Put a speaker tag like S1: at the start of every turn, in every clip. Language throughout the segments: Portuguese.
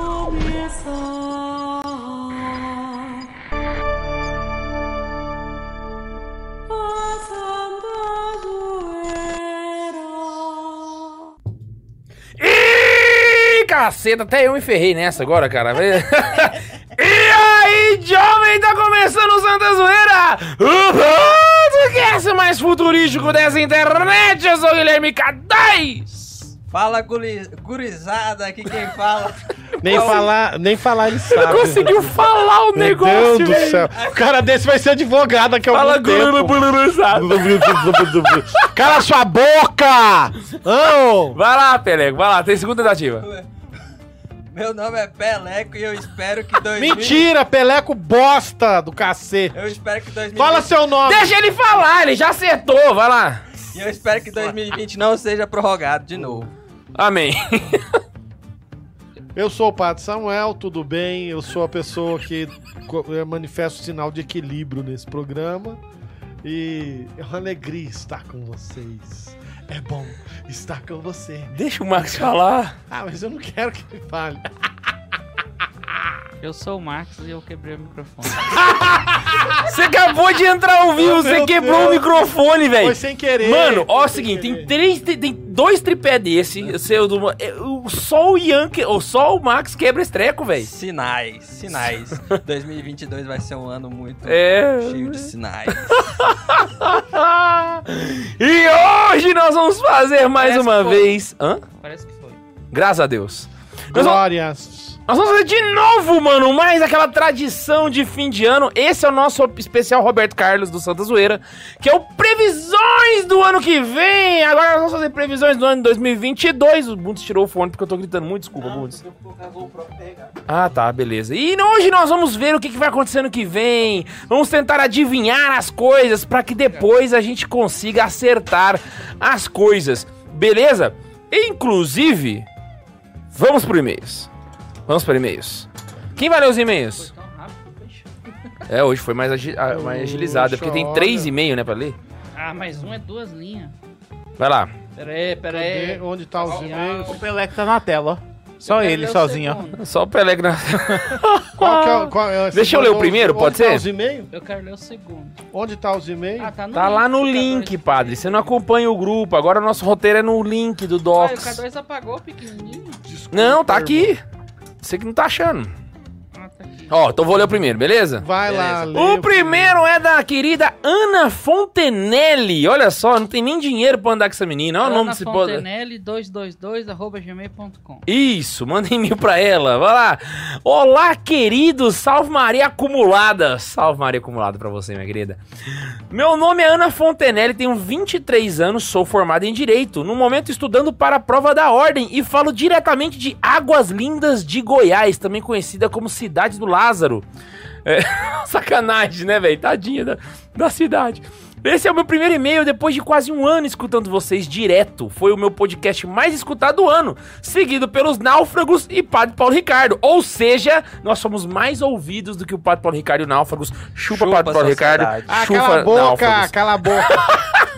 S1: olha só. O sandueiro.
S2: Ih, caceta, até eu me ferrei nessa agora, cara. e aí, jovem, tá começando o Santa Zoeira! O podcast mais futurístico dessa internet, eu sou o Guilherme K10!
S3: Fala, guri- gurizada, aqui quem fala.
S4: Nem falar, nem falar ele
S2: Não
S4: sabe.
S2: conseguiu falar o
S4: Meu
S2: negócio,
S4: Deus do
S2: velho.
S4: céu. O cara desse vai ser advogado aqui algum
S2: Fala,
S4: tempo.
S2: gururuburu,
S4: Cala sua boca! Não!
S2: Vai lá, Pelego, vai lá, tem segunda tentativa.
S3: Meu nome é Peleco e eu espero que 2000.
S4: Mentira, Peleco bosta do cacete.
S3: Eu espero que 2020.
S4: Fala seu nome.
S2: Deixa ele falar, ele já acertou, vai lá.
S3: E eu espero que 2020 não seja prorrogado de novo.
S2: Amém.
S4: Eu sou o Padre Samuel, tudo bem? Eu sou a pessoa que co- eh, manifesta o sinal de equilíbrio nesse programa. E é uma alegria estar com vocês. É bom estar com você.
S2: Deixa o Max falar.
S4: Ah, mas eu não quero que ele fale.
S5: Eu sou o Max e eu quebrei o microfone.
S2: Você acabou de entrar ao vivo,
S4: Meu
S2: você quebrou o
S4: Deus.
S2: microfone, velho.
S4: Foi sem querer.
S2: Mano, ó, é o
S4: Foi sem
S2: seguinte, tem
S4: querer.
S2: três, tem, tem dois tripé desse, eu sei, o do- é, o- só o Ian, que- ou só o Max quebra esse treco, velho.
S3: Sinais, sinais. 2022 vai ser um ano muito
S2: É.
S3: cheio de sinais.
S2: Ah, e hoje nós vamos fazer mais
S5: Parece
S2: uma
S5: que foi.
S2: vez, hã?
S5: Parece que foi.
S2: Graças a Deus. Nós, vamos-
S4: Glórias.
S2: nós vamos fazer de novo, mano, mais aquela tradição de fim de ano. Esse é o nosso especial Roberto Carlos do Santa Zoeira, que é o Previsões do ano que vem. Agora nós vamos fazer previsões do ano de 2022. O Bundes tirou o fone porque eu tô gritando muito, desculpa, Bundes. Ah, tá, beleza. E hoje nós vamos ver o que, que vai acontecer no que vem. Vamos tentar adivinhar as coisas para que depois a gente consiga acertar as coisas, beleza? Inclusive, vamos pro e-mails. Vamos pro e-mails. Quem vai ler os e-mails?
S5: Tão rápido, bicho.
S2: É, hoje foi mais, agi- ah, mais agilizado, é porque tem
S4: Poxa,
S2: três
S4: olha.
S2: e-mails, né, pra ler.
S5: Ah, mais um é duas linhas.
S2: Vai lá.
S5: Pera aí, pera
S4: Cadê?
S5: aí.
S4: Onde tá os
S5: Ó,
S4: e-mails?
S6: O Pelé que tá na tela, ó. Só ele, sozinho, ó.
S2: Só o Pelé que não-
S4: Qual que é o- qual é-
S2: Deixa eu ler o primeiro,
S4: Onde
S2: pode
S4: tá
S2: ser?
S4: os e-mails?
S5: Eu quero ler o segundo.
S4: Onde tá os e-mails?
S5: Ah, tá no
S2: Tá lá no link, padre. Você não acompanha o grupo. Agora o nosso roteiro é no link do
S5: Ah, o
S2: Docs.
S5: K2 apagou o pequenininho.
S4: Desculpa,
S2: Não, tá
S4: irmão.
S2: aqui. Você que não tá achando.
S5: Ah, tá aqui.
S2: Ó, então vou ler o primeiro, beleza?
S4: Vai lá, lê
S2: O primeiro é da querida Ana Fontenelle. Olha só, não tem nem dinheiro pra andar com essa menina. Olha o nome desse poder.
S5: Fontenelle 222 arroba gmail.com.
S2: Isso, manda e-mail pra ela, vai lá. Olá, querido, salve Maria acumulada. Salve Maria acumulada pra você, minha querida. Meu nome é Ana Fontenelle, tenho 23 anos, sou formada em Direito, no momento estudando para a prova da ordem e falo diretamente de Águas Lindas de Goiás, também conhecida como Cidade do Lázaro. É, sacanagem, né, velho? Tadinha da, da cidade. Esse é o meu primeiro e-mail depois de quase um ano escutando vocês direto. Foi o meu podcast mais escutado do ano, seguido pelos Náufragos e Padre Paulo Ricardo. Ou seja, nós somos mais ouvidos do que o Padre Paulo Ricardo e o Náufragos. Chupa,
S3: Chupa,
S2: Padre Paulo
S3: sociedade.
S2: Ricardo.
S4: Ah,
S2: chupa,
S4: cala a boca,
S2: Náufragos.
S4: cala a boca.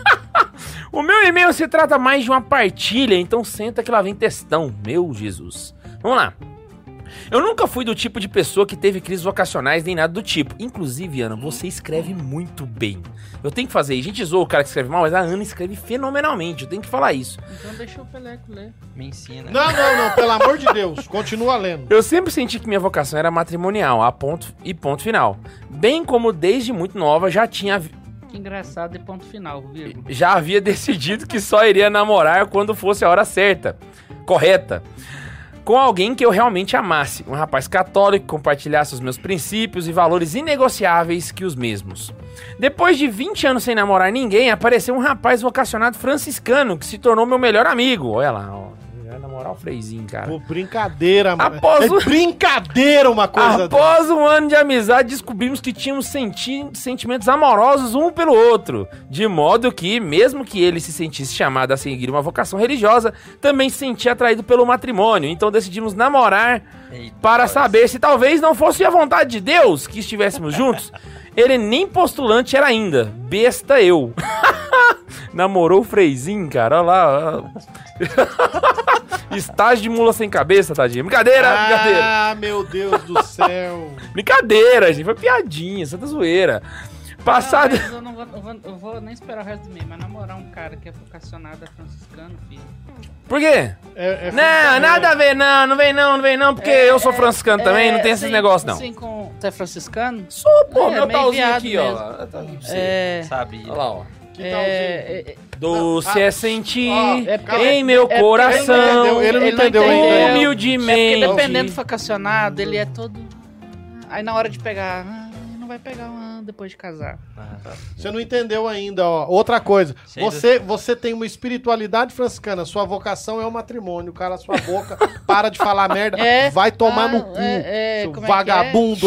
S2: O meu e-mail se trata mais de uma partilha, então senta que lá vem textão, meu Jesus. Vamos lá. Eu nunca fui do tipo de pessoa que teve crises vocacionais nem nada do tipo. Inclusive, Ana, você escreve muito bem. Eu tenho que fazer. isso. A gente zoa o cara que escreve mal, mas a Ana escreve fenomenalmente. Eu tenho que falar isso.
S5: Então deixa o Peleco ler.
S3: Me ensina.
S4: não, não, não, pelo amor de Deus, continua lendo.
S2: Eu sempre senti que minha vocação era matrimonial, a ponto e ponto final. Bem como desde muito nova já tinha
S5: Que engraçado e ponto final, vírgula.
S2: já havia decidido que só iria namorar quando fosse a hora certa, correta, com alguém que eu realmente amasse, um rapaz católico que compartilhasse os meus princípios e valores inegociáveis que os mesmos. Depois de 20 anos sem namorar ninguém, apareceu um rapaz vocacionado franciscano que se tornou meu melhor amigo. Olha lá, ó, já namorar o Freizinho, cara.
S4: Pô, brincadeira, mano.
S2: Após
S4: É
S2: o-
S4: brincadeira uma coisa dessa.
S2: Após um ano de amizade, descobrimos que tínhamos senti- sentimentos amorosos um pelo outro. De modo que, mesmo que ele se sentisse chamado a seguir uma vocação religiosa, também se sentia atraído pelo matrimônio. Então decidimos namorar
S3: Eita,
S2: para
S3: nós.
S2: saber se talvez não fosse a vontade de Deus que estivéssemos juntos. Ele nem postulante era ainda. Besta eu. Namorou o Freizinho, cara. Olha lá. ó. Estágio de mula sem cabeça, tadinha. Brincadeira, brincadeira.
S4: Ah, meu Deus do céu.
S2: Brincadeira, gente. Foi piadinha, santa zoeira. Passado.
S5: Não, mas eu não vou, eu vou, eu vou nem esperar o resto do mês, mas namorar um cara que é vocacionado a franciscano, filho.
S2: Por quê?
S4: É- é-
S2: Não, nada a ver, não. Não vem não, não vem não, porque eu sou franciscano também, não tem esses
S5: É, sim,
S2: negócios, não.
S5: Sim, com... Você é franciscano?
S2: Sou, pô,
S5: É,
S2: meu
S5: meio
S2: pauzinho
S5: viado
S2: aqui, ó. Tá aqui pra você.
S5: É.
S3: Sabia.
S2: Olha lá, ó.
S4: Que tá
S5: é, é,
S2: Doce é sentir
S4: ó,
S5: é porque-
S2: em meu
S5: porque
S4: entendeu,
S2: coração.
S4: ele não
S5: ele não
S4: entendeu ainda.
S5: entendeu. É
S2: Humildemente.
S5: porque dependendo do vocacionado, ele é todo. Aí na hora de pegar. ah, Não vai pegar um depois de casar.
S3: Ah.
S4: Você não entendeu ainda, ó. Outra coisa.
S3: Cheio
S4: Você, você tem uma espiritualidade franciscana. Sua vocação é o matrimônio. Cala a sua boca, para de falar merda.
S5: É,
S4: vai tomar
S5: ah,
S4: no cu,
S5: é, é,
S4: seu
S5: como é que
S4: vagabundo
S2: Gente,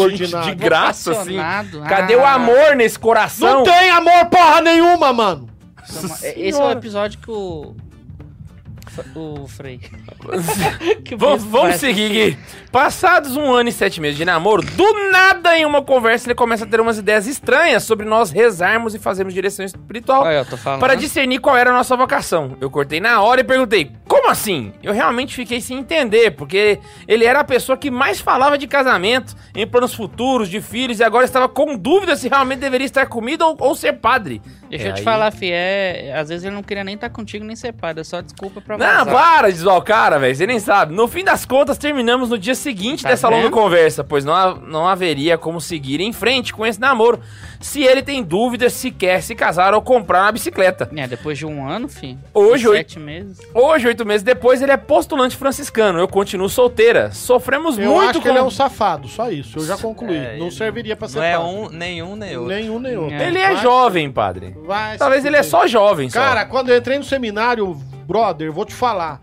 S2: de
S4: ordinário.
S2: graça,
S5: Vocacionado,
S2: Cadê
S5: ah,
S2: o amor nesse
S4: Não
S2: coração?
S4: tem amor porra nenhuma, mano.
S5: toma- é- Esse é o episódio que o. O Frei. que o
S2: Vamos,
S5: bispo
S2: vamos
S5: faz.
S2: seguir aqui. Passados um ano e sete meses de namoro, do nada em uma conversa ele começa a ter umas ideias estranhas sobre nós rezarmos e fazermos direção espiritual
S5: Olha, eu tô falando.
S2: para discernir qual era a nossa vocação. Eu cortei na hora e perguntei, como assim? Eu realmente fiquei sem entender, porque ele era a pessoa que mais falava de casamento, em planos futuros, de filhos, e agora estava com dúvida se realmente deveria estar comigo ou, ou ser padre.
S5: Deixa
S2: É,
S5: eu te
S2: aí-
S5: falar, fi. É, às vezes ele não queria nem estar contigo nem ser padre. É só desculpa pra
S2: Não,
S5: vazar.
S2: para de zoar o cara, velho. Você nem sabe. No fim das contas, terminamos no dia seguinte
S5: Tá
S2: dessa longa
S5: vendo?
S2: conversa, pois não, ha- não haveria como seguir em frente com esse namoro se ele tem dúvidas se quer se casar ou comprar uma bicicleta.
S5: É, depois de um ano, fi.
S2: Hoje,
S5: de
S2: oito-
S5: Sete meses.
S2: Hoje, oito meses depois, ele é postulante franciscano. Eu continuo solteira. Sofremos
S4: Eu
S2: muito
S4: acho que
S2: com...
S4: ele é um safado, só isso. Eu já concluí.
S3: É,
S4: não
S3: ele-
S4: serviria pra ser
S3: Não é
S4: padre.
S3: um, nenhum, nem outro.
S4: Nenhum, nem outro.
S5: É.
S2: Ele é
S4: Vai-
S2: jovem, padre.
S4: vai se
S2: Talvez ele é
S4: fuder.
S2: só jovem, só. É
S4: um Cara, quando eu entrei no seminário, brother, vou te falar.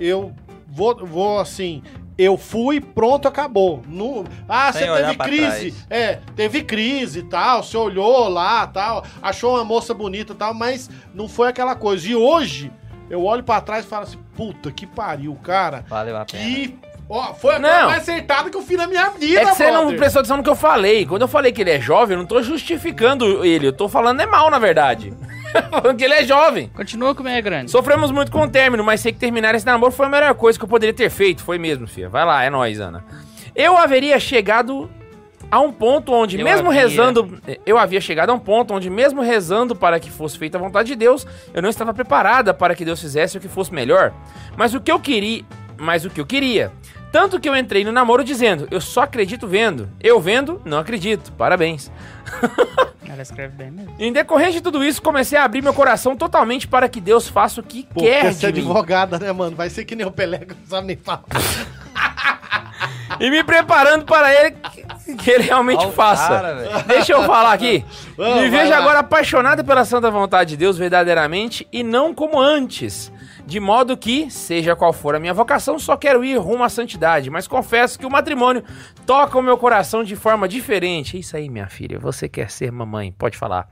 S4: Eu vou, vou assim. Eu fui, pronto, acabou. Não- ah,
S3: Sem
S4: você
S3: olhar
S4: teve
S3: pra
S4: crise.
S3: trás.
S4: É, teve crise e tal. Você olhou lá tal. Achou uma moça bonita e tal, mas não foi aquela coisa. E hoje, eu olho pra trás e falo assim: puta que pariu, cara.
S3: Valeu a pena.
S4: Que. Ó, foi a
S2: É. Não.
S4: coisa mais acertada que eu fiz na minha vida,
S2: É que você não
S4: brother.
S2: prestou atenção no que eu falei. Quando eu falei que ele é jovem, eu não tô justificando ele. Eu tô falando é mal, na verdade. falando que ele é jovem.
S5: Continua com o meia grande.
S2: Sofremos muito com o término, mas sei que terminar esse namoro foi a melhor coisa que eu poderia ter feito. Foi mesmo, filha. Vai lá, é nóis, Ana. Eu haveria chegado a um ponto onde,
S5: Eu
S2: mesmo
S5: havia.
S2: rezando. Eu havia chegado a um ponto onde, mesmo rezando para que fosse feita a vontade de Deus, eu não estava preparada para que Deus fizesse o que fosse melhor. Mas o que eu queria. Mas o que eu queria. Tanto que eu entrei no namoro dizendo, eu só acredito vendo. Eu vendo, não acredito. Parabéns.
S5: Ela escreve bem mesmo.
S2: Em decorrência de tudo isso, comecei a abrir meu coração totalmente para que Deus faça o que
S4: Pô,
S2: quer
S4: quer ser
S2: de mim.
S4: advogada, né, mano? Vai ser que nem o Pelé, que não sabe nem falar.
S2: e me preparando para ele que- que ele realmente
S3: Olha o
S2: faça.
S3: cara, velho.
S2: Deixa eu falar aqui.
S4: Vamos,
S2: me
S4: vai
S2: vejo
S4: lá.
S2: agora apaixonado pela santa vontade de Deus verdadeiramente e não como antes. De modo que, seja qual for a minha vocação, só quero ir rumo à santidade. Mas confesso que o matrimônio toca o meu coração de forma diferente. É Isso aí, minha filha. Você quer ser mamãe? Pode falar.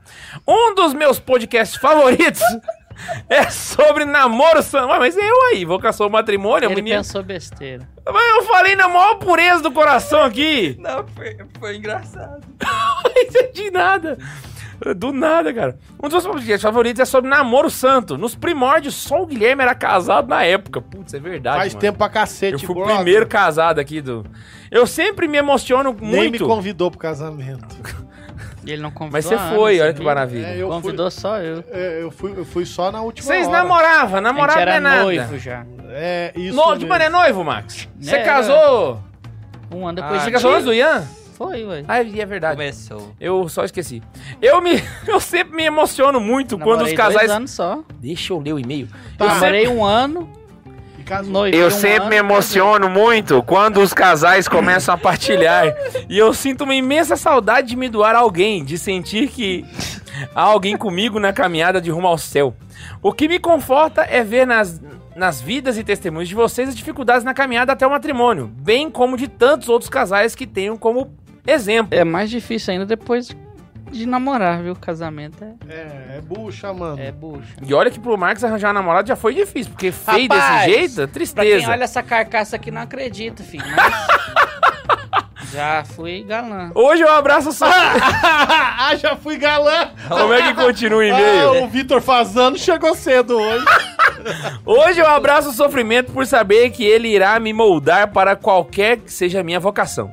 S2: Um dos meus podcasts favoritos é sobre namoro santo. Mas eu aí, vocação matrimônio,
S5: Ele
S2: menino.
S5: pensou besteira.
S2: Mas eu falei na maior pureza do coração aqui.
S3: Não, foi, foi engraçado.
S2: De nada. Do nada, cara. Um dos meus podcasts favoritos é sobre namoro santo. Nos primórdios, só o Guilherme era casado na época. Putz, é verdade.
S4: Faz
S2: mano.
S4: tempo pra cacete,
S2: Eu fui o
S4: brother.
S2: primeiro casado aqui do. Eu sempre me emociono
S4: Nem me
S2: muito.
S4: convidou pro casamento.
S5: E ele Ah, não convidou.
S2: mas você
S5: a Ana,
S2: foi, olha que
S5: viu?
S2: maravilha.
S4: É, eu, fui,
S5: Convidou só eu.
S4: é, eu, fui, eu fui só na última
S2: Vocês
S4: hora.
S2: namoravam,
S5: a gente
S2: namoravam não é
S5: era
S2: nada.
S5: noivo já.
S4: É, isso
S2: No, de
S4: mesmo.
S2: maneira noivo, Max. Você
S5: É,
S2: casou.
S5: Um ano depois.
S3: Ah,
S2: Você
S5: de-
S2: casou antes do Ian?
S5: Foi, ué.
S2: Ah, é verdade.
S3: Começou.
S2: Eu só esqueci. Eu me. Eu sempre me emociono muito quando os
S5: Namorei
S2: casais.
S5: Dois anos só.
S2: Deixa eu ler o e-mail.
S4: Tá.
S2: Eu sempre-
S5: Namorei um ano,
S4: E casou.
S5: noivo.
S2: um
S5: um
S2: Eu sempre me emociono muito quando os casais começam a partilhar. e eu sinto uma imensa saudade de me doar a alguém, de sentir que há alguém comigo na caminhada de rumo ao céu. O que me conforta é ver nas, nas vidas e testemunhos de vocês as dificuldades na caminhada até o matrimônio, bem como de tantos outros casais que tenho como exemplo.
S5: É mais difícil ainda depois de namorar, viu? Casamento é,
S4: É, é bucha, mano.
S5: é bucha.
S2: E olha que pro Marcos arranjar um namorado já foi difícil, porque feio
S5: Rapaz,
S2: desse jeito, é
S5: Pra quem
S2: tristeza.
S5: olha essa carcaça aqui, não acredita, filho. Mas Já fui galã.
S2: Hoje eu abraço só.
S4: ah, já fui galã!
S2: Como é que continua o e-mail?
S4: Ah, o Vitor Fazano chegou cedo hoje.
S2: Hoje eu abraço o sofrimento por saber que ele irá me moldar para qualquer que seja a minha vocação.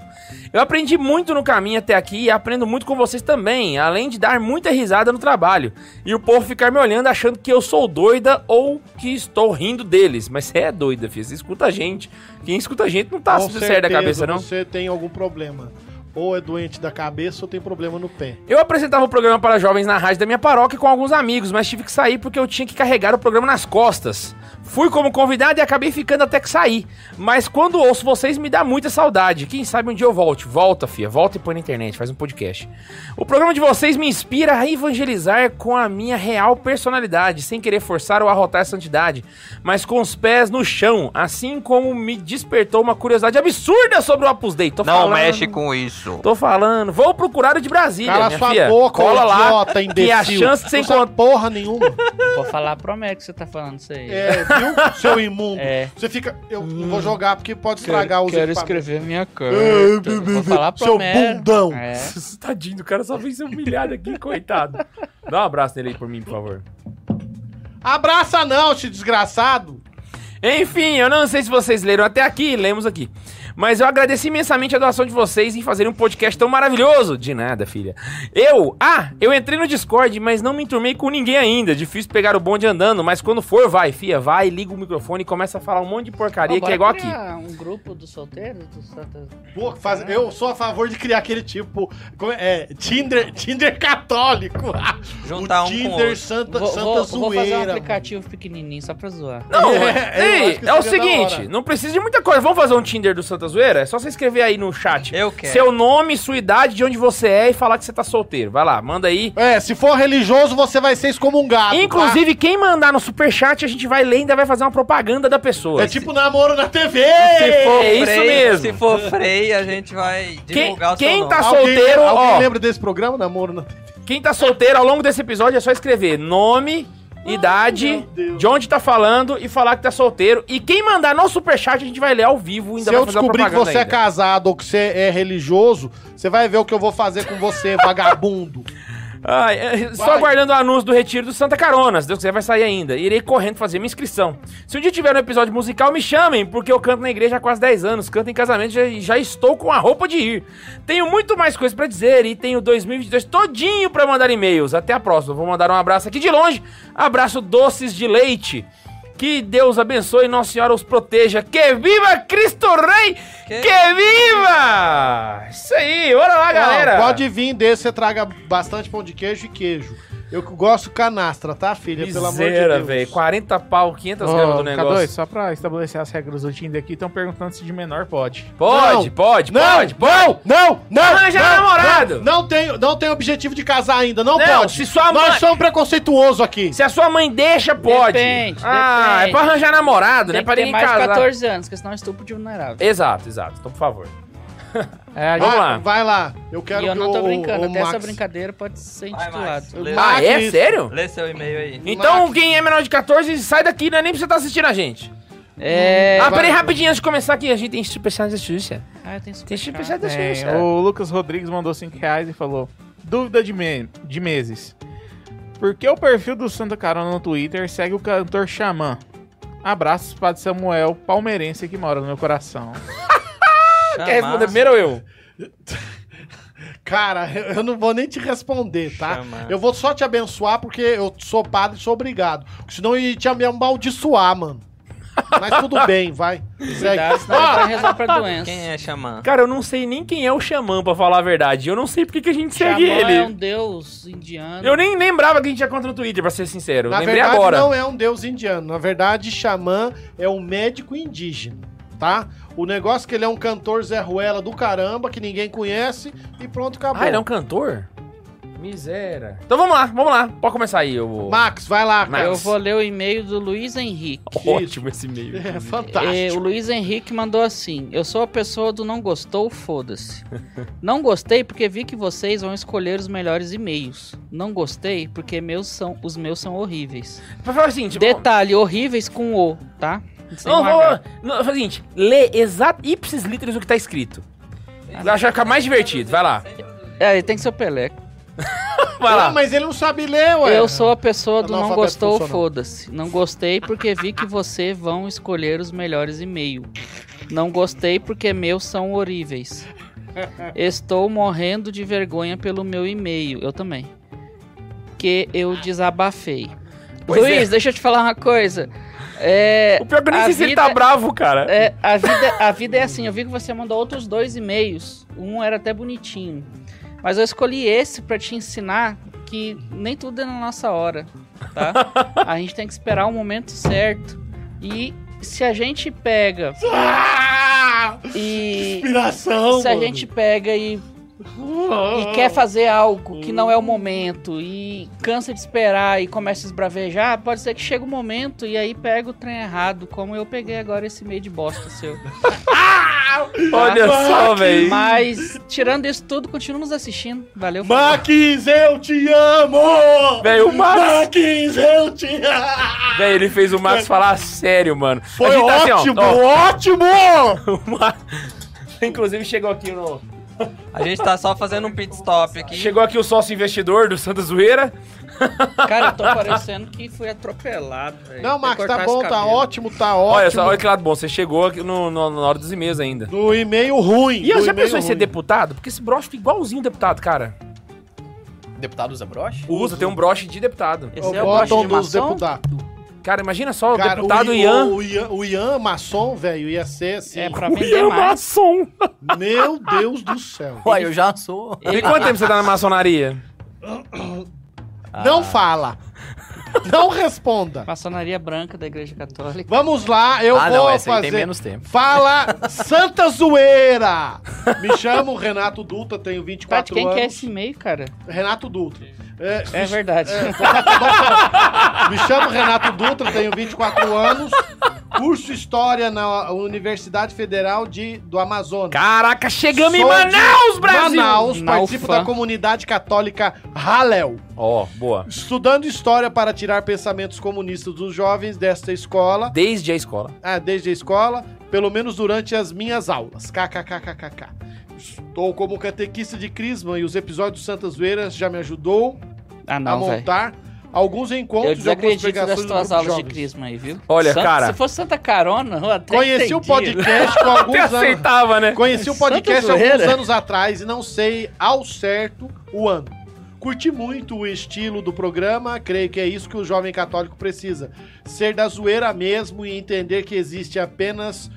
S2: Eu aprendi muito no caminho até aqui e aprendo muito com vocês também, além de dar muita risada no trabalho. E o povo ficar me olhando achando que eu sou doida ou que estou rindo deles. Mas você é doida, filho. Você escuta a gente. Quem escuta a gente não tá
S4: Com
S2: sério da
S4: certeza
S2: cabeça, não.
S4: Você tem algum problema. Ou é doente da cabeça ou tem problema no pé.
S2: Eu apresentava o programa para jovens na rádio da minha paróquia com alguns amigos, mas tive que sair porque eu tinha que carregar o programa nas costas. Fui como convidado e acabei ficando até que saí. Mas quando ouço vocês, me dá muita saudade. Quem sabe um dia eu volte. Volta, fia. Volta e põe na internet. Faz um podcast. O programa de vocês me inspira a evangelizar com a minha real personalidade, sem querer forçar ou arrotar a santidade, mas com os pés no chão. Assim como me despertou uma curiosidade absurda sobre o Opus Dei. Tô
S7: Não é
S2: falando-
S7: mexe com isso.
S2: Tô falando. Vou procurar o de Brasília,
S4: Cala
S2: minha
S4: sua
S2: filha.
S4: boca,
S2: Cola
S4: ô
S2: lá.
S4: idiota, imbecil.
S2: que a chance de você
S4: Não sabe
S2: encontrar...
S4: porra nenhuma.
S5: Vou falar pro América que você tá falando isso aí.
S4: É, viu? Seu imundo.
S5: É.
S4: Você fica... Eu não vou jogar porque pode estragar os
S5: quero
S4: equipamentos. É,
S5: escrever minha
S2: É,
S4: Ei,
S5: carta.
S4: bebê,
S5: Vou falar pro
S4: Seu
S5: América.
S4: bundão.
S5: É.
S2: Tadinho, o cara só vem ser humilhado aqui, coitado. Dá um abraço nele aí por mim, por favor.
S4: Abraça não, se desgraçado.
S2: Enfim, eu não sei se vocês leram até aqui, lemos aqui. Mas eu agradeci imensamente a doação de vocês em fazerem um podcast tão maravilhoso. De nada, filha. Eu, ah, eu entrei no Discord, mas não me enturmei com ninguém ainda. Difícil pegar o bonde andando, mas quando for, vai, filha, vai, liga o microfone e começa a falar um monte de porcaria que é igual aqui.
S5: Um grupo dos solteiros, dos santos...
S4: Pô, faz- eu sou a favor de criar aquele tipo. como é, é, Tinder, Tinder católico.
S7: Juntar
S4: o
S7: um com
S4: Tinder
S7: outro.
S4: Santa,
S5: Vou,
S4: Santa
S5: vou- vou fazer um
S4: Zoeira.
S5: aplicativo pequenininho só pra zoar.
S2: Não,
S4: É,
S2: é,
S4: eu acho que
S2: é o
S4: seria da
S2: seguinte,
S4: hora.
S2: não precisa de muita coisa. Vamos fazer um Tinder do Santa Zoeira? É só você escrever aí no chat.
S7: Eu quero.
S2: Seu nome, sua idade, de onde você é e falar que você tá solteiro. Vai lá, manda aí.
S4: É, se for religioso, você vai ser excomungado. tá?
S2: Inclusive, quem mandar no superchat, a gente vai ler e ainda vai fazer uma propaganda da
S4: tá?
S2: pessoa.
S4: É tipo namoro na TV!
S2: Se for- É isso
S7: Frei,
S2: mesmo.
S7: Se for Frei, a gente vai
S2: quem,
S7: divulgar o seu
S2: quem
S7: nome.
S2: tá
S4: Alguém-
S2: solteiro,
S4: alguém
S2: ó,
S4: lembra desse programa, namoro na TV?
S2: quem tá solteiro ao longo desse episódio é só escrever nome, idade, de onde tá falando e falar que tá solteiro. E quem mandar no superchat, a gente vai ler ao vivo e ainda
S4: Se
S2: vai
S4: eu
S2: fazer uma
S4: descobrir que
S2: propaganda
S4: você é
S2: ainda.
S4: casado ou que você é religioso, você vai ver o que eu vou fazer com você, vagabundo.
S2: Ai, é, só
S4: Vai.
S2: aguardando o anúncio do retiro do Santa Carona. Se Deus quiser, vai sair ainda. Irei correndo fazer minha inscrição. Se um dia tiver um episódio musical, me chamem, porque eu canto na igreja há quase 10 anos, canto em casamento e já, já estou com a roupa de ir. Tenho muito mais coisa pra dizer e tenho 2022 todinho pra mandar e-mails. Até a próxima. Vou mandar um abraço aqui de longe. Abraço doces de leite. Que Deus abençoe e Nossa Senhora os proteja. Que viva Cristo Rei! Que,
S7: Que-
S2: viva! Isso aí, bora lá, galera!
S4: Não, pode vir desse, você traga bastante pão de queijo e queijo. Eu que gosto canastra, tá, filha? Pelo amor de
S2: Miséria,
S4: Deus.
S2: velho. 40 pau, 500 gramas do
S6: Ô, K2,
S2: negócio.
S6: só pra estabelecer as regras do Tinder aqui, estão perguntando se de menor pode.
S2: Pode,
S4: Não,
S2: pode,
S4: Não,
S2: pode,
S4: não,
S2: pode.
S4: não, não,
S2: é Arranja
S4: não,
S2: namorado.
S4: Não, não tenho, não tenho objetivo de casar ainda, não,
S2: Não,
S4: pode.
S2: se sua
S4: Nós
S2: mãe-
S4: somos preconceituosos aqui.
S2: Se a sua mãe deixa, pode.
S5: Depende,
S2: ah,
S5: depende.
S2: é pra arranjar namorado,
S5: Tem
S2: né? Pra
S5: que ter
S2: ninguém
S5: mais de
S2: casar.
S5: 14 anos, porque senão é estupro de vulnerável.
S2: Exato, exato. Então, por favor.
S6: É, a gente-
S2: vamos
S4: vai,
S2: lá.
S4: Vai lá. Eu quero
S5: e eu
S4: que
S5: não tô
S4: o-
S5: brincando,
S4: o
S5: até essa
S4: Max-
S5: brincadeira pode ser
S7: Vai,
S5: intitulada.
S7: Max, lê,
S4: Max.
S2: Ah, é?
S4: isso.
S2: Sério?
S7: lê seu e-mail aí.
S2: Então,
S4: Max.
S2: quem é menor de 14, sai daqui, não é nem pra você estar assistindo a gente.
S5: É.
S2: ah,
S4: vai.
S2: peraí, rapidinho, antes de começar aqui, a gente tem superchat da Xuxa.
S5: Ah, eu tenho super
S2: Tem superchat da
S6: Tem,
S2: Xuxa.
S6: É, o Lucas Rodrigues mandou 5 reais e falou: Dúvida de, me- de meses. Por que o perfil do Santa Carona no Twitter segue o cantor Xamã? Abraços, Padre Samuel, palmeirense que mora no meu coração.
S2: Quer responder
S7: Chamar-
S2: primeiro ou eu?
S4: Cara, eu, eu não vou nem te responder, tá?
S7: Chama.
S4: Eu vou só te abençoar porque eu sou padre e sou obrigado. Porque Senão eu ia te amaldiçoar, mano. Mas tudo bem, vai. Segue.
S5: Cuidado, senão ele vai resolver pra doença.
S7: Quem é Xamã?
S2: Cara, eu não sei nem quem é o Xamã, pra falar a verdade. Eu não sei porque que a gente segue
S5: Xamã
S2: ele.
S5: é um deus indiano.
S2: Eu nem lembrava que a gente tinha conta no Twitter, pra ser sincero.
S4: Na
S2: Lembrei
S4: verdade,
S2: agora.
S4: não é um deus indiano. Na verdade, Xamã é um médico indígena, tá? O negócio é que ele é um cantor Zé Ruela do caramba, que ninguém conhece, e pronto, acabou.
S2: Ah, ele é um cantor? Miséria. Então vamos lá, vamos lá. Pode começar aí. Eu...
S4: Max, vai lá,
S2: Max.
S4: cara.
S5: Eu vou ler o e-mail do Luiz Henrique.
S2: Ótimo esse meio.
S4: É
S5: É, o
S4: fantástico.
S5: Luiz Henrique mandou assim: Eu sou a pessoa do não gostou, foda-se. Não gostei porque vi que vocês vão escolher os melhores e-mails. Não gostei porque meus são, os meus são horríveis.
S2: Pra falar o seguinte,
S5: Detalhe, horríveis com O, tá? Sem
S2: não,
S5: um
S2: vou-
S5: H.
S2: não, faz o seguinte, lê exato ipsis literis o que tá escrito. Vai achar que fica mais divertido. Vai lá.
S5: É, ele tem que ser o Peleco.
S2: Vai
S4: Ah,
S2: lá.
S4: mas ele não sabe ler, ué.
S5: Eu sou a pessoa do não
S4: Analfabeto
S5: gostou,
S4: funcional.
S5: foda-se. Não gostei porque vi que vocês vão escolher os melhores e-mail. Não gostei porque meus são horríveis. Estou morrendo de vergonha pelo meu e-mail. Eu também. Que eu desabafei.
S2: Pois é.
S5: Luiz, deixa eu te falar uma coisa. É,
S2: O pior que eu nem
S5: a
S2: sei se ele
S5: vida-
S2: tá bravo, cara.
S5: é, a, vida, a vida é assim. Eu vi que você mandou outros dois e-mails. Um era até bonitinho. Mas eu escolhi esse pra te ensinar que nem tudo é na nossa hora, tá? A gente tem que esperar o momento certo. E se a gente pega
S4: Ah,
S5: e.
S4: inspiração,
S5: Se a
S4: mano. Ah.
S5: gente pega e, e quer fazer algo que não é o
S4: Hum.
S5: momento e cansa de esperar e começa a esbravejar, pode ser que chegue o momento e aí pega o trem errado, como eu peguei agora esse meio de bosta seu.
S2: Olha só, velho.
S5: Mas, tirando isso tudo, continua nos assistindo. Valeu. falou.
S4: Maquis, eu te amo!
S2: Velho, o Max,
S4: Maquis, eu te amo!
S2: velho, ele fez o Max falar sério, mano. A
S4: Foi
S2: gente tá assim, ó,
S4: ótimo,
S2: ó,
S4: ótimo!
S2: o Max- Inclusive chegou aqui no.
S7: A gente tá só fazendo um pit stop aqui.
S2: Chegou aqui o sócio investidor do Santa Zoeira.
S5: Cara, eu tô parecendo que fui atropelado. velho.
S4: Não,
S5: Tem que
S4: Max, tá
S5: cortar esse
S4: bom, tá
S5: cabelo.
S4: ótimo, tá ótimo.
S2: Olha só, olha que lado bom. Você chegou aqui no, no- na hora dos e-mails ainda.
S4: Do e-mail ruim.
S2: E eu
S4: do
S2: já
S4: e-mail
S2: pensou em ser
S4: ruim.
S2: deputado? Porque esse broche fica igualzinho deputado, cara.
S8: Deputado usa broche?
S2: Usa, tem um broche de deputado.
S5: Esse é
S4: Eu
S5: o gosto
S4: botão
S5: de
S4: dos
S5: maçom?
S4: deputados.
S2: Cara, imagina só
S4: Cara,
S2: o deputado
S4: o,
S2: Ian.
S4: O, o Ian, o Ian maçom, velho, ia ser assim.
S5: É pra vender mais.
S2: maçom.
S4: Meu Deus do céu.
S8: Uai, eu já sou.
S2: E quanto tempo você tá na maçonaria?
S4: Não fala. Não responda.
S5: Maçonaria branca da Igreja Católica.
S4: Vamos lá, eu
S8: ah,
S4: vou
S8: não, essa aí
S4: fazer.
S8: tem menos tempo.
S4: Fala Santa Zoeira! Me chamo Renato Dutra, tenho
S5: Tati,
S4: 24
S5: quem
S4: anos.
S5: quer esse e-mail, cara?
S4: Renato Dutra. É,
S5: É verdade.
S4: Me chamo Renato Dutra, tenho 24 anos. Curso História na Universidade Federal de, do Amazonas.
S2: Caraca, chegamos em
S4: Sou É. de
S2: Manaus, Brasil!
S4: Manaus, participo
S5: Naufã.
S4: da comunidade católica Halel.
S2: Ó, boa.
S4: Estudando história para tirar pensamentos comunistas dos jovens desta escola,
S2: Desde a escola.
S4: ah, desde a escola, pelo menos durante as minhas aulas. KKKKKK. Estou como catequista de Crisma e os episódios de Santa Zoeira já me ajudou
S5: Ah,
S4: a
S5: não, velho.
S4: montar alguns encontros
S5: Eu
S4: de tá algumas
S5: desacredito
S4: pregações
S5: das
S4: do
S5: tuas
S4: grupo
S5: aulas de
S4: jovens.
S5: crisma aí, viu?
S2: Olha,
S5: Santa-
S2: cara.
S5: Se fosse Santa Carona, eu até
S4: Conheci
S5: entendi.
S4: o podcast com alguns
S2: Até
S4: anos.
S2: aceitava, né?
S4: Conheci o podcast
S5: Santa
S4: alguns
S5: zoeira.
S4: anos atrás e não sei ao certo o ano. Curti muito o estilo do programa, creio que é isso que o jovem católico precisa. Ser da zoeira mesmo e entender que existe apenas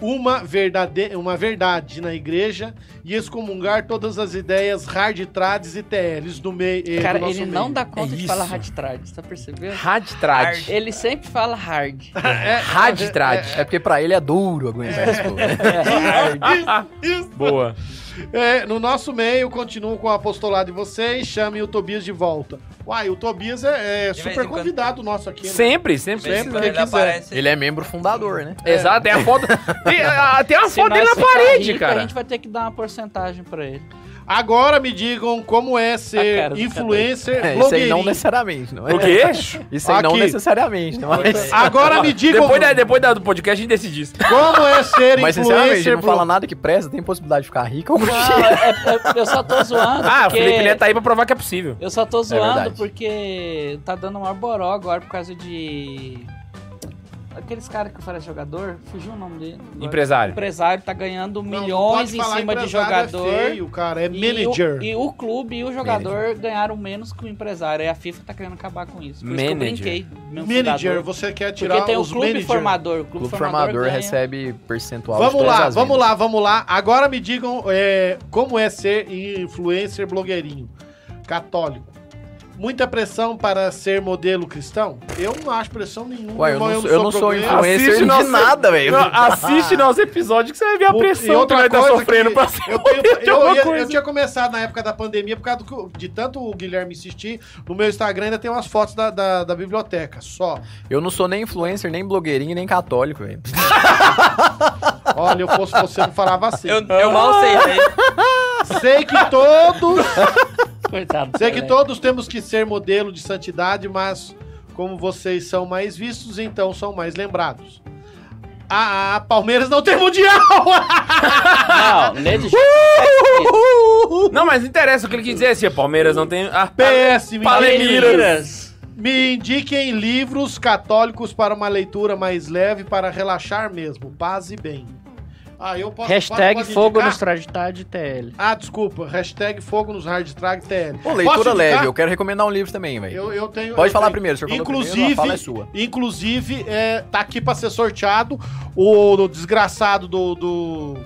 S4: uma, verdade... uma verdade na igreja e excomungar todas as ideias hard trades e TLs do meio. eh, do
S5: Cara,
S4: nosso
S5: ele
S4: meio.
S5: não dá conta
S2: É
S5: de falar
S2: isso.
S5: hard trad, tá percebendo?
S2: Raditrad.
S5: Ele sempre fala hard.
S2: Raditrad.
S8: É porque pra ele é duro aguentar né? essas coisas.
S2: Boa.
S4: É, no nosso meio, continuo com o apostolado de vocês, chamem o Tobias de volta. Uai, o Tobias é, é
S7: De vez
S4: super
S7: em quando.
S4: convidado nosso aqui. né?
S2: Sempre, sempre.
S4: Sempre
S2: sempre.
S4: que
S7: Ele
S4: quiser.
S7: aparece.
S8: Ele é membro fundador, né?
S2: Exato, tem a foto. Tem, a- tem uma
S5: Se
S2: foto dele
S5: nós
S2: na
S5: ficar
S2: parede,
S5: rico, A
S2: cara.
S5: gente vai ter que dar uma porcentagem pra ele.
S4: Agora me digam como é ser
S5: A cara do
S4: influencer
S8: É, isso aí
S4: blogueirinho.
S8: não necessariamente, não é?
S2: O quê?
S8: Isso aí não
S4: Aqui.
S8: necessariamente, não é?
S4: Agora me digam
S2: Depois, da, depois da- do podcast a gente decide isso.
S4: como é ser
S8: Mas sinceramente,
S4: influencer
S8: não fala
S4: blogueirinho.
S8: nada que presta, tem possibilidade de ficar rico ou
S5: Não, é- é- eu só tô zoando.
S2: Ah, o
S5: porque...
S2: Felipe Neto tá aí pra provar que é possível.
S5: Eu só tô zoando
S8: verdade.
S5: porque tá dando maior boró agora por causa de. Aqueles caras que fazem jogador, fugiu o nome dele. agora.
S2: Empresário.
S5: Empresário tá ganhando
S4: Não, não
S5: milhões
S4: pode
S5: em
S4: falar
S5: cima de
S4: empresário,
S5: jogador.
S4: É feio, cara, é manager.
S5: E o, e o clube e o jogador ganharam menos que o empresário. Aí a FIFA tá querendo acabar com isso. Por isso que eu
S2: Manager.
S5: brinquei. Meu
S4: Manager,
S5: fundador.
S4: você quer tirar
S5: Porque tem o
S4: os
S5: clube
S4: manager.
S5: formador. O
S8: O
S5: clube,
S8: clube
S5: formador,
S8: formador
S5: ganha.
S8: recebe percentual de
S4: Vamos
S8: todas
S4: lá,
S8: as
S4: vamos
S8: vendas.
S4: lá, vamos lá. Agora me digam é, como é ser influencer blogueirinho católico. Muita pressão para ser modelo cristão? Eu não acho pressão nenhuma.
S8: Uai, eu não,
S4: irmão,
S8: sou- eu não sou
S4: blogueiro.
S8: influencer
S2: Assiste
S8: de
S2: nosso-
S8: nada, velho.
S2: Não, assiste nosso episódio que você vai ver a
S4: Pô,
S2: pressão que vai estar
S4: coisa
S2: sofrendo
S4: que
S2: pra ser
S4: eu, tenho-
S2: modelo de
S4: eu
S2: alguma
S4: ia- eu
S2: coisa.
S4: tinha começado na época da pandemia por causa do que eu- de tanto o Guilherme insistir. No meu Instagram ainda tem umas fotos da, da, da biblioteca, só.
S8: Eu não sou nem influencer, nem blogueirinho, nem católico, velho.
S4: Olha, eu fosse você, não falava
S2: é-
S4: assim.
S7: Eu, eu mal sei
S2: Ah!
S7: ler.
S4: Sei que todos,
S5: Coitado. do
S4: sei é que
S5: Pelé.
S4: todos temos que ser modelo de santidade, mas como vocês são mais vistos, então são mais lembrados. A, a Palmeiras não tem mundial!
S5: Não, nesse jogo.
S2: Não, mas não interessa o que ele quis dizer, assim, Palmeiras não tem... Ah,
S4: PS, me,
S2: Palmeiras.
S4: me indiquem livros católicos para uma leitura mais leve, para relaxar mesmo. Paz e bem. Ah, eu posso.
S5: Hashtag
S4: pode- pode
S5: fogo
S4: indicar?
S5: nos traditades TL.
S4: Ah, desculpa. Hashtag fogo nos hard track TL.
S8: Pô, leitura
S4: Posso
S8: leve,
S4: indicar?
S8: eu quero recomendar um livro também, velho.
S4: Eu, eu tenho.
S8: Pode
S4: eu
S8: falar
S4: tenho.
S8: primeiro, o senhor falou
S4: Inclusive,
S8: primeiro, a fala é sua.
S4: Inclusive, é, tá aqui pra ser sorteado o, o desgraçado do, do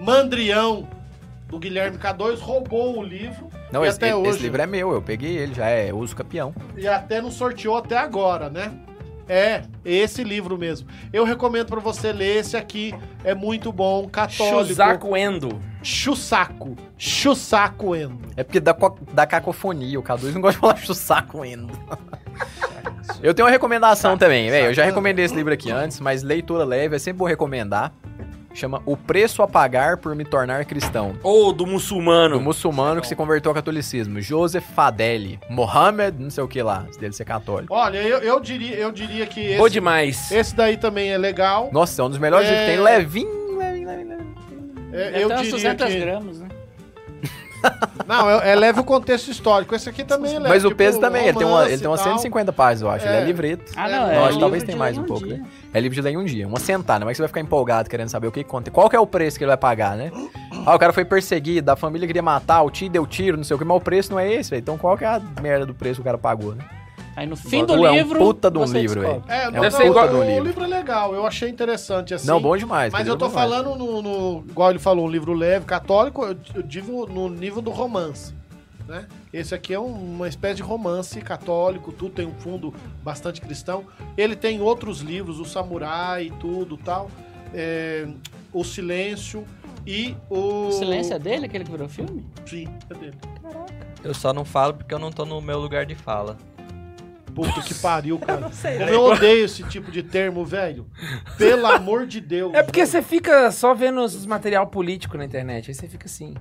S4: Mandrião, do Guilherme K2, roubou o livro
S8: Não,
S4: e
S8: esse,
S4: até
S8: esse
S4: hoje.
S8: livro é meu, eu peguei ele, já é uso campeão.
S4: E até não sorteou até agora, né? É, esse livro mesmo. Eu recomendo pra você ler esse aqui. É muito bom, católico.
S2: Chuzaku Endo.
S4: Chussaco. Chussaco Endo.
S8: É porque dá, co- dá cacofonia, o K2 não gosta de falar chussaco ainda. Eu tenho uma recomendação também, velho. Eu já recomendei esse livro aqui antes, mas leitura leve é sempre bom recomendar. Chama O Preço a Pagar por Me Tornar Cristão.
S2: Ou do muçulmano.
S8: do muçulmano que se converteu ao catolicismo, Joseph Fadeli, Mohammed, não sei o que lá, se dele ser católico.
S4: Olha, eu, eu diria, eu diria que esse,
S2: Ou demais.
S4: esse daí também é legal.
S8: Nossa, é um dos melhores
S4: É.
S8: livros que tem, levinho, levinho, levinho.
S4: É,
S8: levinho.
S5: Deve
S4: eu
S5: ter umas
S4: diria
S5: 200
S4: que...
S5: gramas, né?
S4: Não, é, é leve o contexto histórico. Esse aqui também é leve.
S8: Mas o
S4: tipo,
S8: peso também, ele tem, uma,
S4: romance
S8: ele tem umas
S4: e tal.
S8: 150 páginas, eu acho, ele
S4: É.
S8: é livreto.
S5: Ah,
S4: É,
S5: não, é.
S4: nós
S5: livro
S8: talvez
S5: de
S8: tenha mais um
S5: ler
S8: pouco,
S5: dia.
S8: É livro de ler em um dia, uma sentada, mas você vai ficar empolgado querendo saber o que conta. Qual que é o preço que ele vai pagar, né? Ah, o cara foi perseguido, a família queria matar, o tio deu tiro, não sei o que, mas o preço não é esse, velho. Então qual que é a merda do preço que o cara pagou, né?
S5: Aí no fim do
S8: Ou é um
S5: livro.
S8: puta de um
S5: você
S8: livro,
S5: descobre.
S4: É, não,
S2: Deve
S4: não,
S2: ser igual-
S4: o,
S8: do livro.
S4: livro é legal, eu achei interessante assim.
S8: Não, bom demais.
S4: Mas
S8: que
S4: eu
S8: livro
S4: tô
S8: bom demais.
S4: falando no, no- igual ele falou, um livro leve, católico, eu, eu digo no nível do romance. Né? Esse aqui é um- uma espécie de romance católico, tudo tem um fundo bastante cristão. Ele tem outros livros, o Samurai e tudo tal. é, o Silêncio e o.
S5: O silêncio é dele, aquele que virou filme?
S4: Sim, é dele.
S7: Eu só não falo porque eu não tô no meu lugar de fala.
S4: Puta que pariu, cara.
S2: né?
S4: Como eu odeio esse tipo de termo, velho. Pelo amor de Deus.
S2: É porque
S4: velho.
S2: você fica só vendo os material político na internet, aí você fica assim.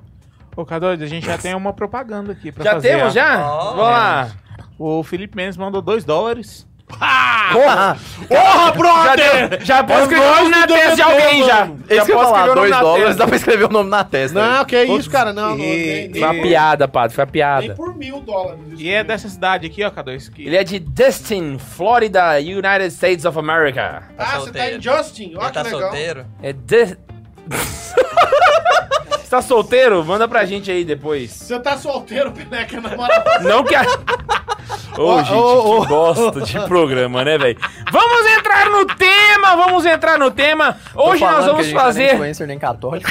S6: Ô, K2, a gente já tem uma propaganda aqui pra
S2: já
S6: fazer.
S2: temos,
S6: ó.
S2: já?
S8: Oh.
S7: Ó.
S2: Vamos lá.
S6: O Felipe Mendes mandou 2 dólares.
S8: Porra! É
S2: Ah, Já,
S4: Porra, brother!
S2: deu, já posso escrever o nome na tese de alguém, já. Já
S8: Esse que eu ia
S2: posso escrever
S8: falar,
S2: o nome
S8: 2
S2: na
S8: dólares,
S2: tese.
S8: dá pra escrever o nome na tese. né?
S4: Não, que é isso, cara. Não, não. Nem,
S2: Foi uma
S4: nem,
S2: piada, padre, foi uma
S4: nem
S2: piada.
S4: por mil dólares. isso
S6: E é
S4: mesmo.
S6: dessa cidade aqui, ó, K2. Que...
S2: Ele é de Destin, Florida, United States of America.
S7: Tá
S4: Ah, você tá em
S7: solteiro.
S4: Justin. Olha
S7: Ele
S4: que
S7: tá
S4: legal.
S7: solteiro?
S2: É de... Você tá solteiro? Manda pra gente aí depois.
S4: Você tá solteiro, Peleca, na moral.
S2: Não que a... Ô,
S4: Ó,
S2: gente,
S4: ó, ó.
S2: que gosto de programa, né, velho? Vamos entrar no tema, vamos entrar no tema.
S8: Tô
S2: Hoje nós
S8: falando
S2: vamos
S8: que a gente não é nem
S2: fazer
S8: influencer nem católico.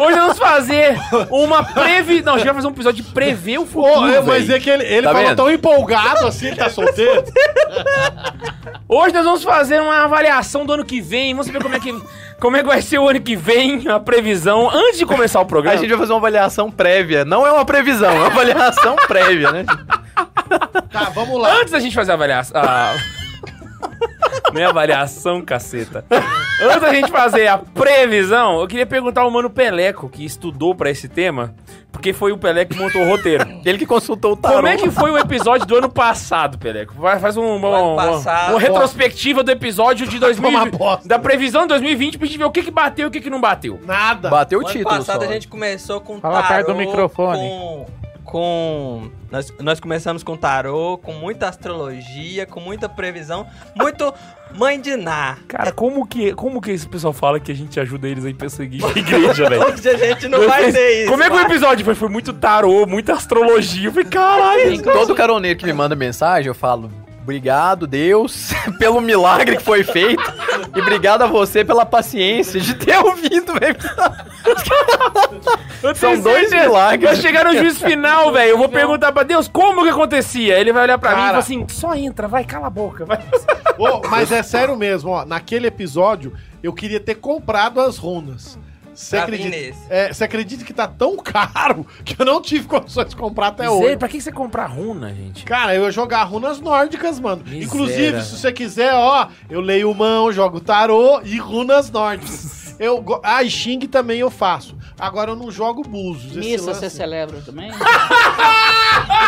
S2: Hoje nós vamos fazer uma previ... Não, a gente vai fazer um episódio de prever o futuro,
S4: Ô, é, mas
S2: véi.
S4: é que ele, ele
S8: Tá
S4: falou
S8: vendo?
S4: tão empolgado assim, ele tá solteiro.
S2: Hoje nós vamos fazer uma avaliação do ano que vem. Vamos saber como é que, como é que vai ser o ano que vem, a previsão, antes de começar o
S8: A
S2: programa.
S8: gente vai fazer uma avaliação prévia. Não é uma previsão, é uma avaliação prévia, né?
S4: Tá, vamos lá.
S2: Antes da gente fazer a avaliação... a- Não é avaliação, caceta. Antes da gente fazer a previsão, eu queria perguntar ao Mano Peleco, que estudou pra esse tema, porque foi o Peleco que montou o roteiro.
S8: Ele que consultou o tarô.
S2: Como é que foi o episódio do ano passado, Peleco? Vai- Faz um, uma-
S7: ano
S2: uma-
S7: passado,
S2: uma retrospectiva do episódio de
S4: Uma
S2: 2020.
S4: bosta.
S2: Da previsão de 2020 pra gente ver o que, que bateu e o que, que não bateu.
S4: Nada.
S8: Bateu o
S7: ano
S8: título
S7: passado
S8: só.
S7: a gente começou com
S6: Fala perto do microfone.
S7: Com, com- nós, nós começamos com tarô, com muita astrologia, com muita previsão, muito mãe de Ná.
S2: Cara, como que, como que esse pessoal fala que a gente ajuda eles a perseguir a igreja, velho?
S7: Hoje a gente não vai ter isso.
S2: Como é que o
S7: mas-
S2: episódio foi? Foi muito tarô, muita astrologia. Eu falei, caralho.
S8: Todo caroneiro que me manda mensagem, eu falo... Obrigado, Deus, pelo milagre que foi feito. e obrigado a você pela paciência de ter ouvido, velho.
S2: eu
S8: São
S2: tenho
S8: dois
S2: certeza. Vai
S8: milagres.
S2: chegar no juiz final, velho. Eu vou perguntar pra Deus como que acontecia. Ele vai olhar pra mim e
S4: Cara.
S2: falar assim: só entra, vai, cala a boca. Vai.
S4: Ô, mas é sério mesmo, ó. Naquele episódio, eu queria ter comprado as runas. Você
S7: Pra vir
S4: acredita,
S7: nesse.
S4: é, você acredita que tá tão caro que eu não tive condições de comprar até
S2: Zé,
S4: hoje?
S2: pra que que você comprar runa, gente?
S4: Cara, eu ia jogar runas nórdicas, mano.
S2: Miséria,
S4: Inclusive,
S2: velho.
S4: se você quiser, ó, eu leio mão, jogo tarô e runas nórdicas. eu, go- ah, e Xing também eu faço. Agora eu não jogo búzios. esse
S5: Missa
S4: lance-
S5: você celebra também?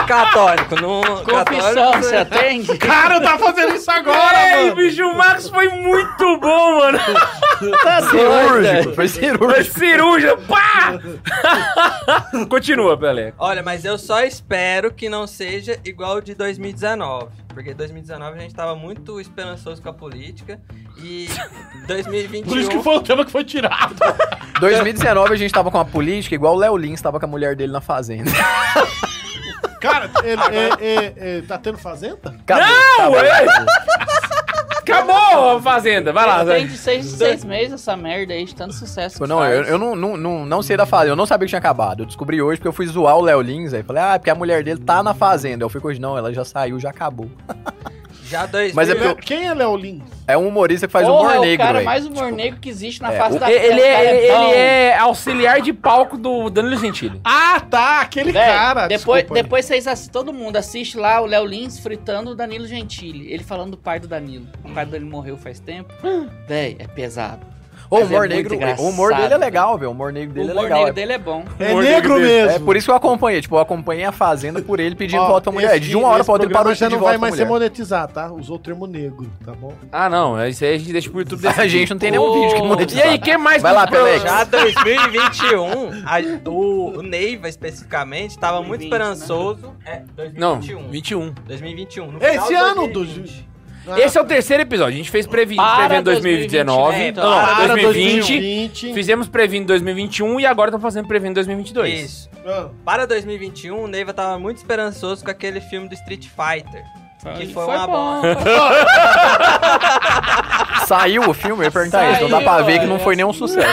S7: Católico, não.
S5: Confissão
S7: católico,
S5: você atende?
S4: Cara, tá fazendo isso agora,
S2: Ei,
S4: mano.
S2: bicho, o Marcos foi muito bom, mano.
S5: Tá
S8: Cirúrgico, foi cirúrgico.
S2: Cirurgia, pá! Continua, Pelé.
S7: Olha, mas eu só espero que não seja igual o de 2019. Porque 2019 a gente tava muito esperançoso com a política. E 2021.
S4: Por isso que foi o tema que foi tirado.
S8: 2019 a gente tava com uma política igual o Léo Lins tava com a mulher dele na fazenda.
S4: Cara, é- é- é- é, tá tendo fazenda?
S8: Acabou,
S2: Não,
S8: acabou.
S2: é- Acabou a fazenda, vai lá.
S5: Tem de seis, seis meses essa merda aí de tanto sucesso.
S8: Tipo,
S5: que
S8: Não,
S5: faz.
S8: eu, eu não, não, não, não sei da fazenda, eu não sabia que tinha acabado. Eu descobri hoje porque eu fui zoar o Léo Lins aí. Falei, ah, porque a mulher dele tá na fazenda. Eu fico hoje, não, ela já saiu, já acabou.
S7: Já 2000,
S8: Mas é
S4: Ele é-
S8: porque
S4: Quem é Léo Lins?
S8: É um humorista que faz
S5: Porra,
S8: humor
S5: é o
S8: negro,
S5: cara
S8: velho.
S5: mais humor negro que existe na
S8: é,
S5: face
S8: o-
S5: da
S2: Ele
S5: terra,
S2: é,
S5: cara, bom.
S2: ele é auxiliar de palco do Danilo Gentili.
S4: Ah, tá, aquele
S5: Véi,
S4: cara.
S5: depois,
S4: desculpa aí.
S5: depois vocês assistem, todo mundo assiste lá o Léo Lins fritando o Danilo Gentili. Ele falando do pai do Danilo. O pai do Danilo morreu faz tempo. Véi, é pesado.
S8: O
S5: Mas é
S8: humor
S5: muito
S8: negro, o humor
S5: engraçado,
S8: dele é legal, velho. O humor negro
S5: O
S8: dele é
S5: humor
S8: legal.
S5: negro
S8: é-
S5: dele é bom.
S4: É
S2: humor
S4: negro
S2: dele
S4: mesmo.
S8: É por isso que eu acompanhei. Tipo, eu acompanhei a Fazenda por ele pedindo
S4: Ó,
S8: voto pra mulher. É,
S4: esse-
S8: De uma hora
S4: esse
S8: pra outra ele
S4: programa
S8: parou de
S4: já
S8: pedir
S4: não
S8: voto
S4: vai
S8: pra
S4: mais ser
S8: mulher.
S4: monetizado, tá? Usou o termo negro, tá bom?
S2: Ah, não, é isso aí a gente deixa pro YouTube
S8: A
S2: decidir.
S8: gente não tem nenhum
S5: Ô,
S8: vídeo que
S2: E
S8: monetizar.
S2: aí, que mais?
S8: Vai lá,
S2: pro-
S8: Pelé.
S7: Já 2021, a- o, o Neiva especificamente tava muito
S5: 2020,
S7: esperançoso. É,
S2: Não,
S7: 2021.
S2: 21.
S7: 2021. no final
S4: Esse
S7: de
S4: ano do.
S7: 2020.
S4: Ah,
S2: Esse é o terceiro episódio. A gente fez previ
S5: Para
S2: prevendo 2019.
S5: 2020,
S2: não,
S4: para
S2: 2020,
S4: 2020.
S2: Fizemos previndo 2021 e agora estamos fazendo previndo 2022.
S7: um. Isso.
S4: Ah,
S7: Para 2021, o Neiva tava muito esperançoso com aquele filme do Street Fighter. Que foi uma
S5: bom.
S8: Saiu o filme? Eu ia perguntar isso. Não dá
S5: Saiu,
S8: pra ver que
S2: é.
S8: não
S5: olha,
S8: foi nenhum sucesso.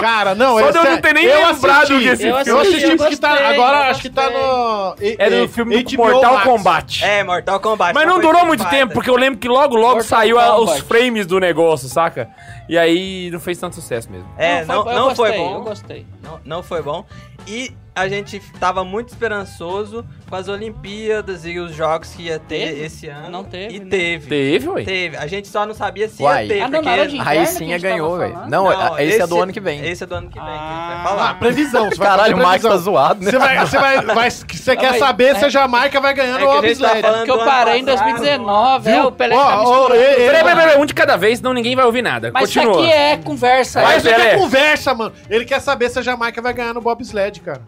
S4: Cara, não,
S2: Só
S4: esse
S2: de eu
S4: é-
S2: não ter nem
S4: eu
S2: lembrado
S4: assisti,
S2: que esse
S5: eu
S4: Eu
S2: filme.
S4: assisti,
S5: Eu
S4: que tá,
S5: gostei,
S4: agora
S5: eu
S4: acho que tá no. e-
S2: Era
S4: e-
S2: o filme do
S4: HBO
S2: Mortal
S4: Max.
S2: Kombat.
S7: É, Mortal Kombat.
S2: Mas não
S7: foi
S2: durou
S7: Street
S2: muito
S7: Fighter.
S2: tempo, porque eu lembro que logo, logo
S5: Mortal
S2: saiu a- os
S5: Kombat.
S2: frames do negócio, saca? E aí não fez tanto sucesso mesmo.
S7: É, não,
S5: eu
S7: não foi
S5: gostei, Eu
S7: bom.
S5: gostei.
S7: Não, não foi bom. E a gente tava muito esperançoso com as Olimpíadas e os jogos que ia ter
S5: Teve?
S7: esse ano.
S5: Não teve,
S7: E
S5: né?
S7: teve.
S2: Teve, ué?
S7: Teve. A gente só não sabia se
S8: Uai.
S7: ia ter.
S5: Ah, não, na
S7: porque-
S5: hora de inverno que a
S8: Raicinha
S5: gente tava
S8: é ganhou, velho.
S5: falando?
S8: Não, esse, é do ano que vem.
S7: Esse é do ano que vem. que a gente vai
S5: Ah.
S4: Ah,
S7: falar.
S4: previsão. Você vai
S8: Caralho, o
S4: fazer
S8: Max
S4: previsão.
S8: tá zoado, né?
S4: Você vai, você vai, vai, que você
S5: Não,
S4: quer
S5: mas-
S4: saber
S5: é-
S4: se a Jamaica vai ganhando
S7: é
S4: o
S7: que a gente
S4: Alves
S7: tá falando-
S5: Porque eu
S7: do ano
S5: parei em
S7: passado,
S5: 2019, é,
S4: viu?
S5: o Pelé tá
S4: Ó,
S5: misturando.
S4: ó, ei, ei,
S2: Peraí, peraí, peraí, um de cada vez, senão ninguém vai ouvir nada.
S5: Mas
S2: Continua.
S5: isso aqui é conversa.
S2: Vai,
S5: é.
S4: Mas isso aqui é
S2: Pelé.
S4: conversa, mano. Ele quer saber se a Jamaica vai ganhar no bobsled, cara.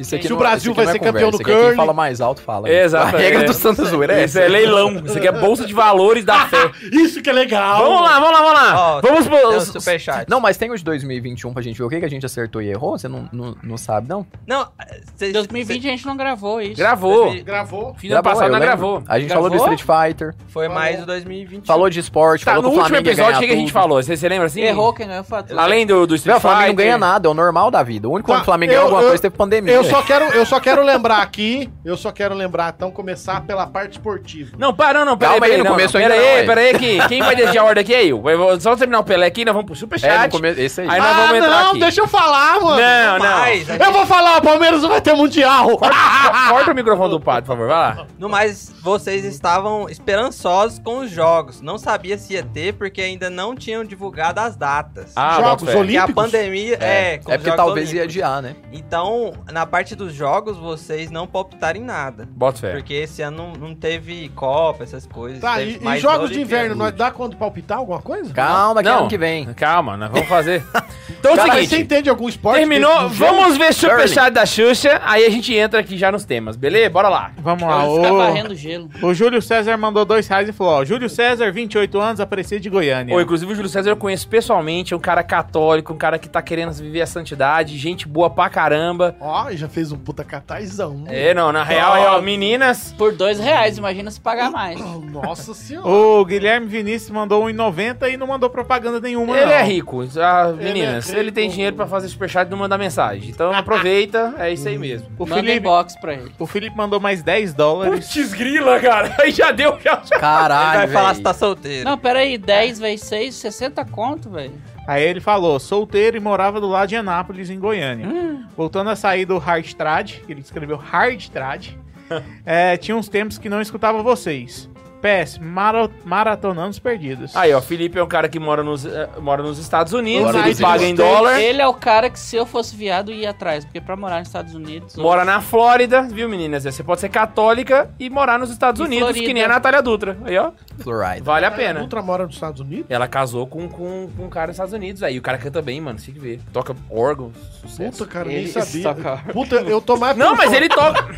S8: Isso é
S4: Se o Brasil vai ser campeão
S8: no
S4: no
S8: Quem
S4: curling.
S8: fala mais alto fala.
S2: Exato,
S8: A regra
S2: é.
S8: do Santa Zoeira é
S2: Isso é
S8: essa.
S2: leilão. Isso aqui é bolsa de valores da fé.
S4: Isso que é legal.
S2: Vamos lá, vamos lá, vamos lá.
S7: Ó,
S2: vamos
S7: Tem um
S2: pro.
S7: superchat.
S8: Não, mas tem os 2021 pra gente ver o que, que a gente acertou e errou. Você não, não, não sabe, não?
S7: Não, cês-
S5: Em 2020 a gente não gravou isso.
S2: Gravou.
S7: 2020
S4: Gravou.
S2: Fim do ano passado
S8: eu
S2: não
S8: lembro.
S2: gravou.
S8: A gente falou do
S5: Gravou?
S8: Street Fighter,
S7: Foi mais o 2021.
S8: falou de esporte,
S2: Tá,
S8: falou
S2: no
S8: que o
S2: último
S8: Flamengo ia
S2: episódio, o
S8: ganhar
S2: que que a gente
S8: tudo.
S2: falou? Você, você lembra assim?
S5: Errou quem ganhou foi a Atlético.
S2: Além do, do
S8: Não,
S2: Street
S8: o Flamengo não
S2: Fighter.
S8: ganha nada, é o normal da vida. O único ano
S4: Tá,
S8: que o Flamengo ganhou
S4: eu-
S8: alguma
S4: eu-
S8: coisa teve pandemia.
S4: Eu
S8: né?
S4: só quero, eu só quero lembrar aqui, eu só quero lembrar, então, começar pela parte esportiva.
S2: Não, para, não, não, peraí,
S8: Calma aí,
S2: peraí,
S8: não
S2: não,
S8: começou
S2: não,
S8: ainda
S2: peraí,
S8: não, é.
S2: peraí, que quem vai decidir a ordem aqui é eu. Eu vou Só terminar o Pelé aqui, nós vamos pro
S8: É, no
S2: superchat.
S8: começo, Ah, esse aí.
S2: Aí nós vamos entrar
S4: não,
S2: aqui.
S4: deixa eu falar, mano.
S2: Não, não.
S7: Mas, a gente-
S4: Eu vou falar, o Palmeiras não vai ter mundial.
S2: Corta o microfone do padre, por favor, vai lá.
S7: No mais, vocês estavam esperançosos com os jogos. Não sabia se ia ter, porque ainda não tinham divulgado as datas.
S2: Ah,
S4: Jogos
S2: bota fé.
S7: Porque a
S4: Olímpicos?
S7: pandemia é,
S8: É,
S7: com os
S8: é porque
S7: Jogos
S8: talvez ia
S7: Olímpicos.
S8: adiar, né?
S7: Então, na parte dos jogos, vocês não palpitaram em nada.
S2: Bota
S8: É.
S2: fé.
S7: Porque esse ano não, não teve Copa, essas coisas.
S4: Tá,
S7: teve
S4: e, e
S7: mais
S4: jogos de
S7: Olimpíada.
S4: inverno, nós dá quando palpitar alguma coisa?
S8: Calma, que
S2: Não.
S8: ano que vem.
S2: Calma, nós vamos fazer. Então é o
S4: Cara, mas você
S2: seguinte,
S4: entende algum esporte?
S2: terminou,
S4: desse mundial?
S2: vamos ver superchat da Xuxa, aí a gente entra aqui já nos temas, beleza? Bora lá.
S6: Vamos lá.
S5: Ele fica
S6: O,
S5: varrendo gelo.
S6: o Júlio César mandou dois reais e falou: ó, Júlio César, 28 anos, apareci de Goiânia.
S2: Ô, inclusive o Júlio César eu conheço pessoalmente, é um cara católico, um cara que tá querendo viver a santidade, gente boa pra caramba.
S4: Ó, já fez um puta catarzão.
S2: É, não, na real, é, ó, meninas.
S5: Por dois reais, imagina se pagar mais.
S4: Nossa senhora.
S6: O Guilherme Vinícius mandou 1,90 e não mandou propaganda nenhuma.
S2: Ele
S6: não.
S2: é rico, ah, meninas. Ele,
S4: rico.
S2: tem dinheiro pra fazer superchat e não mandar mensagem. Então aproveita, é isso aí mesmo.
S6: O
S5: Manda
S6: Felipe,
S5: inbox pra ele.
S6: o Felipe mandou mais 10 dólares.
S2: Putz grila, cara. Aí já deu, já.
S7: Ele
S8: Caralho,
S7: vai falar se
S8: velho.
S7: tá solteiro.
S5: Não, pera aí, 10 vezes 6, 60 conto, velho.
S6: Aí ele falou, solteiro e morava do lado de Anápolis, em Goiânia.
S2: Hum.
S6: Voltando a sair do Hardtrad, que ele escreveu Hardtrad, é, tinha uns tempos que não escutava vocês. PS, mara- maratonando os perdidos.
S2: Aí, ó, Felipe é um cara que mora nos, eh, mora nos Estados Unidos,
S8: Mora
S2: ele
S8: nos
S2: paga em
S8: Estados
S2: dólar,
S5: Ele é o cara que se eu fosse viado ia atrás, porque pra morar nos Estados Unidos.
S2: mora na Flórida, viu, meninas? Você pode ser católica e morar nos Estados
S5: E
S2: Unidos, que
S5: Florida.
S2: nem a Natália Dutra. Aí, ó,
S8: Fluoride.
S2: vale é a
S4: A
S2: pena.
S4: Dutra mora nos Estados Unidos?
S2: Ela casou com, com, com um cara nos Estados Unidos. Aí o cara canta bem, mano. Você tem que ver. Toca órgão, sucesso.
S4: Puta, cara, nem
S5: Ele
S4: sabia.
S5: toca-
S4: Puta, eu tô mais
S2: Não,
S4: por
S2: mas
S4: fora-
S2: ele toca.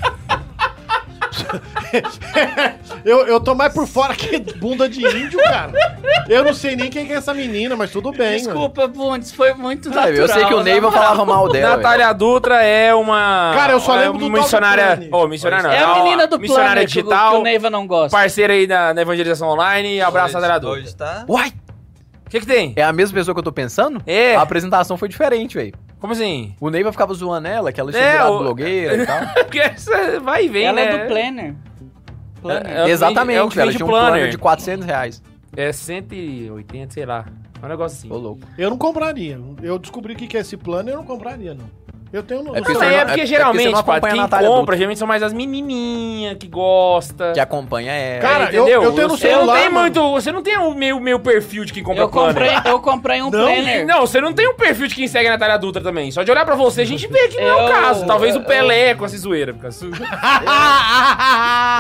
S4: eu, eu tô mais por fora que bunda de índio, cara. Eu não sei nem quem que é essa menina, mas tudo bem. mano.
S5: Desculpa, Bundes, foi muito
S8: Ah,
S5: natural.
S8: eu sei que o
S5: na
S8: Neiva
S5: moral.
S8: falava mal dela.
S2: Natália Dutra é uma.
S4: Cara, eu só
S2: é
S4: lembro do
S2: uma missionária.
S4: Dog
S2: Ô, missionária não.
S5: É a
S2: uma
S5: menina do
S2: Missionária
S5: Planet,
S2: digital.
S5: que o Neiva não gosta.
S2: Parceira aí na, na evangelização online. Abraço, Natália
S7: hoje,
S2: Dutra.
S7: hoje tá.
S8: Uai,
S2: O que que tem?
S8: é a mesma pessoa que eu tô pensando?
S2: É.
S8: A apresentação foi diferente, velho.
S2: Como assim?
S8: O Neiva ficava zoando ela, que ela
S2: É,
S8: tinha virado
S2: o- É
S8: blogueira e tal.
S2: Porque essa vai e vem,
S5: Ela
S2: né?
S5: é do Planner. Planner.
S2: É o que vende-
S8: Exatamente,
S2: é o que
S8: ela
S2: vende
S8: tinha um
S2: planner.
S8: planner de 400 reais.
S2: É 180, sei lá. É um negócio assim.
S8: Ô, louco.
S4: Eu não compraria. Eu descobri o que que é esse plano e eu não compraria, não. Eu tenho no.
S8: É
S4: no
S8: porque
S2: Isso
S4: celular.
S2: aí
S8: não-
S2: é
S8: é porque
S2: porque
S8: você
S2: geralmente,
S8: não acompanha
S2: Pato, quem
S8: a
S2: compra,
S8: Natália Dutra.
S2: geralmente são mais as menininhas que gostam.
S8: Que acompanha ela.
S4: Cara, eu,
S2: entendeu?
S4: eu tenho no
S2: Você não
S4: celular.
S2: tem
S4: mano.
S2: muito. Você não tem o meu, meu perfil de quem compra
S5: Eu comprei,
S2: planner.
S5: eu comprei um Planner.
S2: Não, você não tem um perfil de quem segue a Natália Dutra também. Só de olhar pra você, a gente vê que não é o
S5: Eu-
S2: caso. Talvez o
S5: eu-
S2: Pelé com essa zoeira. porque assim-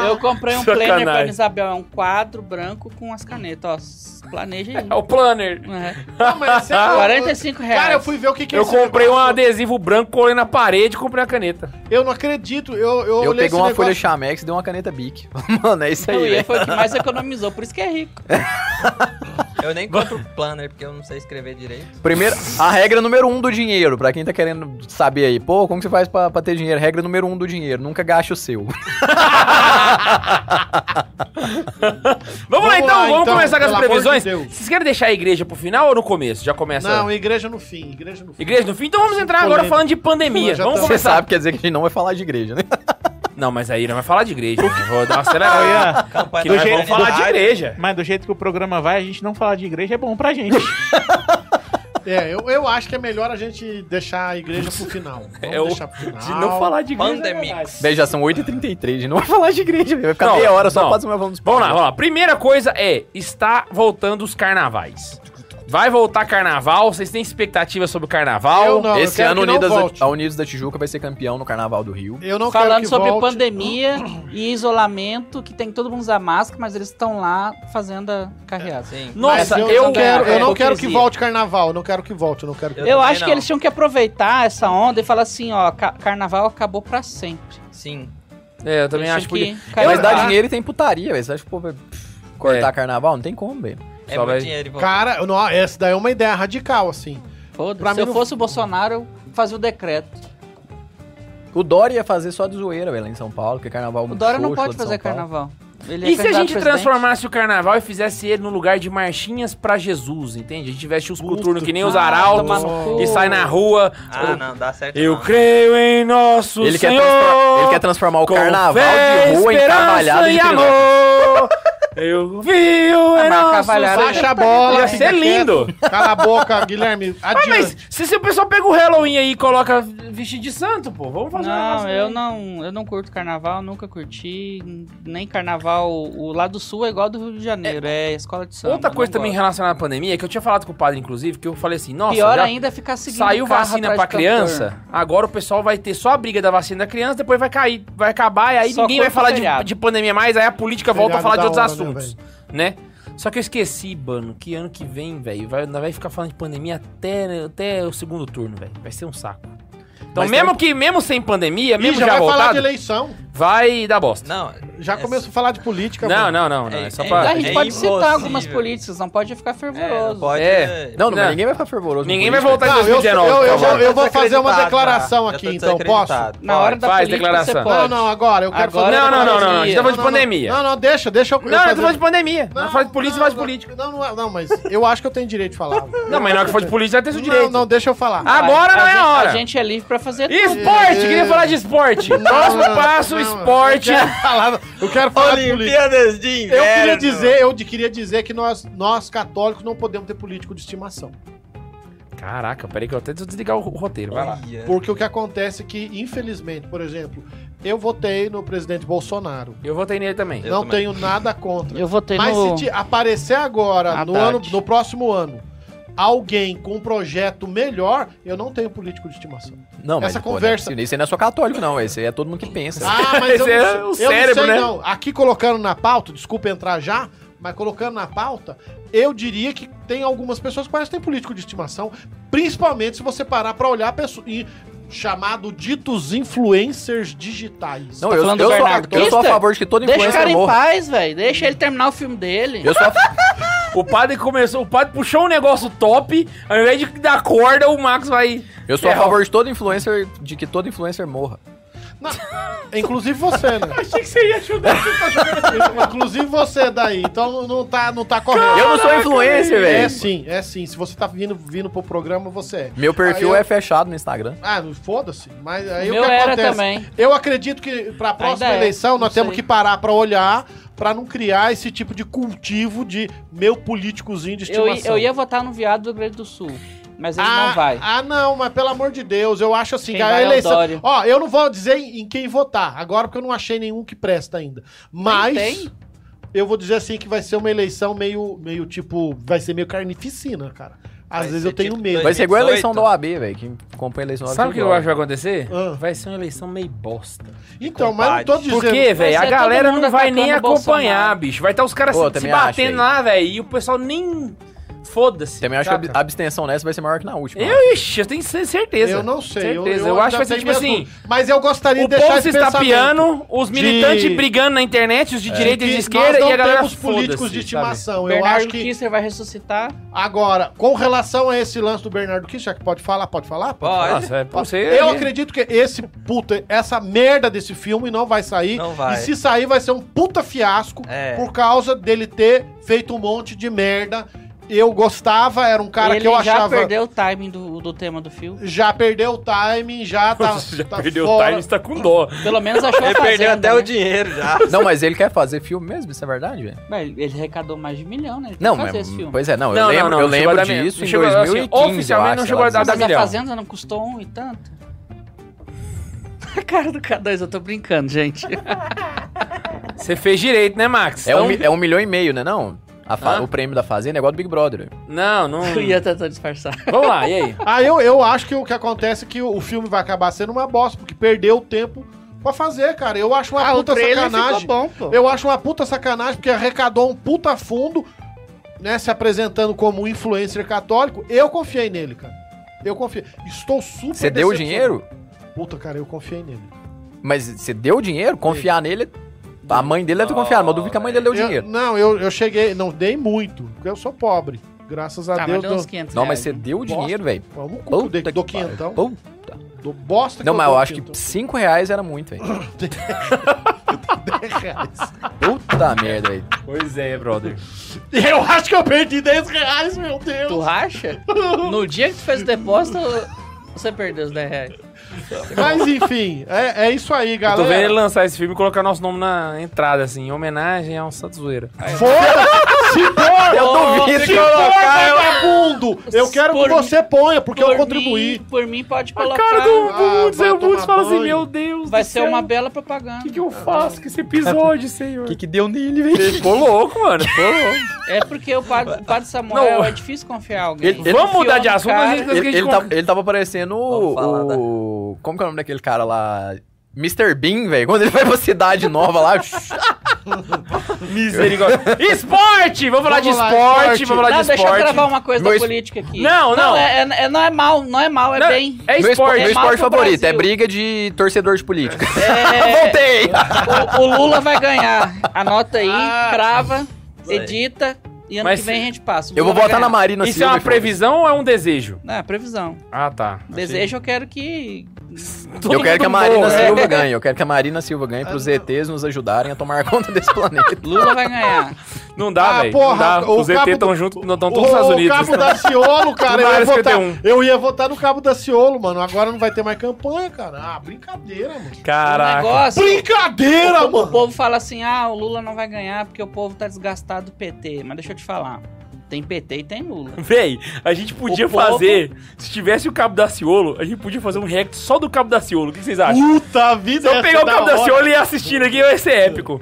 S5: Eu comprei um
S2: Sacanagem.
S5: Planner pra Isabel. É um quadro branco com as canetas. Ó, s- planeja aí.
S2: É o planner.
S5: É.
S4: Não, mas você-
S5: 45 reais.
S4: Ah, Cara, eu fui ver o que que é
S2: Eu
S4: esse
S2: comprei um
S4: negócio.
S2: adesivo branco, colei na parede e comprei a caneta.
S4: Eu não acredito. Eu, eu,
S8: Eu
S4: olhei
S8: peguei
S4: esse
S8: uma
S4: negócio-
S8: folha Chamex e dei uma caneta Bic. Mano, é isso aí,
S5: O Ian
S8: velho.
S5: foi o que mais economizou, por isso que é rico.
S7: Eu nem compro planner porque eu não sei escrever direito.
S8: Primeiro, a regra número um do dinheiro, pra quem tá querendo saber aí, pô, como que você faz pra, pra ter dinheiro? Regra número um do dinheiro, nunca gaste o seu.
S2: Vamos, lá então,
S4: lá,
S2: vamos
S4: então,
S2: começar com as
S4: pelo amor de
S2: previsões.
S4: Deus.
S2: Vocês querem deixar a igreja pro final ou no começo? Já começa?
S4: Não, igreja no fim. Igreja no fim.
S2: Igreja no fim? Então vamos entrar agora
S4: Polêmica.
S2: falando de pandemia.
S4: Mas já
S2: Vamos
S4: tá-
S8: Você
S2: começar.
S8: sabe, quer dizer que a gente não vai falar de igreja, né?
S2: Não, mas aí não vai falar de igreja. né? Vou dar uma acelerada.
S7: Campanha
S2: que
S7: da
S2: nós vamos falar
S7: Mariana
S2: de igreja.
S6: Mas do jeito que o programa vai, a gente não falar de igreja é bom pra gente.
S4: É, eu, eu acho que é melhor a gente deixar a igreja pro final. Vamos
S2: É o-
S4: deixar pro final.
S2: De
S7: Ah,
S2: não falar de né? igreja.
S7: Pandemix.
S8: Daí já são 8h33, a gente não vai falar de igreja, velho. vai ficar
S2: Não,
S8: meia hora só
S2: não.
S8: quase mais vamos
S2: Vamos lá, vamos lá. Primeira coisa é, está voltando os carnavais. Vai voltar carnaval? Vocês têm expectativa sobre o carnaval?
S4: Eu não.
S8: Esse
S4: quero
S8: ano
S4: que não
S8: Unidas da-
S4: volte.
S8: a Unidos da Tijuca vai ser campeão no Carnaval do Rio.
S4: Eu não quero
S5: Falando
S4: que
S5: sobre
S4: volte.
S5: pandemia e isolamento, que tem que todo mundo usar máscara, mas eles estão lá fazendo a carreada.
S7: Ah, Sim.
S4: Mas
S2: Nossa,
S4: eu,
S2: eu,
S4: não quero, eu
S2: é,
S4: não quero que
S2: hipocrisia.
S4: volte carnaval, eu não quero que volte, eu não quero que
S7: Eu-
S5: Eu
S7: também
S5: acho que
S7: não.
S5: eles tinham que aproveitar essa onda e falar assim, ó, ca- carnaval acabou pra sempre.
S7: Sim.
S2: É, eu também
S5: Eles
S2: acho que...
S5: tinham
S2: podia-
S5: que
S8: Mas
S5: carregar.
S8: dá dinheiro e tem putaria, velho. Você acha que o povo vai pff, cortar
S2: É.
S8: carnaval? Não tem como, velho.
S7: É
S2: Só
S7: muito
S2: vai-
S7: dinheiro. e volta.
S4: Cara, eu não, essa daí é uma ideia radical, assim.
S5: Foda-se,
S4: pra
S5: Se
S4: mim
S5: eu
S4: não-
S5: fosse o Bolsonaro, eu fazia o decreto.
S8: O Dória ia fazer só de zoeira, velho, lá em São Paulo, porque carnaval é
S5: O
S8: muito
S5: Dória não
S8: xoxo lá
S5: pode
S8: de São
S5: fazer
S8: Paulo.
S5: carnaval. Ele é
S2: E se a
S5: candidato
S2: gente
S5: presidente.
S2: transformasse o carnaval e fizesse ele no lugar de marchinhas pra Jesus, entende? A gente veste os
S4: Puta
S2: coturnos que nem os
S5: Ah,
S2: arautos
S5: tomar no cu.
S2: e sai na rua.
S7: Ah, não, dá certo.
S2: Eu
S7: não.
S2: creio em nosso
S8: Ele quer,
S2: Senhor.
S8: transfor- ele quer transformar o
S2: com
S8: carnaval
S2: fé,
S8: de rua em
S2: esperança
S8: trabalhada de
S2: e
S8: trinópolis.
S2: amor. Eu vi o
S5: Ah, mas a
S2: nosso
S5: cavalhada
S2: Senhor.
S4: Baixa a bola.
S2: Ia
S4: fica
S2: ser lindo.
S4: quieto. Cala a boca, Guilherme.
S2: Ah, mas
S4: Adiante.
S2: se, se o pessoal pega o Halloween aí e coloca vestido de santo, pô, vamos fazer um
S5: Não,
S2: negócio
S5: eu
S2: aí.
S5: não, eu não curto carnaval, nunca curti, nem carnaval. O lado sul é igual ao do Rio de Janeiro, é, escola de samba.
S2: Outra
S5: não
S2: coisa também
S5: gosto.
S2: relacionada à pandemia, é que eu tinha falado com o padre, inclusive, que eu falei assim, nossa,
S5: Pior
S2: já
S5: ainda é ficar seguindo
S2: saiu
S5: carro
S2: vacina
S5: atrás
S2: pra
S5: de cantor.
S2: criança, agora o pessoal vai ter só a briga da vacina da criança, depois vai cair, vai acabar, e aí
S5: Só
S2: ninguém vai
S5: corta
S2: falar de,
S5: feriado.
S2: de pandemia mais, aí a política volta a
S4: Feriado
S2: falar de
S4: da
S2: outros
S4: hora, né,
S2: assuntos, né? Só que eu esqueci, mano, que ano que vem, velho, vai, nós vai ficar falando de pandemia até, até o segundo turno, velho. Vai ser um saco. Então,
S8: Mas
S2: mesmo que, mesmo sem pandemia,
S4: Ih,
S2: mesmo
S4: já
S2: já,
S4: vai falar de
S2: voltado,
S4: eleição.
S2: vai dar bosta.
S7: Não,
S4: Já
S7: é-
S4: começou a falar de política.
S2: Não,
S4: mano.
S2: não, não, não. É,
S7: É-
S2: só
S7: é-
S2: pra.
S5: A gente
S7: É
S5: pode citar
S7: impossível.
S5: algumas políticas, não pode ficar
S7: é, não
S5: fervoroso.
S7: pode.
S2: É.
S8: Não, não,
S2: Não.
S8: mas ninguém vai ficar fervoroso.
S2: Ninguém
S8: com
S2: vai
S8: isso,
S2: voltar em
S4: Não, eu,
S2: 2019.
S4: eu- eu
S2: calma.
S4: vou, eu vou fazer uma
S7: Desacreditado,
S4: declaração
S7: já
S4: aqui,
S2: tá
S7: tô
S4: então, posso?
S7: desacreditado.
S5: Na hora da
S2: faz
S5: política
S2: declaração.
S5: você
S4: Não,
S5: pode.
S4: não, agora eu quero
S5: Agora-
S4: fazer...
S2: Não, não, não, não. A gente tá
S5: Não,
S2: falando de pandemia.
S4: Não, não, deixa, deixa eu... eu
S2: Não, eu
S4: fazer-
S2: tô falando de pandemia. Não, faz de política,
S4: não,
S2: faz de
S4: não,
S2: política.
S4: Não, não, é- não, mas eu acho que eu tenho direito de falar.
S2: Não, mas na hora que for de política, vai ter seu direito.
S4: Não, não, deixa eu falar.
S2: Agora não é a
S5: gente-
S2: hora.
S5: A gente é livre pra fazer
S2: E Esporte! Queria falar de esporte. Próximo
S4: não,
S2: passo,
S4: não,
S2: esporte.
S4: Eu quero falar, eu quero falar de política.
S7: de
S4: Eu queria dizer, eu de- queria dizer que nós, nós católicos não podemos ter político de estimação.
S2: Caraca, peraí que eu até preciso desligar o roteiro. Vai lá.
S4: Porque o que acontece é que, é infelizmente, por exemplo, Eu votei no presidente Bolsonaro.
S2: Eu votei nele também.
S7: Eu
S4: não
S7: também.
S4: tenho nada contra.
S5: Eu votei
S4: Mas
S5: no...
S4: se te aparecer agora, no,
S5: Haddad.
S4: ano, no próximo ano, alguém com um projeto melhor, eu não tenho político de estimação.
S8: Não, mas
S4: Essa
S8: pô, não é
S4: conversa-
S8: possível. Isso aí não é só católico, não. Isso aí é todo mundo que pensa.
S4: Ah, mas
S2: Esse é
S4: eu não, sei-
S2: o
S4: eu não
S2: cérebro,
S4: sei
S2: né?
S4: não. Aqui colocando na pauta, desculpa entrar já, mas colocando na pauta, eu diria que tem algumas pessoas que parecem que têm político de estimação, principalmente se você parar pra olhar a pessoa e chamado ditos influencers digitais.
S8: não,
S5: tá
S8: eu,
S5: falando
S8: eu,
S5: do
S8: sou,
S5: Bernardo
S8: eu sou a
S5: Kister?
S8: favor de que todo
S5: Deixa o cara
S8: influencer
S5: em
S8: morra.
S5: paz, velho. Deixa ele terminar o filme dele.
S8: Eu sou a
S2: O padre começou, o padre puxou um negócio top, ao invés de dar corda, o Max vai.
S8: Eu sou a
S2: É,
S8: favor de todo influencer, de que todo influencer morra.
S4: Não, inclusive você, né?
S2: Achei que você ia ajudar.
S4: inclusive você daí. Então não tá, não tá correto.
S8: Eu não sou influencer,
S4: É
S8: velho.
S4: sim, é sim. Se você tá vindo, vindo pro programa, você é.
S8: Meu perfil
S4: Aí eu-
S8: é fechado no Instagram.
S4: Ah, foda-se. Mas aí
S5: Meu
S4: o que
S5: era
S4: acontece?
S5: também.
S4: Eu acredito que pra próxima
S5: Ainda é,
S4: eleição nós
S5: não
S4: temos
S5: sei.
S4: que parar pra olhar pra não criar esse tipo de cultivo de meu políticozinho de
S5: Eu,
S4: estimação.
S5: eu ia votar no viado do Rio Grande do Sul, mas ele
S4: ah,
S5: não vai.
S4: Ah, não, mas pelo amor de Deus, eu acho assim
S5: Quem
S4: que a
S5: vai é o
S4: eleição.
S5: Dório.
S4: Ó, eu não vou dizer em em quem votar agora porque eu não achei nenhum que presta ainda. Mas
S5: Nem tem.
S4: eu vou dizer assim que vai ser uma eleição meio meio tipo, vai ser meio carnificina, cara. Às
S7: Vai
S4: vezes
S7: ser
S4: eu tenho
S7: tipo
S4: medo.
S8: Vai ser é igual a eleição
S7: 2018.
S8: da OAB, velho. Quem acompanha a eleição da OAB.
S2: Sabe o que eu
S8: gosta.
S2: acho que vai acontecer?
S4: Ah.
S2: Vai ser uma eleição meio bosta.
S4: Então, mas eu não tô dizendo.
S2: Por quê, velho? A
S5: ser todo
S2: galera
S5: mundo
S2: não vai nem
S5: atacando o
S2: acompanhar,
S5: Bolsonaro.
S2: bicho. Vai estar os caras
S8: Pô,
S2: se,
S8: eu também
S2: se batendo
S8: acho,
S2: lá, velho, e o pessoal nem. Foda-se.
S8: Também acho que
S2: saca?
S8: a abstenção nessa vai ser maior que na última.
S2: Eu, ixi, eu tenho cer- certeza.
S4: Eu não sei.
S2: Certeza. Eu, acho que vai ser tipo
S4: ainda tenho
S2: assim.
S4: minhas dúvidas. Mas eu gostaria
S2: O
S4: de deixar
S2: povo se
S4: esse pensamento.
S2: estapeando, os
S4: de- É.
S2: militantes brigando na internet, os de direita e de
S4: que
S2: esquerda,
S4: nós não
S2: e a galera
S4: temos políticos
S2: foda-se,
S4: de
S2: sabe?
S4: estimação. Eu
S5: Bernardo
S4: acho que
S5: Kister vai ressuscitar.
S4: agora, com relação a esse lance do Bernardo Kiss, já que pode falar, pode falar?
S7: Pode.
S2: Nossa, é pra você.
S4: Eu acredito que esse puta, essa merda desse filme não vai sair.
S7: Não vai.
S4: E se sair, vai ser um puta fiasco
S7: É.
S4: por causa dele ter feito um monte de merda. Eu gostava, era um cara
S5: ele
S4: que eu
S5: já
S4: achava.
S5: perdeu o timing do, do tema do filme.
S4: Já perdeu o timing, já tá.
S2: Já
S4: tá
S2: perdeu
S4: fora.
S2: o time, você tá com dó.
S5: Pelo menos achou
S7: Ele
S5: a
S7: perdeu
S5: Fazenda,
S7: até
S5: né?
S7: o dinheiro já.
S8: Não, mas ele quer fazer filme mesmo, isso é verdade, velho?
S5: Mas Ele ele arrecadou mais de um milhão, né? Ele tem
S8: Não,
S5: que fazer
S8: mas.
S5: esse filme.
S8: Pois é, não. eu
S2: Não, não,
S8: lembro,
S2: não,
S8: eu
S2: não chegou a
S8: lembro
S2: dar mi-
S8: disso
S2: não
S8: em
S2: chegou a dar, assim,
S8: 2015.
S2: oficialmente
S8: eu
S2: não
S8: acho,
S2: chegou a
S8: sei lá,
S2: dar
S5: Mas a
S2: milhão.
S5: Fazenda não custou um e tanto? A cara do K2, eu tô brincando, gente.
S2: Você fez direito, né, Max?
S8: É
S2: Então-
S8: um, mi- é um milhão e meio, né? Não? A fa-
S2: Hã?
S8: O prêmio da Fazenda é igual do Big Brother.
S2: Não, não.
S5: Eu ia tentar disfarçar.
S2: Vamos lá, e aí?
S4: Ah, eu, eu acho que o que acontece é que o, o filme vai acabar sendo uma bosta, porque perdeu o tempo pra fazer, cara. Eu acho
S5: Ah,
S4: uma puta sacanagem.
S5: bom, pô.
S4: Eu acho uma puta sacanagem, porque arrecadou um puta fundo, né, se apresentando como influencer católico. Eu confiei nele, cara. Eu confiei. Estou super
S8: Você deu o
S4: decepcionado.
S8: dinheiro?
S4: Puta, cara, eu confiei nele.
S8: Mas você deu o dinheiro? Confiar nele. A mãe dele deve ter confiado, mas eu duvido que a mãe dele deu o
S4: Eu-
S8: dinheiro.
S4: não, eu, eu cheguei, não dei muito, porque eu sou pobre. Graças a
S5: Tá, mas
S4: Deus,
S5: deu uns
S4: deu,
S5: 500
S8: Não, mas
S5: reais,
S8: você
S5: né?
S8: deu o
S4: Bosta.
S8: dinhamos, velho.
S4: pau no cu,
S8: Puta
S4: dei,
S8: que
S4: dou
S8: pariu.
S4: quinhentão,
S8: Puta.
S4: dou bosta
S8: Não, mas eu
S4: dou
S8: acho que
S4: quinhentão.
S8: 5 reais era muito, velho. Puta merda, velho.
S2: Pois é, brother.
S4: Eu acho que eu perdi 10 reais, meu Deus.
S5: Tu racha? No dia que tu fez o depósito, você perdeu os 10 reais.
S4: Mas enfim, é, é isso aí,
S2: Eu tô vendo ele
S4: galera.
S2: lançar esse filme e colocar nosso nome na entrada, assim, em homenagem ao Santos Zoeira.
S4: Foda-se, se for,
S8: Eu duvido
S4: se for, vagabundo, eu quero
S5: Por
S4: que você ponha, porque eu contribuí.
S5: Mim, por mim, pode
S2: A
S5: colocar.
S2: cara do
S4: Ah,
S2: Woods,
S4: vai
S2: o Woods
S4: tomar
S2: fala assim,
S4: banho.
S2: meu Deus
S5: Vai
S2: do
S5: ser
S2: céu,
S5: uma bela
S2: O
S5: propaganda.
S2: que, que eu faço com esse episódio, senhor?
S8: que deu nele, velho?
S2: Ficou louco, mano. Ficou louco.
S5: É porque o padre, o padre Samuel
S2: Não.
S5: é difícil confiar em alguém.
S8: Ele- ele-
S2: Vamos
S5: Confiou
S2: mudar de
S5: no
S2: assunto,
S5: cara.
S2: mas a gente
S8: Ele, ele, tá
S2: conseguiu
S8: tava, ele tava parecendo o,
S7: Vamos falar da-
S8: o- Como que é o nome daquele cara lá? Mr. Bean, velho. Quando ele vai pra cidade nova lá.
S2: Misericórdia. Esporte! Vamos falar de
S4: Vamos lá,
S2: esporte,
S4: esporte.
S2: vamos falar
S5: Não,
S2: de
S5: deixa eu gravar um.
S2: esporte.
S5: uma coisa
S8: Meu
S5: da
S8: es-
S5: política aqui.
S2: Não, não.
S5: é, é- não é mal, não é mal, é
S2: Não,
S5: bem.
S2: É
S8: meu esporte, meu
S5: É
S2: esporte.
S5: mal
S8: esporte
S5: pro
S8: favorito. É
S5: Brasil.
S8: briga de torcedor de política.
S5: É,
S8: Voltei!
S5: o, o Lula vai ganhar. Anota aí, crava,
S7: aí.
S5: edita e ano
S2: Mas
S5: que vem a gente passa. O
S8: Eu vou
S5: Lula vai
S8: botar na
S5: ganhar.
S8: Marina
S2: Isso é
S8: Silva e
S2: uma
S8: foda-se.
S2: previsão ou é um desejo?
S5: Não, é previsão.
S2: Ah, tá.
S5: Desejo eu quero que.
S2: Todo
S8: eu quero
S2: mundo
S8: que a Marina
S2: morra.
S8: Silva
S5: É.
S8: ganhe. Eu quero que a Marina Silva ganhe pros ETs nos ajudarem a tomar conta desse planeta.
S5: Lula vai ganhar.
S2: Não dá,
S4: Ah,
S2: velho.
S4: porra,
S2: Não dá.
S4: o
S2: Os ET
S4: cabo
S2: estão
S4: do-
S2: juntos, estão Então, todos nos
S4: O
S2: Estados Unidos. tá?
S4: Cabo Daciolo, cara,
S2: Tudo na
S4: eu ia,
S2: área
S4: votar,
S2: 51.
S4: eu ia votar no Cabo Daciolo, mano. Agora não vai ter mais campanha, cara. Ah, brincadeira, mano.
S5: O
S2: Caraca.
S5: Um negócio.
S4: Brincadeira,
S5: o, povo- o
S4: mano.
S5: povo fala assim: ah, o Lula não vai ganhar porque o povo tá desgastado do PT. Mas deixa eu te falar. Tem PT e tem Lula.
S2: Véi, a gente podia
S5: O povo-
S2: fazer. Se tivesse o Cabo Daciolo, a gente podia fazer um react só do Cabo Daciolo. O que vocês acham?
S4: Puta vida,
S2: Se eu
S4: essa é
S2: pegar o
S4: da
S2: Cabo
S4: hora.
S2: Daciolo e ir assistindo aqui, vai ser épico.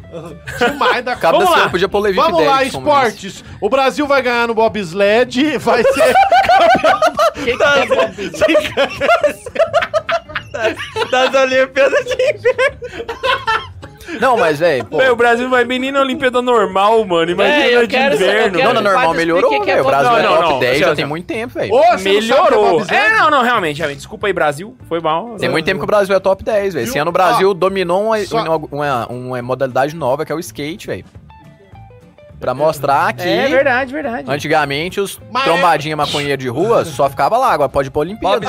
S4: Demais da
S8: Cabo
S4: Vamos
S8: da
S4: lá.
S8: Senhora podia pôr
S2: é
S8: Levi
S4: Vamos
S8: Fidelix
S4: lá,
S8: como vice.
S4: esportes. O Brasil vai ganhar no bobsled, vai ser
S5: O que, que
S2: é?
S5: tem Bob?
S7: Das Olimpíadas de
S8: Não, mas, velho, pô.
S2: Véi, o Brasil vai menino na Olimpíada normal, mano. Imagina
S5: Véi, eu
S2: na de
S5: quero- eu
S2: inverno.
S5: quero-
S8: Não, não, normal
S5: Padre,
S8: melhorou,
S5: explica que é
S8: velho. O Brasil é
S2: Não, não,
S8: top
S2: não,
S8: 10
S2: já-
S8: já tem muito tempo, velho.
S4: Ô, você não sabe o que é
S2: Melhorou.
S4: bobsled?
S2: É, não, não, realmente, realmente. Desculpa aí, Brasil. Foi mal.
S8: Tem muito tempo que o Brasil é top 10, velho. Esse
S4: Viu?
S8: ano o Brasil dominou uma,
S4: só-
S8: uma, uma- uma modalidade nova, que é o skate, velho. Pra mostrar que
S2: É verdade, verdade.
S8: antigamente os
S4: Mas-
S8: trombadinha maconheira de rua só ficava lá, agora pode ir pra Olimpíada.
S7: tá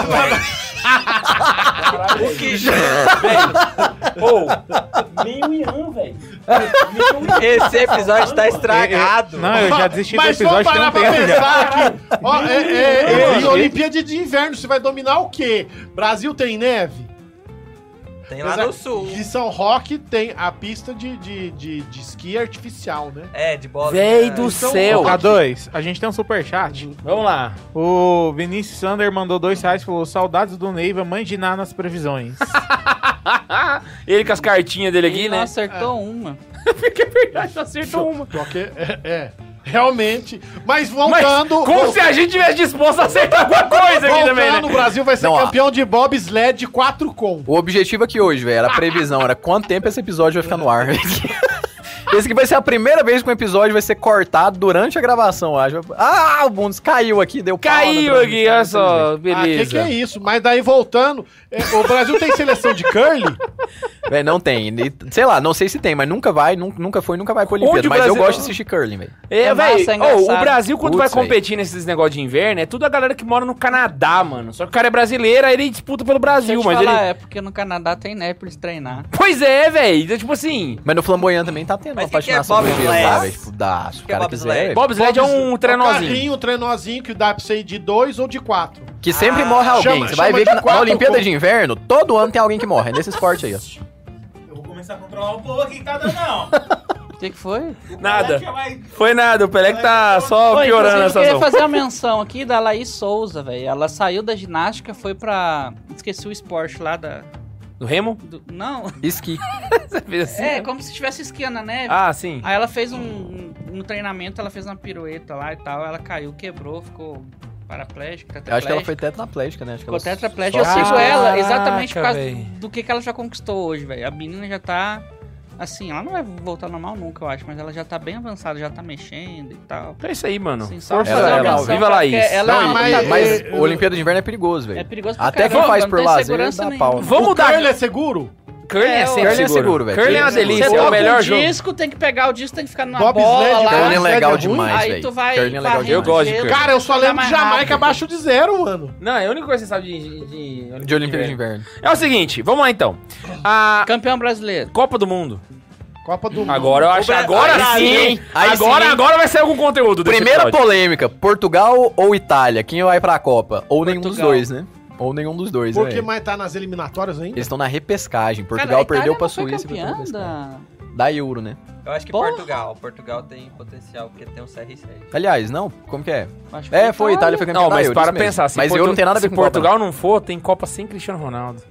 S2: Ô, meio Ian, velho.
S7: Esse episódio tá estragado.
S6: Não, eu já desisti do
S4: Mas
S6: episódio
S4: vamos
S6: tem um
S4: parar pra
S6: tempo já. um
S4: pensar aqui. Ó, é, é, é,
S6: Ei,
S4: Olimpíada de inverno, você vai dominar o quê? Brasil tem neve?
S7: Tem lá
S4: Apesar
S7: no sul.
S4: que São Roque tem a pista de, de, de, de esqui artificial, né?
S7: É, de bola.
S2: Véi
S7: É,
S2: do
S4: então-
S2: céu.
S6: K2, a gente tem um superchat.
S2: Vamos lá.
S6: O Vinícius Sander mandou dois reais e falou: Saudades do Neiva, mãe de Ná nas previsões.
S2: Ele com as cartinhas dele aqui,
S5: Ele não
S2: né?
S5: acertou uma.
S2: Verdade, acertou uma.
S4: Porque, é, é, realmente.
S2: Mas
S4: Mas voltando.
S2: como
S4: vol-
S2: se a gente tivesse disposto a acertar alguma coisa aqui também,
S4: voltando, o
S2: né?
S4: Brasil vai ser
S8: Não, ó.
S4: campeão de bobsled 4 com.
S8: O objetivo aqui hoje, velho, era a previsão, era quanto tempo esse episódio vai ficar no ar, velho. Esse aqui vai ser a primeira vez que um episódio vai ser cortado durante a gravação, eu acho. Ah, o Bundes caiu aqui, deu pau na
S2: Caiu
S8: transmissão,
S2: aqui, olha só.
S4: Ah, que, que
S2: Beleza.
S4: é isso? Mas daí voltando, é, o Brasil tem seleção de curly?
S8: Véi, não tem. E, Sei lá, não sei se tem, mas nunca vai, nun- nunca, foi, nunca vai pra
S2: Onde
S8: Olimpíada.
S2: o
S8: Mas eu
S2: Brasil-
S8: gosto de assistir curling, velho.
S2: É,
S5: É
S2: véi,
S5: massa, é
S2: ô,
S5: engraçado.
S2: o Brasil, quando
S8: Putz,
S2: vai competir nesses negócios de inverno, é tudo a galera que mora no Canadá, mano. Só que o cara é brasileiro, aí ele disputa pelo
S5: Deixa eu
S2: Brasil,
S5: te
S2: mas ele...
S5: falar, é porque no Canadá tem neve pra eles treinar.
S2: Pois é, velho. Tipo assim,
S8: Mas no Flamboyant também tá tendo
S7: Mas
S8: uma
S7: que que é
S8: patinação
S7: Bob
S8: brasileira lá,
S7: Slash?
S8: velho. Tipo, dá, se o
S7: Que é
S8: cara
S7: Bob
S8: quiser.
S7: Slash?
S2: bobsled é um
S4: Um
S2: trenozinho.
S4: carrinho, um trenozinho que dá pra você ir de 2 ou de 4.
S8: Que
S5: Ah,
S8: sempre morre alguém.
S4: chama-
S8: Você vai
S4: chama
S8: ver
S4: de
S8: que na- na
S4: quatro
S8: Olimpíada
S4: pontos.
S8: de Inverno, todo ano tem alguém que morre. É nesse esporte aí, ó.
S6: Eu vou começar a controlar um pouco aqui que tá dando, não. é
S5: O que, que foi?
S2: Nada.
S6: né?
S2: Foi nada, o Pelé que tá só
S5: Oi,
S2: piorando
S5: inclusive,
S2: essa
S5: Eu queria
S2: zona.
S5: fazer uma menção aqui da Laís Souza, velho. Ela saiu da ginástica, foi pra. Esqueci o esporte lá da.
S2: Do Remo?
S5: do- Não.
S8: Esqui.
S2: Você fez assim?
S5: É, como se estivesse esquiando na neve.
S2: Ah, sim.
S5: Aí ela fez um, um, um treinamento, ela fez uma pirueta lá e tal. Ela caiu, quebrou, ficou paraplégica.
S8: Eu acho que ela foi
S5: tetraplégica.
S8: tetraplégica, né? Acho que
S5: Ficou
S8: ela
S5: tetraplégica.
S8: só
S5: Eu sigo
S2: Caraca,
S5: ela exatamente por causa
S2: véi.
S5: do que, que ela já conquistou hoje, velho. A menina já tá. Assim, ela não vai voltar ao normal nunca, eu acho, mas ela já tá bem avançada, já tá mexendo e tal. Assim,
S2: É isso aí, mano.
S5: Sim, só
S2: Força
S5: fazer uma
S2: ela.
S5: menção,
S2: Viva
S5: é porque
S2: Laís.
S5: Ela
S4: Não,
S5: é
S4: mas-
S5: uma-
S8: Mas
S4: É,
S8: o Olimpíada de Inverno é perigoso,
S5: É
S8: velho.
S5: perigoso pra
S8: Até quem
S5: caramba,
S8: faz
S5: não
S8: por
S5: tem
S8: lazer
S5: segurança
S8: dá
S5: nenhuma.
S8: pau. né?
S2: Vamos
S4: o
S2: dar.
S4: curly é seguro?
S2: Curling é,
S5: É,
S2: sempre
S8: curling é seguro,
S2: seguro.
S8: velho.
S2: Curling é uma
S8: Curling é
S2: delícia,
S5: Você
S2: é
S5: toca
S2: o melhor
S5: um
S2: jogo.
S5: disco, tem que pegar o disco, tem que ficar numa
S4: Bobsled,
S5: bola lá. assim,
S8: Curling é legal
S4: Sério, é ruim?
S8: demais,
S5: aí
S8: velho.
S5: tu vai
S8: Curling é legal
S5: varrendo
S2: Eu
S8: demais.
S2: gosto de
S5: gelo,
S2: curling.
S4: Cara, eu só
S5: vai
S4: lembro de
S5: mais
S4: Jamaica
S5: rápido.
S4: abaixo de zero, mano.
S2: Não, é a única coisa que você sabe de... de, de,
S8: De Olimpíada de Inverno.
S2: É o seguinte, vamos lá então. A
S5: Campeão brasileiro.
S2: Copa do Mundo.
S4: Copa do Mundo.
S2: Agora eu acho.
S7: Bra-
S2: Agora
S8: Aí
S2: sim,
S8: sim,
S2: hein?
S8: aí sim,
S2: Agora,
S8: hein?
S2: agora vai sair algum conteúdo desse
S8: Primeira
S2: episódio.
S8: polêmica: Portugal ou Itália? Quem vai pra Copa? Ou nenhum dos
S5: Portugal.
S8: dois, né? Ou nenhum dos dois, né?
S4: Porque
S8: velho?
S4: mais tá nas eliminatórias ainda?
S8: Eles estão na repescagem.
S5: Cara, a
S8: Portugal
S5: Itália
S8: perdeu pra
S5: não foi
S8: Suíça e foi pra
S5: campeã
S8: repescagem.
S5: da-
S8: Da Euro, né?
S7: Eu acho que
S5: Porra.
S7: Portugal. Portugal tem potencial, porque tem um CR7.
S8: Aliás, não, como que é?
S5: acho que
S8: É, foi, Itália foi campeã
S2: Não,
S8: da
S2: mas
S8: Euro,
S2: para
S8: isso mesmo.
S2: pensar. Se
S8: mas
S2: Portu-
S8: eu não tenho nada a ver
S2: se
S8: com
S2: Portugal não for, tem Copa sem Cristiano Ronaldo.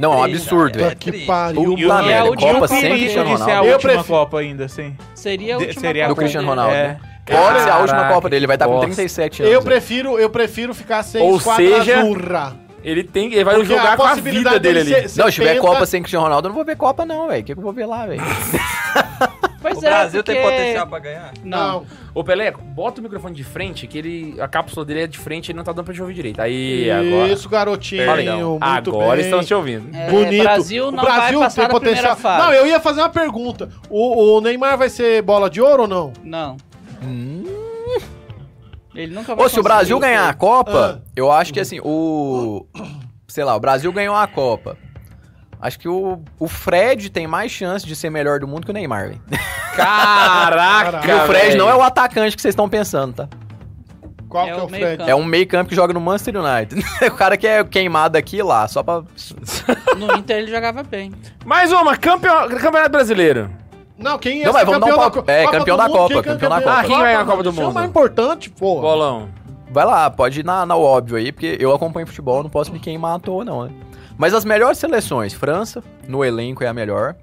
S8: Não, é um
S7: triste,
S8: absurdo,
S7: é
S8: velho.
S7: triste.
S4: Que pariu.
S8: Puta
S6: E,
S8: merda,
S6: é o
S8: Copa
S6: Copa
S8: sem
S6: perigo
S8: Cristiano
S6: de ser a
S8: Ronaldo.
S4: Eu
S6: última
S4: prefiro-
S6: Copa ainda, assim.
S5: Seria a
S6: De-
S5: última
S6: seria a
S5: Copa
S8: Do Cristiano
S5: dele.
S8: Ronaldo,
S6: É.
S8: né? Pode ser a última
S2: Caraca,
S8: Copa dele, ele vai estar com
S2: bosta.
S8: 37 anos.
S4: Eu
S8: velho.
S4: prefiro, eu prefiro ficar sem
S2: Ou
S4: esquadra
S2: seja,
S4: azurra.
S2: Ele tem, ele vai jogar com a vida dele ali.
S8: Não, se tiver Copa sem Cristiano Ronaldo, eu não vou ver Copa não, velho. O que que eu vou ver lá, velho?
S5: Pois
S7: O
S5: é,
S7: Brasil tem
S5: porque-
S7: potencial pra ganhar?
S5: Não.
S4: Não.
S2: Ô Peleco, bota o microfone de frente, que ele. A cápsula dele é de frente e não tá dando pra te ouvir direito. Aí, agora.
S4: Isso, garotinho.
S2: Fala, então.
S4: Muito
S2: Agora
S4: bem.
S2: estão te ouvindo.
S5: É,
S4: Bonito.
S5: Brasil não vai passar da primeira fase.
S4: Não, eu ia fazer uma pergunta. O, o Neymar vai ser bola de ouro ou não?
S5: Não.
S2: Hum.
S5: Ele nunca vai
S8: Ou se o Brasil
S5: conseguir.
S8: ganhar a Copa,
S4: Ah.
S8: eu acho que assim, o. Sei lá, o Brasil ganhou a Copa. Acho que o, o Fred tem mais chance de ser melhor do mundo que o Neymar, velho.
S2: Caraca!
S8: E o Fred
S2: velho.
S8: não é o atacante que vocês estão pensando, tá?
S4: Qual
S5: É
S4: que é
S5: o
S4: o
S5: meio
S4: Fred?
S5: campo.
S8: É um meio campo que joga no Manchester United. o cara que é queimado aqui e lá, só pra.
S5: No Inter ele jogava bem.
S2: Mais uma, campeão- Campeonato Brasileiro.
S4: Não, quem ia
S8: Não,
S4: ser
S8: mas vamos dar um
S4: campeão
S8: palco- é, campeão da
S4: do mundo,
S8: Copa,
S4: quem que é
S8: campeão da
S2: Copa. Ah, quem ganha a Copa do
S4: Isso é o
S2: Mundo?
S4: mais importante, pô.
S2: Bolão.
S8: Vai lá, pode ir na, na óbvio aí, porque eu acompanho futebol, não posso me queimar à toa, não, né? Mas as melhores seleções, França, no elenco é a melhor.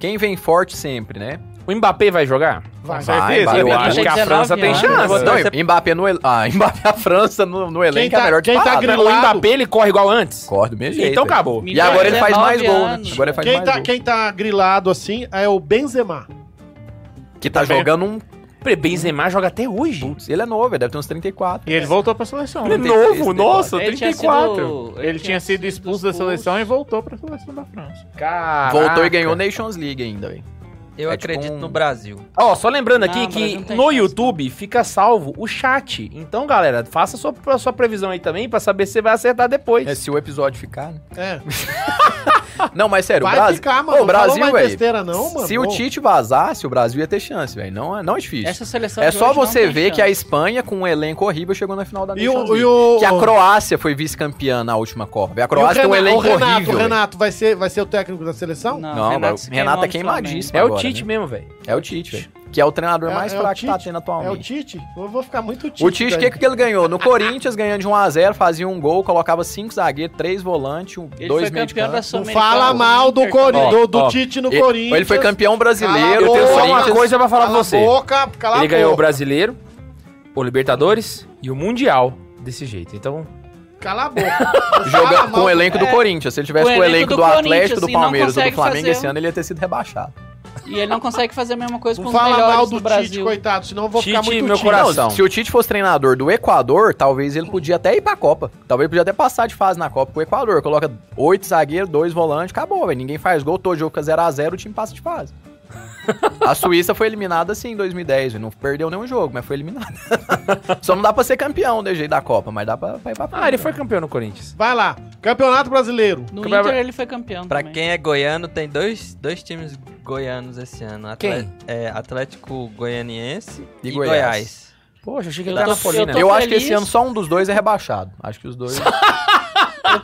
S8: Quem vem forte sempre, né?
S2: O Mbappé vai jogar?
S4: Vai,
S8: Vai,
S6: certeza.
S8: vai,
S2: Eu
S8: eu
S5: Mbappé
S2: acho
S8: acho.
S2: que a
S5: 19
S2: França tem
S5: anos.
S2: chance.
S8: Não, Mbappé no elenco. Ah, Mbappé, a França no, no elenco é
S4: tá-
S8: a melhor
S4: quem tá
S8: disparada.
S4: grilado?
S2: O Mbappé, ele corre igual antes?
S8: Concordo, do mesmo jeito. né?
S2: Então
S8: velho.
S2: acabou.
S8: E agora ele faz mais
S5: 19
S8: gol, né?
S5: anos.
S8: Agora ele faz
S4: Quem
S8: mais
S4: tá,
S8: gol.
S4: quem tá grilado assim é o Benzema.
S8: Que tá
S6: Também.
S8: jogando um...
S2: Benzema joga até hoje.
S8: Putz, ele é novo, ele deve ter uns 34.
S6: E ele voltou pra seleção.
S2: Ele é
S6: Ele,
S8: 36,
S2: novo,
S8: 34.
S2: nossa,
S5: Ele tinha
S2: 34.
S5: sido-
S6: tinha sido expulso da seleção e voltou pra seleção da França.
S2: Caraca.
S8: Voltou e ganhou Nations League ainda, velho.
S7: Eu
S8: É tipo
S7: acredito
S8: um-
S7: no Brasil.
S2: Ó, só lembrando aqui
S5: Não, mas
S2: que
S5: não tem
S2: no
S5: chance.
S2: YouTube fica salvo o chat. Então, galera, faça a sua, a sua previsão aí também pra saber se você vai acertar depois.
S8: É, se o episódio ficar, né?
S4: É.
S8: Não, mas sério,
S4: Vai
S8: o Brasil...
S4: ficar,
S8: Ô,
S4: mano.
S8: o Brasil,
S4: não
S8: velho.
S4: besteira, não, mano.
S8: Se o
S4: Ô,
S8: Tite vazasse, o Brasil ia ter chance, velho. Não, é- não é difícil.
S5: Essa seleção
S8: É
S5: Então, de
S8: só
S5: hoje não
S8: você
S5: tem
S8: ver
S5: chance.
S8: que a Espanha, com um elenco horrível, chegou na final da
S4: E
S8: Nations
S4: o, e
S8: League.
S4: o,
S8: Que a Croácia foi vice-campeã na última Copa. E A Croácia
S4: e
S8: tem
S4: o
S8: um
S4: Renato,
S8: elenco
S4: o Renato,
S8: horrível.
S4: o
S8: velho.
S4: Renato vai ser, vai ser o técnico da seleção?
S5: Não,
S8: Não,
S5: Renato,
S8: mas
S5: se
S8: o
S5: queimou
S8: Renato é
S5: no
S8: queimadíssimo.
S2: é o
S8: agora,
S2: Tite
S8: né?
S2: mesmo, velho.
S8: É o Tite, velho. Que é o treinador
S4: É-
S8: mais
S4: é o
S8: fraco que tá
S4: Tite?
S8: tendo
S4: É o
S8: atualmente.
S4: Tite? Eu vou ficar muito Tite.
S8: o Tite, o
S4: velho.
S8: que, que ele ganhou? No Corinthians, ganhando de 1x0, fazia um gol, colocava 5 zagueiros, 3 volantes, um,
S5: Ele
S8: dois
S5: foi
S8: meio de
S5: campeão da
S8: campo.
S4: Não
S5: Sul-Americana.
S4: fala mal do,
S5: Inter,
S4: Cori
S8: Ó,
S4: do, do
S8: ó,
S4: Tite no
S8: Ele-
S4: Corinthians.
S8: Ele foi campeão brasileiro. um
S2: Eu tenho só uma
S8: Corinthians.
S2: coisa pra falar pra
S4: Cala
S2: você.
S4: a boca, cala
S2: Ele
S4: a
S2: ganhou o
S4: boca.
S2: brasileiro, o Libertadores e o Mundial desse jeito. Então,
S4: Cala a boca. Não fala
S8: Jogando com
S4: mal.
S8: o elenco do
S5: É.
S8: Corinthians. Se ele tivesse
S5: Com o
S8: com o elenco do, Atlético,
S5: Corinthians
S8: do
S5: e não
S8: Palmeiras ou do
S5: consegue
S8: Flamengo
S5: fazer
S8: esse
S5: um-
S8: ano, ele ia ter sido rebaixado.
S5: E ele não consegue fazer a mesma coisa com
S4: Não
S5: os
S4: fala
S5: melhores
S4: mal
S5: do,
S4: do, Tite,
S5: Brasil.
S4: coitado, senão eu vou ficar
S2: Tite,
S4: muito
S2: meu
S4: Tite.
S2: coração.
S8: Não, se o Tite fosse treinador do Equador, talvez ele podia até ir pra Copa. Talvez ele podia até passar de fase na Copa com o Equador. Coloca oito zagueiros, dois volantes, acabou, velho. Ninguém faz gol, todo jogo fica 0x0, o time passa de fase. A Suíça foi eliminada assim em 2010, velho. não perdeu nenhum jogo, mas foi eliminada. Só não dá pra ser campeão do jeito da Copa, mas dá pra, pra ir pra
S2: ah, ele foi campeão no Corinthians.
S4: Vai lá. Campeonato Brasileiro.
S5: No
S2: Como é-
S5: Inter ele foi campeão
S7: Pra
S5: também.
S7: quem é goiano, tem dois, dois times goianos esse ano. Atle- é, Atlético Goianiense
S8: E
S7: e,
S8: Goiás.
S7: Goiás.
S2: Poxa, achei que ele
S5: Eu
S2: tava né? na
S5: tô-
S2: folhinha.
S5: tô-
S8: Eu acho que esse
S5: feliz.
S8: ano só um dos dois é rebaixado. Acho que os dois.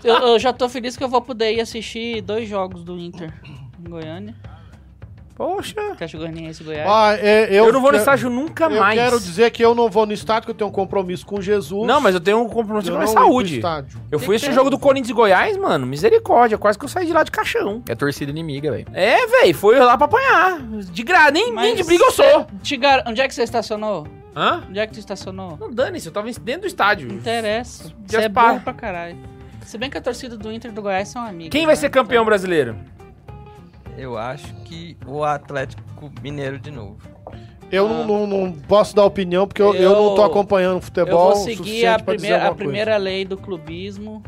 S5: Eu, eu já tô feliz que eu vou poder ir assistir dois jogos do Inter. Em Goiânia,
S2: Poxa,
S5: Caixa Goianiense e Goiás.
S4: Ó, é,
S2: eu,
S4: eu,
S2: não vou no
S4: eu-
S2: estágio nunca
S4: Eu
S2: mais.
S4: quero dizer que eu não vou no estádio, que eu tenho um compromisso com Jesus.
S2: Não, mas eu tenho um compromisso
S4: eu
S2: com a minha
S4: não vou pro
S2: saúde.
S4: estádio.
S2: Eu fui esse jogo do Corinthians e Goiás, mano. Misericórdia, quase que eu saí de lá de caixão.
S8: É torcida inimiga, velho.
S2: É, velho, foi lá pra apanhar. De gra... nem, nem
S5: Mas-
S2: de briga eu sou.
S5: Te gar- Onde é que você estacionou?
S2: Hã?
S5: Onde é que tu estacionou?
S2: Não dane-se, eu tava em- dentro do estádio.
S5: Não interessa. Você
S2: as
S5: é
S2: pá.
S5: burro pra caralho. Se bem que a torcida do Inter e do Goiás são amigos.
S2: Quem vai
S5: né?
S2: ser campeão brasileiro?
S7: Eu acho que o Atlético Mineiro de novo.
S4: Eu não, não- não posso dar opinião, porque eu, eu não tô
S5: Eu-
S4: acompanhando
S5: Eu
S4: futebol.
S5: vou
S4: o
S5: seguir
S4: suficiente
S5: a
S4: pra dizer
S5: primeira, a
S4: alguma coisa.
S5: primeira lei do clubismo.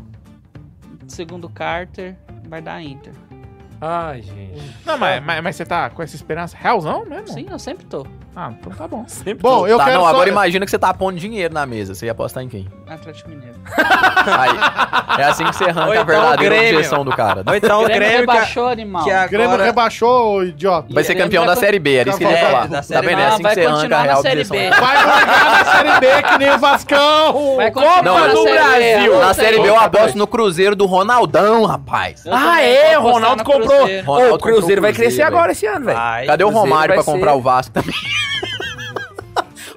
S5: Segundo Carter, vai dar Inter.
S2: Ai, gente.
S6: Não, mas, mas, mas você tá com essa esperança realzão mesmo?
S5: Sim, eu sempre tô.
S6: Ah, então tá bom.
S2: Sempre
S4: Bom, eu
S8: tá,
S4: quero
S8: não,
S4: só-
S8: agora imagina que você tá pondo dinheiro na mesa. Você ia apostar em quem?
S5: Atlético Mineiro.
S8: Aí, é assim que você arranca
S7: Ou
S8: a
S7: então o
S8: verdadeira
S7: Grêmio.
S8: objeção do cara.
S7: Ou então
S5: O
S7: o
S5: Grêmio
S7: Grêmio que,
S5: rebaixou, animal.
S7: que
S4: O Grêmio
S7: agora...
S4: rebaixou, ô idiota.
S8: Vai ser
S5: Grêmio
S8: campeão
S5: vai
S8: da Série B, era isso que ele ia
S4: É,
S8: falar.
S7: da
S8: Tá
S7: Série
S8: vendo?
S7: B.
S8: É assim que
S5: Vai
S8: você arranca a
S5: continuar na
S8: real
S5: Série
S8: objeção.
S5: B.
S4: Vai largar na Série B que nem o Vascão.
S5: Vai
S2: Copa
S5: continuar na
S2: do
S5: Série B, tá
S2: Brasil.
S5: anota
S8: Na Série B eu
S5: aí.
S8: aposto no Cruzeiro do Ronaldão, rapaz.
S5: Eu
S2: Ah,
S5: também
S2: é,
S5: vou
S2: o Ronaldo
S5: apostar no
S2: comprou.
S5: Cruzeiro.
S2: Ô,
S8: Ronaldo
S2: o Cruzeiro
S8: comprou
S2: vai
S8: o
S2: crescer
S8: Cruzeiro,
S2: agora esse ano, velho.
S5: Ah,
S7: Vai.
S8: Cadê o
S2: Cruzeiro
S8: Romário
S2: vai
S8: pra
S2: ser-
S8: comprar o Vasco também?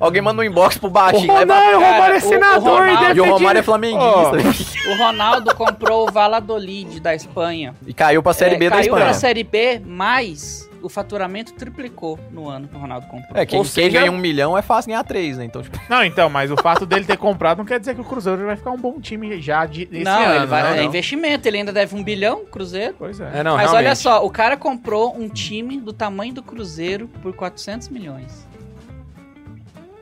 S8: Alguém manda um inbox pro
S2: O
S8: baixinho. né?
S2: Romário, o Romário é
S5: Cara, o-
S2: senador
S5: o Ronaldo-
S2: e
S8: E o Romário
S2: defendido.
S8: é flamenguista.
S5: O Ronaldo comprou o Valladolid da Espanha.
S8: E caiu pra Série
S5: É,
S8: B da
S5: caiu pra
S8: Espanha.
S5: Série B, mas o faturamento triplicou no ano que o Ronaldo comprou.
S8: É, quem,
S2: Ou
S8: quem
S2: seja-
S8: ganha um milhão é fácil ganhar três, né? Então, tipo,
S6: Não, então, mas o fato dele ter comprado não quer dizer que o Cruzeiro vai ficar um bom time já de, esse
S5: não,
S6: ano.
S5: ele vai,
S6: não,
S5: é
S6: não.
S5: investimento, ele ainda deve um bilhão Cruzeiro.
S6: Pois é.
S2: É, não,
S5: mas
S2: realmente.
S5: olha só, o cara comprou um time do tamanho do Cruzeiro por 400 milhões.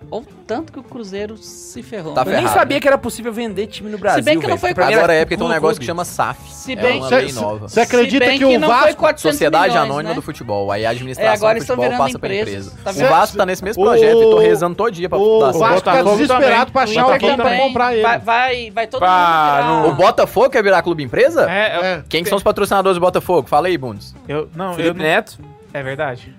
S5: Ou tanto que o Cruzeiro se ferrou.
S8: Tá
S5: Mas
S2: Eu nem
S8: ferrado,
S2: sabia
S8: né?
S2: que era possível vender time no Brasil.
S5: bem que não
S2: velho.
S5: foi então
S2: Pra mim era
S8: agora é porque tem um
S2: clube,
S8: negócio que
S2: clube.
S8: chama SAF.
S5: Se
S8: é
S5: bem-
S8: uma
S4: Cê-
S8: lei
S4: cê-
S8: nova.
S4: Você acredita
S5: Se bem
S4: que o
S5: não foi
S4: Vasco...
S5: 400
S8: Sociedade
S5: milhões,
S8: Anônima
S5: né?
S8: do Futebol. Aí a administração
S5: É, agora
S8: do
S5: estão
S8: futebol
S5: virando
S8: passa pra
S5: empresas.
S8: empresa.
S5: Tá
S8: o
S5: vendo?
S8: Vasco tá nesse mesmo
S4: O-
S8: projeto e tô rezando todo dia pra
S4: O
S8: dar certo.
S4: Vasco tá
S6: Botafogo
S4: desesperado
S6: também.
S4: pra
S5: O
S4: achar
S5: Inter
S4: alguém pra
S5: também.
S4: comprar ele.
S5: Vai, vai, vai todo
S2: Pra
S5: mundo
S2: não-
S5: virar-
S8: O Botafogo quer virar clube empresa?
S6: É, eu-
S4: É.
S8: Quem que são os patrocinadores do Botafogo? Fala aí, Bundes.
S6: eu, não, eu
S2: Felipe
S6: não-
S2: Neto.
S6: É verdade.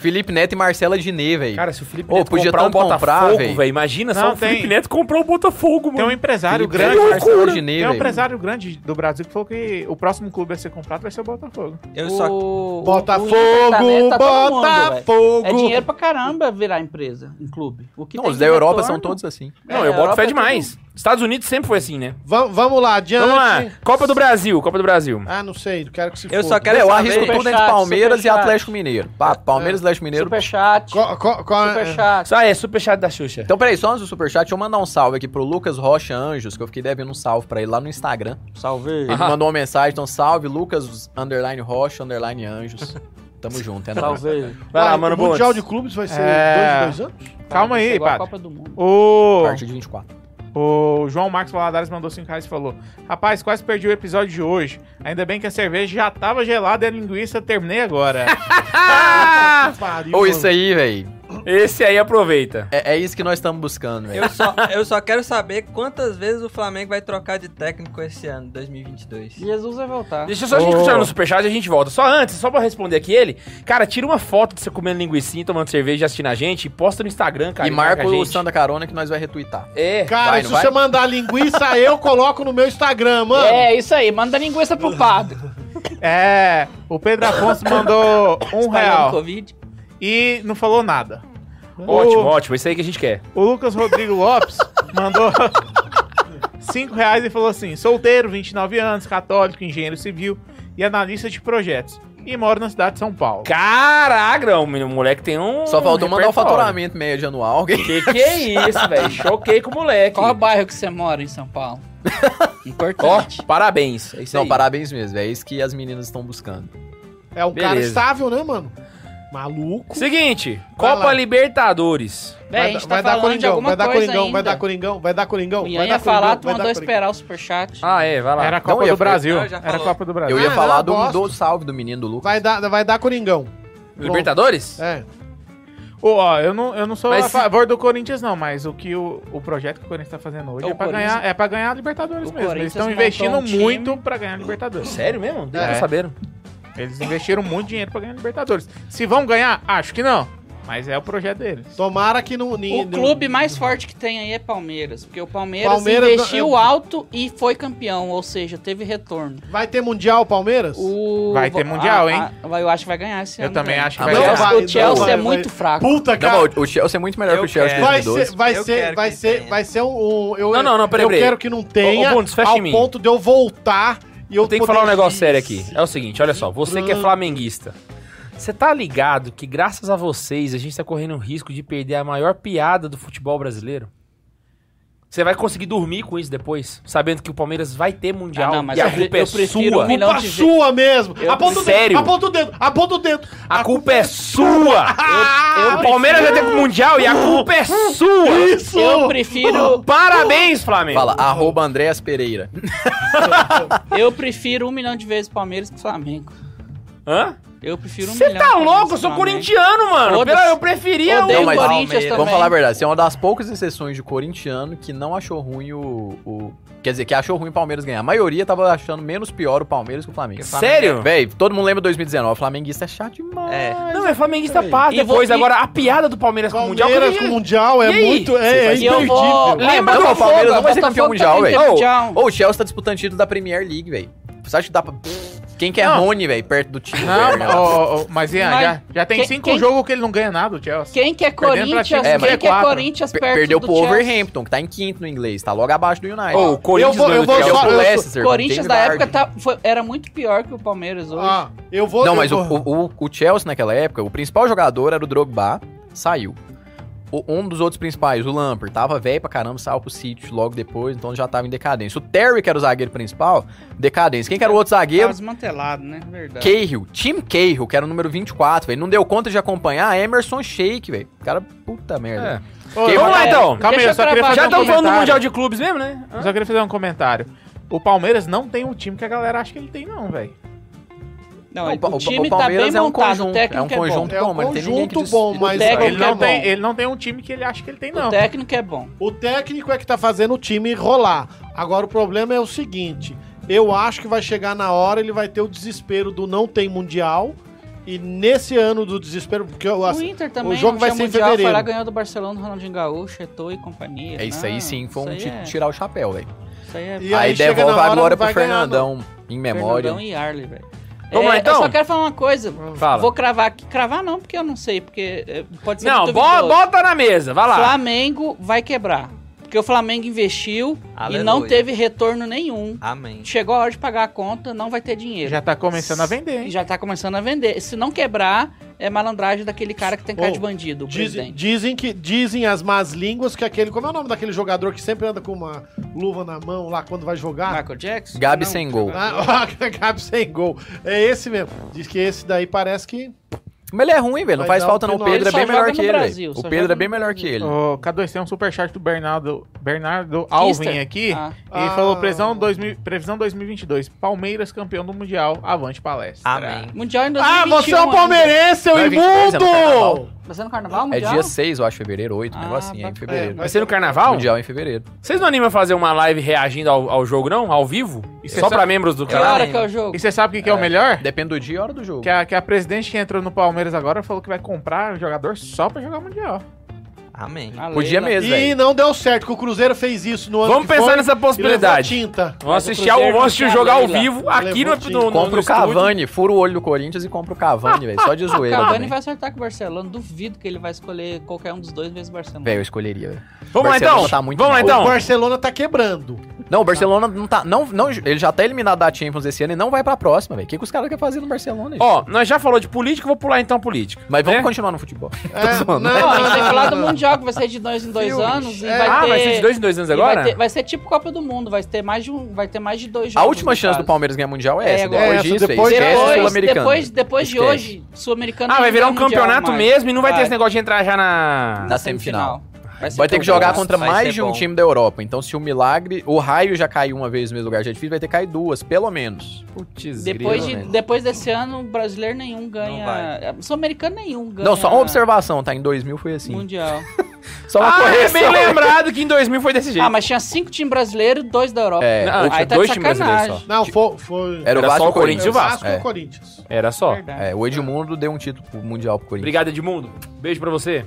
S8: Felipe Neto e Marcela Diné, velho.
S2: Cara, se o Felipe
S8: Ô,
S2: Neto
S8: podia
S2: comprar um
S8: tanto comprar,
S2: Botafogo,
S8: véi.
S2: velho, imagina só
S6: Não,
S2: o Felipe
S6: tem-
S2: Neto comprar o Botafogo,
S6: Tem um
S2: mano.
S6: empresário
S8: Felipe Neto
S6: grande.
S8: e Marcela
S2: loucura.
S8: Diné,
S6: Tem um
S8: velho.
S6: empresário grande do Brasil que falou que o próximo clube a ser comprado vai ser o Botafogo.
S7: Eu só.
S5: O-
S4: Botafogo,
S5: o Inter tá todo mundo, velho.
S4: Botafogo.
S5: É dinheiro pra caramba virar empresa, um clube. O que
S8: Não,
S5: tem
S8: os
S5: de
S8: da Europa
S5: retorno-
S8: são todos assim.
S2: Não,
S5: É,
S2: eu boto
S5: Europa
S2: fé
S5: é
S2: demais. Estados Unidos sempre foi assim, né?
S4: Va- vamos lá, adiante.
S2: Vamos lá. Copa do Brasil, Copa do Brasil.
S4: Ah, não sei, não quero que se
S7: Eu só
S4: foda.
S7: quero
S8: Véi, eu
S7: saber.
S8: arrisco tudo entre
S5: Superchat,
S8: Palmeiras e
S5: superchat. É.
S8: Atlético Mineiro. Pa- Palmeiras e Atlético Mineiro.
S5: Superchat,
S4: Co- co- co-
S5: Ah, superchat.
S2: Isso aí, é superchat da Xuxa.
S8: Então, peraí, só antes do superchat, deixa eu mandar um salve aqui pro Lucas Rocha Anjos, que eu fiquei devendo um salve pra ele lá no Instagram.
S5: Salve.
S8: Ele
S2: Ah.
S8: mandou uma mensagem, então salve Lucas, underline Rocha, underline Anjos. Tamo junto, é nóis.
S5: Salve.
S2: Vai lá,
S4: Uai,
S2: mano,
S4: O Mundial
S2: Bundes.
S4: de Clubes vai ser
S6: É.
S4: dois em dois anos?
S6: Calma aí,
S5: é Igual a
S6: padre.
S5: Copa do Mundo.
S6: O,
S8: Parte de 24.
S6: o João Marcos Valadares mandou 5 reais e falou: Rapaz, quase perdi o episódio de hoje. Ainda bem que a cerveja já tava gelada e a linguiça terminei agora.
S2: Ah!
S4: Pariu,
S8: Ô, isso
S4: mano.
S8: aí, velho.
S2: Esse aí aproveita.
S8: É, é isso que nós estamos buscando, velho.
S7: Eu só, eu só quero saber quantas vezes o Flamengo vai trocar de técnico esse ano, 2022.
S5: Jesus vai voltar.
S2: Deixa só a gente continuar no superchat e a gente volta. Só antes, só pra responder aqui ele. Cara, tira uma foto de você comendo linguiça, tomando cerveja e assistindo a gente e posta no Instagram, cara.
S8: E marca
S2: né, a
S8: o
S2: gente.
S8: Santa Carona que nós vai retweetar.
S2: É.
S4: Cara,
S8: Vai,
S4: se
S8: não vai?
S4: você mandar linguiça, eu coloco no meu Instagram, mano.
S5: É, isso aí. Manda linguiça pro padre.
S6: é, o Pedro Afonso mandou um
S5: Espalhando
S6: real
S5: Covid.
S6: e não falou nada.
S2: Hum. Ótimo,
S6: O-
S2: ótimo. Isso aí que a gente quer.
S6: O Lucas Rodrigo Lopes mandou 5 reais e falou assim: solteiro, 29 anos, católico, engenheiro civil e analista de projetos. E moro na cidade de São Paulo.
S2: Caraca, o menino- o moleque tem um.
S8: Só faltou mandar o
S2: repertório.
S8: faturamento médio anual. alguém.
S2: Que que é isso, velho? Choquei com o moleque.
S5: Qual é o bairro que você mora em São Paulo?
S2: Ó,
S5: Importante.
S2: parabéns. É isso
S8: Não,
S2: aí.
S8: parabéns mesmo, é isso que as meninas estão buscando.
S4: É um cara
S2: Beleza.
S4: estável, né, mano? Maluco.
S2: Seguinte,
S4: Vai
S2: Copa
S4: lá.
S2: Libertadores.
S5: Bem, a gente tá falando de alguma
S4: vai dar
S5: coisa
S4: Coringão,
S5: ainda.
S4: vai dar Coringão, vai dar Coringão,
S5: O Ian
S4: vai
S5: ia
S4: dar
S5: falar, tu mandou
S4: Coringão, vai dar Coringão.
S5: esperar o superchat.
S2: Ah, é, vai lá.
S6: Era a Copa
S8: Não, eu-
S6: do Brasil.
S7: eu já
S6: Era a
S7: falou.
S6: Copa do Brasil.
S8: Eu ia
S4: Ah,
S8: falar
S4: não,
S8: do,
S4: bosta.
S8: do salve do menino do Lucas.
S4: Vai dar, vai dar Coringão.
S2: Libertadores?
S4: É.
S6: Ô, ó, eu não, eu não sou
S2: Mas
S6: a
S2: se-
S6: favor do Corinthians, não, mas o que o, o projeto que o Corinthians tá fazendo hoje
S5: O
S6: é pra,
S5: Corinthians-
S6: ganhar, é pra ganhar a Libertadores
S5: O
S6: mesmo. Eles
S5: Corinthians
S6: estão
S5: montou
S6: investindo
S5: um time-
S6: muito pra ganhar a Libertadores.
S2: Sério mesmo? Deixa
S6: É.
S2: eu saber.
S6: Eles investiram muito dinheiro pra ganhar a Libertadores. Se vão ganhar, acho que não. Mas é o projeto deles.
S4: Tomara que não.
S5: O clube mais forte que tem aí é Palmeiras, porque o Palmeiras,
S4: Palmeiras
S5: investiu
S4: não-
S5: alto e foi campeão, ou seja, teve retorno.
S4: Vai ter Mundial, Palmeiras?
S5: O-
S6: Vai ter Mundial, hein?
S5: a- eu acho que vai ganhar esse
S6: Eu
S5: ano.
S6: também
S5: velho.
S6: acho que
S8: Ah,
S6: vai
S8: mas
S6: ganhar.
S8: eu-
S4: vai, então
S5: O Chelsea
S4: vai,
S5: é
S4: vai.
S5: muito fraco.
S4: Puta,
S8: Não,
S4: cara.
S8: mas o o Chelsea é muito melhor
S7: Eu
S8: que o Chelsea de
S7: quero.
S4: Vai ser,
S8: 2012.
S4: vai
S7: Eu
S4: ser,
S7: quero
S4: vai
S7: que
S4: ser,
S7: tenha.
S4: vai ser um. um- eu,
S2: Não, não, não, peraí,
S4: Eu
S2: peraí.
S4: quero que não tenha.
S2: Ô, ô, Bundes, fecha
S4: ao
S2: em mim.
S4: ponto de eu voltar e eu
S2: Eu tenho que
S4: poder-
S2: falar um negócio sério aqui. É o seguinte, olha só, você que é flamenguista, você tá ligado que graças a vocês a gente tá correndo o risco de perder a maior piada do futebol brasileiro? Você vai conseguir dormir com isso depois, sabendo que o Palmeiras vai ter mundial
S5: Ah, não, mas
S2: e a
S5: eu pre-
S2: culpa é
S5: eu prefiro
S2: sua.
S5: um milhão
S4: Culpa
S5: de vezes.
S4: sua mesmo. aponta o dedo,
S2: sério?
S4: aponta o dedo, aponta o dedo.
S2: A culpa é sua. o Palmeiras vai ter mundial e a culpa é sua.
S4: Ah, Isso!
S5: Eu prefiro,
S2: Parabéns, Flamengo.
S8: Fala, arroba Andréas Pereira.
S5: eu prefiro um milhão de vezes Palmeiras que Flamengo.
S2: Hã?
S5: Eu prefiro um
S2: Você
S5: milhão.
S2: tá
S5: de vezes
S2: louco? Eu sou
S5: Flamengo.
S2: corintiano, mano.
S5: Foda-se.
S2: Pela- eu preferia
S5: Odeio
S8: Não,
S5: o
S8: mas-
S5: Corinthians também.
S8: Vamos falar a verdade, você é uma das poucas exceções de corintiano que não achou ruim o, o- Quer dizer, que achou ruim o Palmeiras ganhar. A maioria tava achando menos pior o Palmeiras que o Flamengo.
S2: o. Sério?
S8: Véi, todo mundo lembra 2019. Flamenguista é chato demais.
S7: É.
S2: Não, é flamenguista pá.
S5: E
S2: Depois,
S5: vou- e-
S2: agora, a piada do Palmeiras,
S4: Palmeiras
S2: com
S4: com
S2: o
S4: o
S2: Mundial.
S4: Mundial é
S2: E aí?
S4: muito.
S8: Você
S4: É, é
S5: E
S8: vai-
S5: assim, eu
S4: imperdível.
S5: vou...
S2: Lembra
S5: Vai,
S2: do
S5: Botafogo,
S8: Palmeiras não vai ser
S5: Botafogo
S8: campeão mundial,
S5: também
S8: velho.
S5: tem mundial.
S8: Ou o Chelsea tá disputando título da Premier League, velho. Você acha que dá pra. Quem que é
S6: Não.
S8: Rony, velho, perto do time?
S6: Não,
S8: velho?
S6: ó, ó, mas Ian,
S5: Mas
S6: já, já tem
S5: quem-
S6: cinco
S5: quem-
S6: jogos que ele não ganha nada, o Chelsea.
S5: Quem que é
S6: Perdendo pra
S5: Corinthians?
S6: time
S8: É,
S5: Quem
S8: mas-
S5: que é Corinthians
S8: Per-
S5: perto
S8: Perdeu
S5: do
S8: pro
S5: Chelsea?
S8: Overhampton, que tá em quinto no inglês, tá logo abaixo do United.
S2: Ô, o Corinthians
S4: vou- eu
S2: ganhou do
S4: vou
S2: Chelsea.
S8: Perdeu
S4: só-
S8: pro
S4: eu-
S8: Leicester,
S5: Corinthians
S8: James
S5: da época
S8: Vardy.
S5: tá- foi- era muito pior que o Palmeiras hoje.
S4: Ah, eu vou.
S8: Não,
S4: eu
S8: mas o,
S4: vou-
S8: o, o Chelsea naquela época, o principal jogador era o Drogba, saiu. O- um dos outros principais, o Lampard, tava velho pra caramba, saiu pro City logo depois, então já tava em decadência. O Terry, que era o zagueiro principal, decadência. Quem que era o outro
S5: Tava
S8: zagueiro?
S5: Tá desmantelado, né? Verdade.
S8: Cahill, Tim Cahill, que era o número 24, velho. Não deu conta de acompanhar Emerson Sheik, velho. O Cara, puta merda.
S6: Ô,
S8: Quem-
S6: eu-
S2: Vamos lá, então.
S6: Calma aí,
S5: É, Deixa
S6: eu só
S5: eu
S6: queria
S5: gravar.
S6: fazer
S2: Já
S6: um
S2: estamos falando do
S6: comentário.
S2: Mundial de Clubes mesmo, né?
S6: Eu só queria fazer um comentário. O Palmeiras não tem o time que a galera acha que ele tem, não, velho.
S5: Não,
S8: Não,
S5: o,
S8: Pa-
S5: time tá bem montado, o técnico
S8: é um conjunto
S5: bom.
S4: É um
S8: bom, mas não tem ninguém que
S4: conjunto bom,
S8: dis-
S4: mas-
S8: discuta isso aí.
S5: técnico
S6: Ele não,
S5: é
S6: tem,
S5: bom.
S6: ele não tem um time que ele acha que ele tem,
S5: O
S6: não.
S5: técnico é bom.
S4: O técnico é que tá fazendo o time rolar. Agora o problema é o seguinte: eu acho que vai chegar na hora, ele vai ter o desespero do não tem mundial E nesse ano do desespero, porque eu,
S5: o
S4: assim,
S5: Inter também,
S4: o jogo
S5: não
S4: vai
S5: tinha
S4: ser em
S5: mundial, Foi lá,
S4: fevereiro.
S5: ganhou do Barcelona, do Ronaldinho Gaúcho, Eto'o e companhia.
S8: É isso
S5: Não,
S8: aí sim, foi um
S5: isso
S8: ti-
S5: aí é-
S8: tirar o chapéu, velho.
S5: Isso aí é
S4: E
S8: aí
S4: aí chega
S8: devolve
S4: na hora,
S8: agora
S4: não
S8: pro
S4: vai ganhar,
S8: Fernandão em memória.
S5: Fernandão e Arley, velho. É,
S2: Vamos lá, então?
S5: Eu só quero falar uma coisa.
S2: Fala.
S5: Vou cravar aqui. Cravar não, porque eu não sei, porque é, pode ser
S2: Não,
S5: muito
S2: bo-
S5: duvidoso.
S2: bota na mesa, vai lá.
S5: Flamengo vai quebrar. Porque o Flamengo investiu e não
S7: Aleluia.
S5: teve retorno nenhum.
S7: Amém.
S5: Chegou a hora de pagar a conta, não vai ter dinheiro.
S6: Já tá começando a vender, hein?
S5: E já tá começando a vender. Se não quebrar, é malandragem daquele cara que tem cara
S4: Ô,
S5: de bandido, o
S4: Dizem,
S5: presidente.
S4: dizem que dizem as más línguas que aquele. Como é o nome daquele jogador que sempre anda com uma luva na mão lá quando vai jogar?
S5: Michael Jackson?
S8: Gabi
S5: Não.
S8: sem gol.
S4: Ah, Gabi sem gol. É esse mesmo. Diz que esse daí parece que.
S8: Mas ele é ruim, velho. Não
S4: Vai
S8: faz
S4: dar um
S8: falta não. O
S4: final.
S5: Ele
S8: Pedro é
S5: só
S8: bem
S5: joga
S8: melhor
S5: no
S8: que ele,
S5: Brasil,
S8: velho.
S5: só
S8: O
S5: joga
S8: Pedro é
S5: no
S8: bem melhor que ele.
S6: Ô, K2 tem um superchat do Bernardo, Bernardo Alvin aqui.
S5: Ah.
S6: Ele
S4: Ah.
S6: falou: previsão, 2000 previsão 2022. Palmeiras campeão do Mundial, avante palestra.
S7: Amém.
S5: Mundial em 2021.
S4: Ah, você é um
S5: ainda.
S4: palmeirense, seu
S8: Vai vir coisa no
S4: imundo!
S8: carnaval.
S5: Vai ser né? no carnaval,
S8: É
S5: mundial?
S8: dia 6, eu acho, fevereiro, 8, um
S5: Ah,
S8: negócio assim, é em
S5: bacana.
S8: fevereiro.
S2: Vai ser no carnaval?
S8: Mundial em fevereiro.
S2: Vocês não animam a fazer uma live reagindo ao, ao jogo, não? Ao vivo?
S6: Isso é
S2: Só
S6: só-
S2: pra membros do
S5: Que
S2: canal?
S5: hora que é o jogo?
S6: E você sabe o que, que é o melhor?
S8: Depende do dia e hora do jogo.
S6: Que a, que a presidente que entrou no Palmeiras agora falou que vai comprar o jogador só pra jogar Mundial.
S7: Amém.
S5: A
S8: Podia
S5: Leila.
S8: mesmo,
S4: E
S8: velho.
S4: não deu certo, que o Cruzeiro fez isso no ano
S2: Vamos
S4: que
S2: pensar
S4: foi,
S2: nessa
S4: e levou
S2: possibilidade.
S4: tinta.
S2: Vamos assistir, ao,
S5: Cruzeiro
S2: vamos assistir o
S5: contra
S2: jogo
S5: a
S2: ao
S5: Leila.
S2: vivo aqui no,
S4: Levou
S2: no, no,
S8: Compra
S2: no
S8: o Cavani, fura o olho do Corinthians e compra o Cavani, velho. Só de
S5: O
S8: zoeira.
S5: Cavani
S8: também.
S5: vai acertar com o Barcelona. Duvido que ele vai escolher qualquer um dos dois vezes o Barcelona.
S8: Velho, eu escolheria, velho.
S2: estúdio. Vamos lá
S8: Barcelona
S2: então.
S8: tá muito
S2: vamos lá
S8: mal.
S4: O
S2: então.
S4: Barcelona tá quebrando.
S8: Não, o Barcelona não tá. Não, não, ele já tá eliminado da Champions esse ano e não vai pra próxima, velho. O que, que os caras querem fazer no Barcelona, gente?
S2: então. Ó, nós já falou de política, vou pular então política.
S8: Mas vamos
S2: né?
S8: continuar no futebol.
S4: É,
S8: zoando,
S4: não,
S8: né?
S5: Não, a gente tem que falar do
S4: não, não.
S5: Mundial, que vai ser de dois em dois anos. E
S4: É.
S5: vai
S2: ah,
S5: ter...
S2: vai ser de dois em dois anos
S5: e
S2: agora?
S5: Vai ter, vai ser tipo Copa do Mundo, vai ter mais de um, vai ter mais de dois
S8: A
S5: jogos.
S8: última
S5: no
S8: chance do
S5: caso.
S8: Palmeiras ganhar Mundial é
S5: É,
S8: essa.
S5: agora-
S8: depois
S4: Essa,
S8: disso,
S4: depois-
S8: esquece o
S5: Depois,
S8: é Sul-Americano.
S5: depois, depois de
S8: Esquece.
S5: hoje, Sul-Americano.
S2: Ah, vai
S5: não
S2: virar um
S5: mundial
S2: campeonato
S5: mais.
S2: mesmo e não vai, ter
S5: Vai.
S2: esse negócio de entrar já na.
S8: Na semifinal. Vai ter que jogar contra
S7: Vai ser
S8: mais de um
S7: bom.
S8: time da Europa. Então, se o milagre. O raio já caiu uma vez no mesmo lugar, já é difícil, vai ter que cair duas, pelo menos.
S2: Putz,
S5: Depois, de,
S2: grilo, velho.
S5: depois desse ano, brasileiro nenhum ganha. Sul-americano nenhum ganha.
S8: Não, só
S2: um
S8: uma observação, tá? Em 2000 foi assim.
S5: Mundial.
S8: Só uma
S2: Ah, é
S8: correção.
S2: bem lembrado que em 2000 foi desse jeito.
S5: ah, mas tinha cinco times brasileiros e dois da Europa.
S8: É,
S2: Não,
S8: ou
S2: Ah, tinha
S5: aí tá
S2: dois
S5: de
S2: times brasileiros
S5: sacanagem.
S2: só.
S4: Não, foi. foi...
S8: Era o
S2: Era
S8: Vasco
S2: só
S8: e
S2: o Corinthians e o Vasco.
S4: e
S8: É.
S4: o Corinthians.
S2: Era só.
S5: Verdade.
S8: É, o Edmundo deu um título pro mundial pro Corinthians.
S2: Obrigado, Edmundo. Beijo pra você.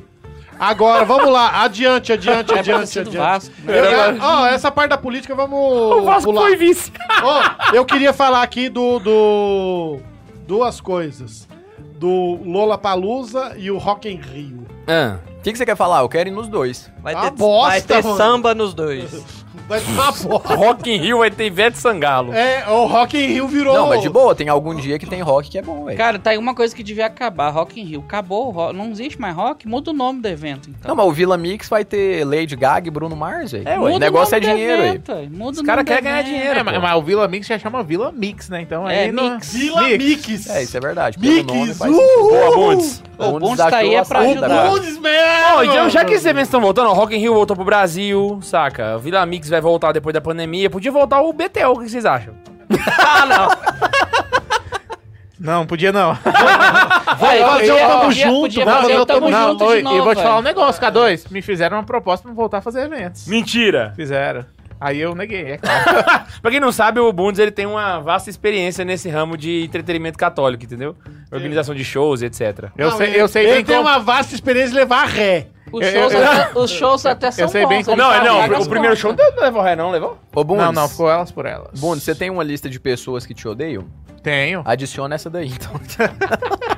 S4: Agora, vamos lá. Adiante, adiante,
S5: É, pra
S4: adiante,
S5: torcida do
S4: adiante.
S5: Vasco.
S4: Eu- eu- Ó, essa parte da política vamos
S2: O Vasco
S4: pular.
S2: foi vice.
S4: Ó, eu queria falar aqui do, do duas coisas. Do Lola Palusa e o Rock em Rio.
S2: Ah.
S8: O que, que você quer falar? Eu quero ir nos dois.
S7: Vai
S4: Tá
S5: Ah,
S7: ter,
S4: bosta,
S7: vai ter
S4: mano.
S7: samba nos dois.
S4: Vai tomar porra.
S2: Rock in Rio vai ter Ivete Sangalo.
S4: É, o Rock em Rio virou.
S8: Não, mas de boa, tem algum dia que tem rock que é bom, velho.
S5: Cara, tá aí uma coisa que devia acabar, Rock in Rio. Acabou o rock, não existe mais rock, muda o nome do evento, então.
S8: Não, mas o Villa Mix vai ter Lady Gaga e Bruno Mars, velho.
S2: É, ué.
S8: o
S5: Muda
S8: negócio é
S5: nome do
S8: dinheiro, velho.
S5: evento, ué. Muda
S2: Os caras
S5: querem
S2: querem ganhar dinheiro.
S6: É, mas,
S2: pô.
S6: mas o Vila Mix já chama Vila Mix, né? Então
S5: né? É,
S6: aí não-
S5: Mix.
S4: Vila
S6: Mix.
S4: Mix.
S8: É, isso é verdade. Pelo nome
S4: Mix,
S8: faz sentido.
S4: uhul.
S2: Boa, Bundes.
S5: O
S8: Um
S5: Bundes tá aí é pra
S8: desajou a saída,
S5: ajudar.
S8: velho.
S4: Bundes mesmo.
S2: Ó, então já que esses eventos estão voltando, ó, Rock in Rio voltou pro Brasil, saca? Vila Mix vai voltar depois da pandemia. Podia voltar o BTO, o que vocês acham?
S5: Ah, não.
S6: Não, podia não.
S5: Vai,
S4: fazer
S5: podia-
S4: o Tamo
S5: podia-
S4: Junto,
S5: podia
S4: vamos
S5: fazer
S4: fazer
S5: o
S4: o
S5: Tamo
S6: um não,
S5: Junto de
S6: oi,
S5: novo,
S6: eu vou te falar um
S5: velho.
S6: negócio, K2. Me fizeram uma proposta pra voltar a fazer eventos.
S2: Mentira!
S6: Fizeram. Aí eu neguei, é claro.
S2: Pra quem não sabe, o Bundes ele tem uma vasta experiência nesse ramo de entretenimento católico, entendeu? Organização de shows, etc.
S6: Eu
S4: Não,
S6: sei,
S4: ele-
S6: eu sei
S4: Ele
S6: bem
S4: tem
S6: como-
S4: uma vasta experiência de levar ré.
S5: Os
S6: Eu-
S5: shows,
S6: eu-
S5: até, os shows até são
S6: sei bem
S5: bons,
S6: como-
S5: eles
S2: Não, é, não,
S5: pagam
S2: o
S5: as
S2: primeiro
S5: contas.
S2: show não levou ré, não, levou?
S8: Ô, Bundes.
S6: é. Não, não, ficou elas por elas.
S8: Bundes, você tem uma lista de pessoas que te odeiam?
S6: Tenho.
S8: Adiciona essa daí, então.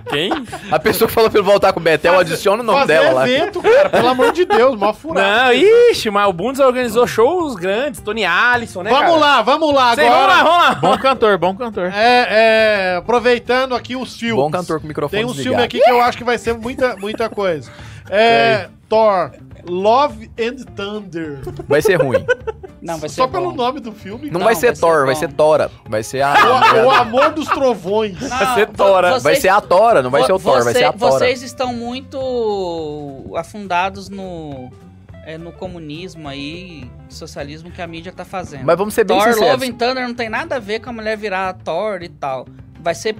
S2: Quem?
S8: A pessoa que falou pra ele voltar com o Betel, adiciona o nome
S4: Fazer
S8: dela lá.
S4: evento, cara, pelo amor de Deus, mó furado.
S2: Não, ixi, mas o Bundes organizou shows grandes, Tony Allison, né?
S4: Vamos lá, vamos lá
S2: Sei, vamos lá,
S4: agora.
S2: vamos lá!
S6: Bom cantor, bom cantor.
S4: É, é, aproveitando aqui os filmes.
S8: Bom cantor com o microfone
S4: Tem um
S8: desligado.
S4: filme aqui que eu acho que vai ser muita, muita coisa. É, Thor, Love and Thunder.
S8: Vai ser ruim.
S5: Não, vai ser
S4: Só pelo
S5: bom.
S4: nome do filme.
S8: Não,
S5: Não,
S8: vai ser
S5: vai ser
S8: Thor,
S5: bom.
S8: vai ser Tora. Vai ser a...
S4: O, o Amor dos Trovões.
S2: Vai ser Tora.
S5: vocês-
S8: Vai ser a Tora, não vai ser o Thor, vai
S5: você-
S8: ser a Tora.
S5: Vocês estão muito afundados no, é, no comunismo aí, socialismo que a mídia tá fazendo.
S8: Mas vamos ser É bem
S5: Thor,
S8: sinceros.
S5: Love and Thunder não tem nada a ver com a mulher virar a Thor e tal. Vai ser...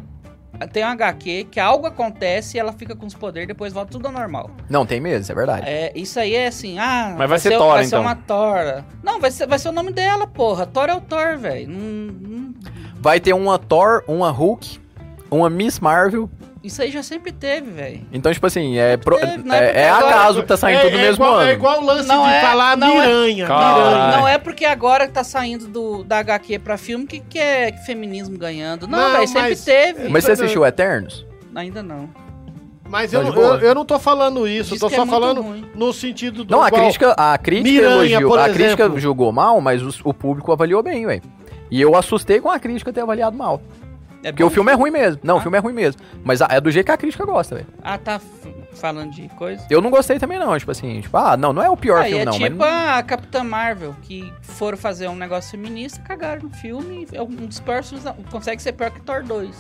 S5: Tem um HQ que algo acontece e ela fica com os poderes, depois volta tudo ao normal.
S8: Não, tem mesmo, isso é verdade.
S5: É, isso aí é assim, ah...
S2: Mas vai ser Thor,
S5: Vai
S2: então.
S5: ser uma Thora. Não, vai ser, vai ser o nome dela, porra. Thor é o Thor, velho. Não- não-
S8: Vai ter uma Thor, uma Hulk, uma Miss Marvel
S5: Isso aí já sempre teve, velho.
S8: Então, tipo assim, é, pro-
S5: É, na época
S8: é, é
S5: agora-
S8: acaso que tá saindo
S4: é,
S8: tudo no
S4: é
S8: mesmo
S4: igual,
S8: ano.
S4: É igual o lance
S5: Não
S4: de
S5: é-
S4: falar
S5: não é-
S4: miranha.
S8: Ah.
S2: Caralho.
S5: Não, não é porque agora tá saindo do, da HQ pra filme que, que é feminismo ganhando. Não,
S4: Não,
S5: velho, sempre
S4: mas-
S5: teve.
S8: Mas você assistiu Eternos?
S5: Ainda não.
S4: Mas eu,
S8: Tá de
S4: não- eu,
S8: boa.
S4: eu não tô falando isso, eu
S5: Diz
S4: tô
S5: que é
S4: só
S5: muito
S4: falando
S5: ruim.
S4: no sentido do.
S8: Não, a
S4: igual-
S8: crítica, a crítica
S4: Miranha,
S8: elogiou,
S4: por
S8: a crítica
S4: exemplo.
S8: julgou mal, mas os- o público avaliou bem, velho. E eu assustei com a crítica ter avaliado mal.
S5: É
S8: Porque
S5: bom?
S8: o filme é ruim mesmo. Não, o
S5: Ah.
S8: filme é ruim mesmo. Mas a- é do jeito que a crítica gosta, velho.
S5: Ah, tá f- falando de coisa?
S8: Eu não gostei também, não. Tipo assim, tipo, ah, não, não é o pior
S5: Aí
S8: filme,
S5: é
S8: não.
S5: tipo
S8: mas...
S5: a Capitã Marvel, que foram fazer um negócio feminista, cagaram no filme. É um dos piores filmes. da- Consegue ser pior que Thor 2.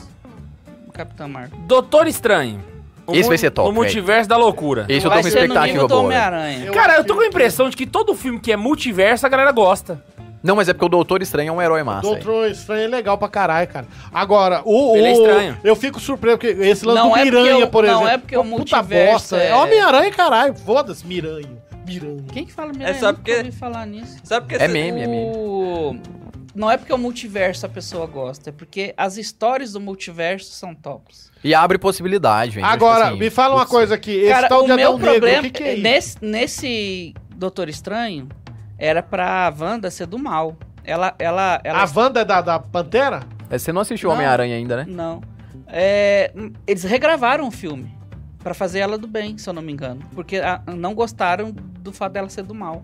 S5: o Capitã Marvel.
S2: Doutor Estranho. O
S8: Esse
S2: mu-
S8: vai ser top,
S2: O
S8: velho.
S2: multiverso da loucura.
S8: Esse eu tô
S5: Vai
S8: com
S5: ser no nível do
S8: expectativa boa. né? velho.
S5: Homem-Aranha.
S2: Cara, eu tô com a impressão de que todo filme que é multiverso a galera gosta.
S8: Não, mas é porque o Doutor Estranho é um herói massa. velho.
S4: Doutor Estranho é legal pra caralho, cara. Agora, o.
S2: Ele é
S4: o-
S2: estranho.
S4: Eu fico surpreso, porque esse lance
S5: Não
S4: do
S5: é porque
S4: Miranha,
S5: o-
S4: por
S5: não
S4: exemplo.
S5: é porque o
S4: uma
S5: multiverso é-
S4: É Homem-Aranha, caralho. Foda-se, Miranha. Miranha.
S5: Quem que fala
S7: É só
S5: Nunca
S7: porque-
S5: ouvi falar nisso.
S7: Sabe porque
S8: É
S7: cê-
S8: meme, é meme.
S5: O- Não é porque é o multiverso a pessoa gosta, é porque as histórias do multiverso são tops.
S8: E abre possibilidade, velho.
S4: Agora,
S8: Tipo assim,
S4: me fala uma
S8: putz,
S4: coisa aqui. Esse
S5: Cara,
S4: tal
S5: o
S4: de
S5: meu
S4: Adão
S5: problema
S4: Negro, o que, que é isso?
S5: nesse, nesse Doutor Estranho era pra Wanda ser do mal. Ela. ela, ela
S4: A Wanda é da, da Pantera?
S8: é, Você não assistiu
S5: Não.
S8: Homem-Aranha ainda, né?
S5: Não. É, hum, eles regravaram o filme pra fazer ela do bem, se eu não me engano. Porque a- não gostaram do fato dela ser do mal.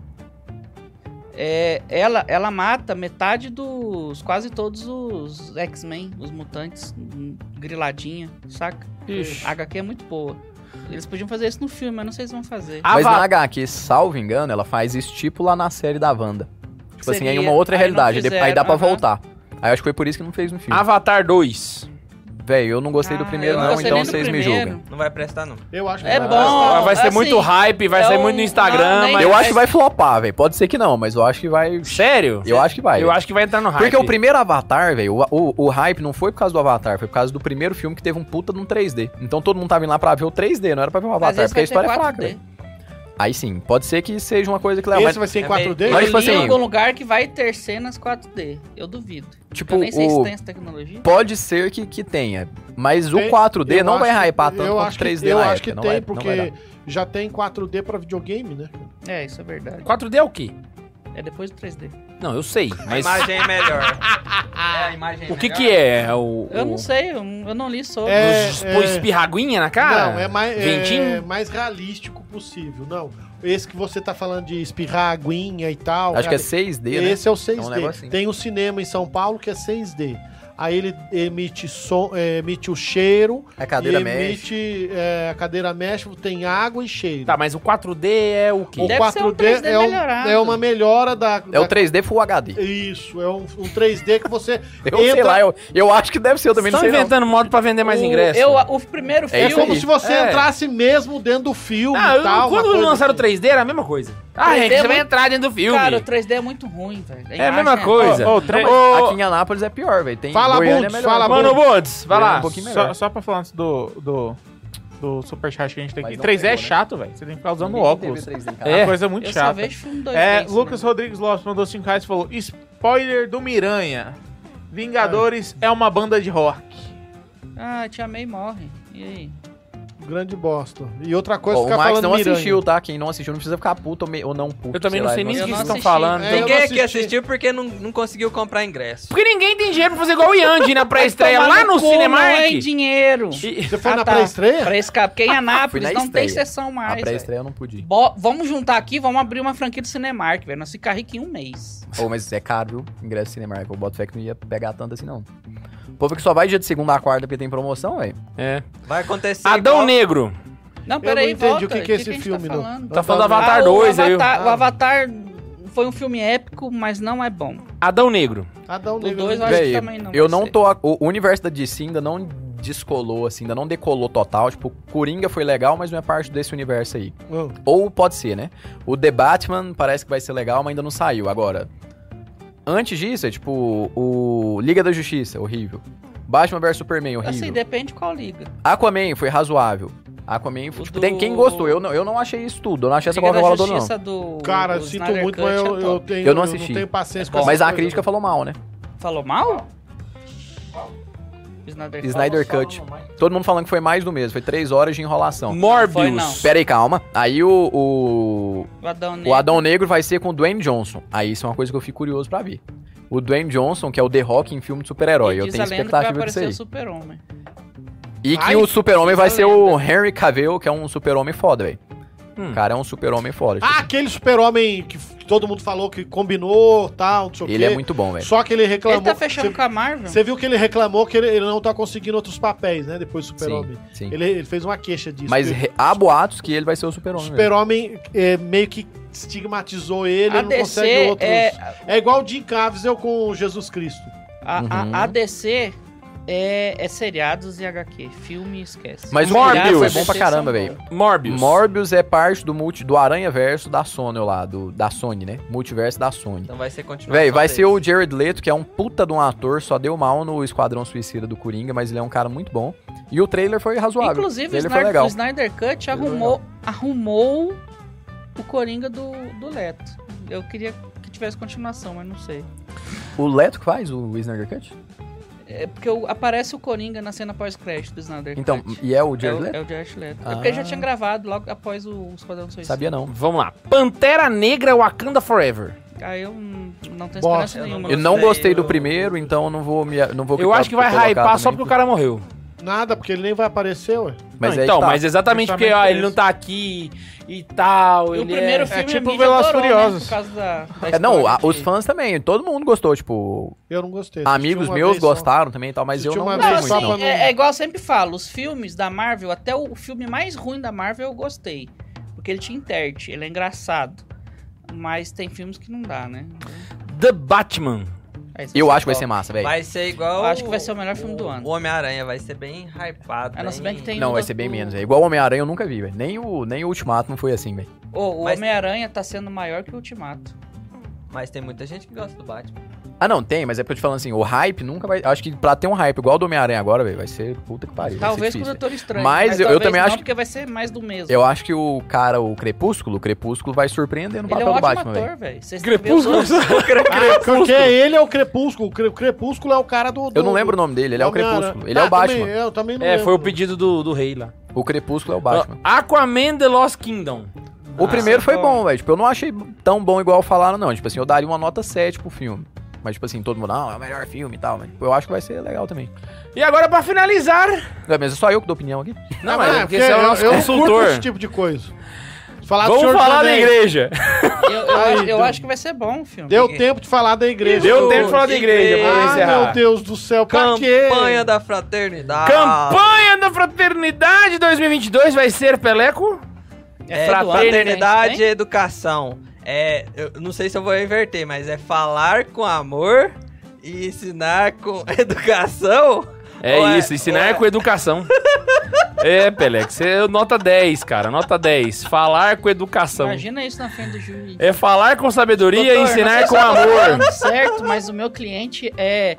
S5: É, ela, ela mata metade dos. quase todos os X-Men, os mutantes, hum, griladinha, saca? A HQ é muito boa. Eles podiam fazer isso no filme, mas não sei se vão fazer.
S8: Mas
S2: Ava-
S8: na HQ, salvo engano, ela faz isso tipo lá na série da Wanda. Tipo assim,
S5: Seria-
S8: em uma outra
S5: aí não
S8: realidade. de- aí
S5: fizeram,
S8: dá pra
S5: aham.
S8: voltar. Aí acho que foi por isso que não fez no filme.
S2: Avatar 2.
S8: Véi, eu não gostei do
S5: Ah,
S8: primeiro,
S5: eu
S8: não,
S5: gostei
S8: então
S5: nem do
S8: vocês me
S5: primeiro.
S8: julgam.
S7: Não vai prestar, não.
S4: Eu acho que
S5: É
S4: não.
S5: bom.
S2: vai ser
S5: assim,
S2: muito hype, vai
S5: é
S2: sair
S5: um-
S2: muito no Instagram,
S5: não, nem-
S2: mas...
S8: Eu acho
S5: mas-
S8: que vai flopar, velho. Pode ser que não, mas eu acho que vai.
S2: Sério?
S8: Eu acho que vai.
S2: Eu acho que vai entrar no hype.
S8: Porque o primeiro Avatar, velho, o, o, o hype não foi por causa do Avatar, foi por causa do primeiro filme que teve um puta num 3D. Então todo mundo tava indo lá pra ver o 3D, não era pra ver o
S5: Mas
S8: Avatar,
S5: esse
S8: porque a
S5: vai ter
S8: história é fraca,
S5: 4D.
S8: velho. Aí sim, pode ser que seja uma coisa que leva.
S4: Esse
S8: Mas,
S4: vai ser em
S7: é
S4: 4D?
S7: bem-
S8: Mas,
S5: Eu
S8: tipo
S5: li em
S8: assim-
S5: algum lugar que vai ter cenas 4D. Eu duvido.
S8: tipo,
S5: eu nem sei se
S8: o-
S5: tem essa tecnologia.
S8: pode ser que, que tenha. Mas o
S4: Tem-
S8: 4D
S4: eu
S8: não vai
S4: acho que-
S8: hypar tanto
S4: eu
S8: quanto
S4: acho que-
S8: 3D
S4: Eu
S8: na
S4: acho que
S8: época,
S4: tem,
S8: não vai- não vai
S4: porque é já tem 4D pra videogame, né?
S5: É, isso é verdade.
S2: 4D é o quê?
S5: É depois do 3D.
S2: Não, eu sei,
S7: A
S2: mas...
S7: imagem é melhor. É, a imagem é
S2: O que
S7: melhor.
S2: que é? É O,
S5: Eu não
S2: o-
S5: sei, eu, eu não li sobre.
S4: É.
S2: os- Pôr espirraguinha na cara?
S4: não, é mais, é
S2: Ventinho?
S4: mais realístico possível. Não, esse que você tá falando de espirrar aguinha e tal.
S8: dar. Acho que é
S4: cara,
S8: 6D, né?
S4: Esse é o 6D.
S8: negocinho.
S4: Tem um cinema em São Paulo que é 6D. Aí ele emite, som, é, emite o cheiro.
S8: A É cadeira
S4: e
S8: mexe.
S4: emite, é, a cadeira mexe, tem água e cheiro.
S2: Tá, mas o 4D é o quê?
S4: O
S5: Deve ser um
S4: 4D
S5: 3D
S4: é, um-
S5: melhorado.
S4: é uma melhora da.
S8: É o
S4: da-
S8: 3D Full HD.
S4: Isso, é um, um 3D que você.
S8: Eu sei
S4: entra-
S8: lá, é eu, eu acho que deve ser, eu também
S2: Estão
S8: não sei não.
S2: inventando modo pra vender mais
S5: o,
S2: ingresso.
S5: Eu, o primeiro
S8: É
S4: É
S8: isso
S5: filme.
S4: como
S8: aí.
S4: se você
S2: É.
S4: entrasse mesmo dentro do filme
S2: Ah,
S4: e tal. uma
S2: quando
S4: coisa
S2: lançaram o
S4: assim.
S2: 3D era a mesma coisa. Ah,
S5: 3D
S2: gente,
S5: é
S2: você vai
S5: muito-
S2: entrar dentro do filme.
S5: Cara, o 3D é muito ruim, velho.
S2: é a
S5: imagem
S2: mesma coisa.
S6: Ô, trampa-
S2: Ô,
S8: Aqui em Anápolis é pior, velho. Tem
S4: Fala,
S8: Goiânia
S4: Bundes,
S8: é melhor.
S4: fala,
S2: Mano Bodes, vai lá.
S8: um pouquinho melhor.
S6: Só, só pra falar antes do, do, do superchat que a gente tem
S8: Mas
S6: aqui.
S8: não
S6: 3D é
S8: pegou, né?
S6: chato, velho. Você tem que ficar usando
S8: Ninguém
S6: óculos.
S8: teve 3D, cara.
S6: É
S2: É.
S6: uma coisa muito
S5: Eu só
S6: chata.
S5: vejo filme 2D.
S6: É,
S5: isso,
S6: Lucas
S5: né?
S6: Rodrigues Lopes mandou 5 reais e falou: spoiler do Miranha. Vingadores é uma banda de rock.
S5: Ah, Tia May morre. E aí?
S4: Grande bosta. E outra coisa, é
S8: Ó, o
S4: ficar
S8: Max
S4: falando
S8: não
S4: miranha.
S8: assistiu, tá? Quem não assistiu não precisa ficar puto ou, me- ou não puto.
S2: Eu também não
S8: lá,
S2: sei nem o
S5: eu
S2: que
S5: não
S2: estão
S5: assisti.
S2: falando.
S4: É, eu
S7: Ninguém
S4: não
S7: aqui
S4: assisti.
S7: assistiu porque não, não conseguiu comprar ingresso.
S2: Porque ninguém tem dinheiro pra fazer igual o Yandy na pré-estreia
S5: Tomar
S2: lá no
S5: cu, Não é
S2: Cinemark.
S5: em dinheiro.
S2: E-
S4: Você foi
S5: Ah,
S4: na
S5: tá.
S4: pré-estreia?
S5: Pra escapar, porque em
S8: Fui
S5: Anápolis
S8: na
S5: não tem
S8: estreia.
S5: sessão
S8: A
S5: mais. velho.
S8: pré-estreia eu não pude. ir.
S5: Bo- vamos juntar aqui, vamos abrir uma franquia do Cinemark, velho. Nós ficamos ricos em um mês.
S8: Ô, mas é caro, viu? Ingresso Cinemark. Eu boto fé que não ia pegar tanto assim, não. O povo que só vai dia de segunda a quarta porque tem promoção, velho.
S2: É.
S7: Vai acontecer
S2: Adão
S7: igual-
S2: Negro.
S5: Não,
S4: Eu não
S5: peraí,
S4: entendi
S5: volta.
S4: o que que é
S5: a
S4: esse
S5: gente
S4: filme,
S5: tá
S4: não.
S5: falando?
S2: Tá falando
S4: Adão-
S2: Avatar
S5: Ah,
S2: 2
S5: o
S2: aí.
S5: Avatar,
S4: Ah.
S5: O Avatar foi um filme épico, mas não é bom.
S2: Adão Negro.
S4: Adão
S5: O
S4: Negro.
S5: dois eu acho que
S8: Véi,
S5: também não.
S8: eu
S5: vai
S8: não
S5: ser.
S8: tô. O universo da DC ainda não descolou, assim, ainda não decolou total. Tipo, Coringa foi legal, mas não é parte desse universo aí.
S4: Ah,
S8: Ou pode ser, né? O The Batman parece que vai ser legal, mas ainda não saiu. Agora, antes disso, é tipo o Liga da Justiça, horrível. Batman vs Superman,
S5: Assim,
S8: horrível.
S5: depende qual liga.
S8: Aquaman foi razoável. Aquaman,
S5: O
S8: tipo, tem quem
S5: do-
S8: gostou. Eu não, eu não achei isso tudo. Eu não achei essa
S5: Liga
S8: Coca
S5: da
S8: Cola não.
S5: Justiça do-
S4: Cara, eu
S5: do
S4: sinto
S5: Snyder
S4: muito,
S5: Cut
S4: mas
S5: é
S4: eu,
S5: top.
S4: eu tenho,
S8: Eu não assisti.
S4: tenho
S5: É
S4: paciência
S5: bom.
S8: né?
S4: essas
S8: Mas a
S4: coisas.
S8: crítica falou mal, né?
S5: Falou mal? Snyder
S8: Snyder Cut. Todo mundo falando que foi mais do mesmo, foi três horas de enrolação.
S5: Foi, não.
S2: Morbius.
S8: Pera aí, calma. Aí o, o,
S5: O Adão Negro.
S8: o Adão Negro vai ser com o Dwayne Johnson. Aí isso é uma coisa que eu fico curioso pra ver. O Dwayne Johnson, que é o The Rock em filme de super-herói.
S5: E
S8: Eu
S5: diz
S8: tenho
S5: a lenda que vai
S8: expectativa disso
S5: aparecer
S8: aí.
S5: o Super-Homem.
S8: E que
S5: Ai,
S8: o super-homem
S5: essa
S8: vai ser o
S5: lenda.
S8: Henry Cavill, que é um super-homem foda, velho.
S2: Hum.
S8: O cara é um super-homem foda. tipo,
S4: Ah, aquele super-homem que f- todo mundo falou que combinou, tal, não sei o quê.
S8: ele é muito bom, velho.
S4: Só que ele
S5: Ele
S4: reclamou...
S5: tá fechando
S4: Você-
S5: com a Marvel?
S4: Você viu que ele reclamou que ele, ele não tá conseguindo outros papéis, né? Depois do super-homem.
S8: Sim, sim.
S4: Ele, ele fez uma queixa disso.
S8: Mas
S4: que
S8: re- há boatos que ele vai ser o
S4: o
S8: super-homem. velho.
S4: super-homem é, meio que estigmatizou ele,
S5: a
S4: ele não consegue
S5: DC
S4: outros...
S5: é...
S4: É... igual o Jim Caviezel com o Jesus Cristo.
S5: A,
S8: Uhum.
S5: a, a DC é, é seriados e HQ. Filme esquece.
S8: Mas
S5: Os seriados
S2: Morbius.
S5: da
S2: É bom
S8: pra
S5: DC são
S8: caramba,
S5: bons.
S8: velho.
S2: Morbius.
S8: Morbius é parte do multi do Aranha Verso da Sony lá, do, da Sony, né? Multiverso da Sony.
S7: Então vai ser continuação.
S8: Véi, vai ser
S7: desse.
S8: o Jared Leto, que é um puta de um ator, só deu mal no Esquadrão Suicida do Coringa, mas ele é um cara muito bom. E o trailer foi razoável. o
S5: Inclusive, o
S8: trailer foi
S5: Snyder, né? o
S8: legal.
S5: Snyder Cut
S8: Ele foi
S5: arrumou, arrumou o Coringa do, do Leto. Eu queria que tivesse continuação, mas não sei.
S8: O Leto que faz o Snyder Cut?
S5: É porque o- aparece o Coringa na cena pós-crédito do Snyder
S8: Então,
S5: Cut.
S8: e é o
S5: é
S8: Jared
S5: o,
S8: Leto?
S5: é o Jared Leto.
S8: Ah.
S5: É porque ele já tinha gravado logo após o Esquadrão Suicida.
S8: Sabia não.
S2: Vamos lá. Pantera Negra Wakanda Forever.
S5: Aí eu hum, não tenho
S4: Bosta.
S5: esperança nenhuma.
S8: Eu
S7: não
S8: não
S7: sei,
S8: gostei do
S7: eu-
S8: primeiro, então eu não vou me não vou
S2: Eu acho que vai
S8: colocar
S2: hypar só
S8: também,
S2: porque o cara morreu.
S4: Nada, porque ele nem vai aparecer, ué.
S8: Mas
S2: Não,
S8: é
S2: então,
S8: que tá.
S2: mas exatamente porque ó,
S6: Justamente
S2: ele não tá aqui e tal.
S5: E
S2: ele
S5: o primeiro
S2: é...
S5: filme
S6: é tipo
S5: a mídia
S6: Velozes
S5: adorou, né,
S6: Furiosos.
S5: por causa da, da
S8: É, não,
S5: história
S8: a-
S5: que-
S8: os fãs também, todo mundo gostou, tipo,
S4: Eu não gostei.
S8: amigos meus gostaram também e tal, mas eu
S4: Assisti
S8: não
S4: uma
S8: gostei
S5: Não,
S4: vez
S8: muito,
S4: só
S5: assim,
S8: não.
S4: pra
S5: é, é igual eu sempre falo, os filmes da Marvel, até o filme mais ruim da Marvel eu gostei. Porque ele te interte, ele é engraçado. Mas tem filmes que não dá, né?
S2: The Batman.
S5: Aí você
S8: Eu
S5: só
S8: acho que vai
S5: fala.
S8: ser massa, velho.
S7: Vai ser igual.
S5: Acho que vai ser o melhor filme do ano.
S7: O Homem-Aranha vai ser bem hypado.
S5: É, não, se bem que tem
S8: Não,
S5: um
S8: vai
S5: do-
S8: ser bem
S5: do-
S8: menos. É igual o Homem-Aranha eu nunca vi, velho. Nem o, nem o Ultimato não foi assim, velho.
S5: Ô, o
S7: Mas-
S5: Homem-Aranha tá sendo maior que o Ultimato.
S7: Mas tem muita gente que gosta do Batman.
S8: Ah, não, tem, mas é porque eu te falando assim, o hype nunca vai. Acho que pra ter um hype igual o do Homem-Aranha agora, velho, vai ser puta que pariu. vai ser
S5: Talvez com o
S8: difícil,
S5: Doutor Estranho.
S8: Mas eu- eu
S5: talvez
S8: também
S5: não,
S8: acho que-
S5: porque vai ser mais do mesmo.
S8: velho. Eu acho que o cara, o Crepúsculo, o Crepúsculo vai surpreender no
S5: Ele é
S8: papel
S5: um
S8: do
S5: ótimo
S8: Batman, velho.
S5: ator, velho. Vocês têm que ver os outros.
S2: Crepúsculo.
S4: Ah, porque ele é o Crepúsculo. O Cre- Crepúsculo é o cara do. do-
S8: Eu não lembro o nome dele, ele é o
S4: Homem-Aranha.
S8: Crepúsculo. Ele é
S4: Ah,
S8: o Batman.
S4: Também, eu também não
S2: É,
S4: lembro.
S2: foi o pedido do, do rei lá.
S8: O Crepúsculo é o Batman.
S2: Ah, Aquaman The Lost Kingdom.
S8: O
S5: Ah,
S8: primeiro
S5: sim,
S8: foi
S5: bom.
S8: bom, velho. Tipo, eu não achei tão bom igual falaram, não. Tipo assim, eu daria uma nota 7 pro filme. Mas, tipo assim, todo mundo, não, é o melhor filme e tal, mas tipo, eu acho que vai ser legal também.
S2: E agora, pra finalizar.
S8: Não é mesmo? É só eu que dou opinião aqui?
S2: Não,
S4: Ah,
S2: mas
S4: é,
S2: porque esse é o
S4: eu-
S2: nosso
S4: eu, não
S2: consultor.
S4: curto esse tipo de coisa. Falar
S2: Vamos
S4: Senhor dos
S2: falar da
S4: Anéis.
S2: igreja.
S5: Eu, eu
S4: Aí,
S5: acho, eu
S4: deu-
S5: acho que vai ser bom o filme. É
S4: Deu tempo de falar da igreja.
S2: Deu tempo de falar da igreja, pra
S4: Ai,
S2: encerrar.
S4: Ah, meu Deus Ah. do céu, pra quê?
S7: Campanha da Fraternidade.
S2: Campanha da Fraternidade 2022 vai ser Peleco?
S5: É, todo ano, né?
S7: Fraternidade e
S5: Tem?
S7: educação. É, eu não sei se eu vou inverter, mas é falar com amor e ensinar com educação.
S2: É
S7: Ou
S2: isso, ensinar
S7: ou
S2: com educação. é, Peleco, você nota 10, cara, nota 10. Falar com educação.
S5: Imagina isso na frente do juiz.
S2: É falar com sabedoria e
S5: Doutor,
S2: ensinar
S5: nós
S2: com
S5: estamos
S2: amor.
S5: falando certo, mas o meu cliente é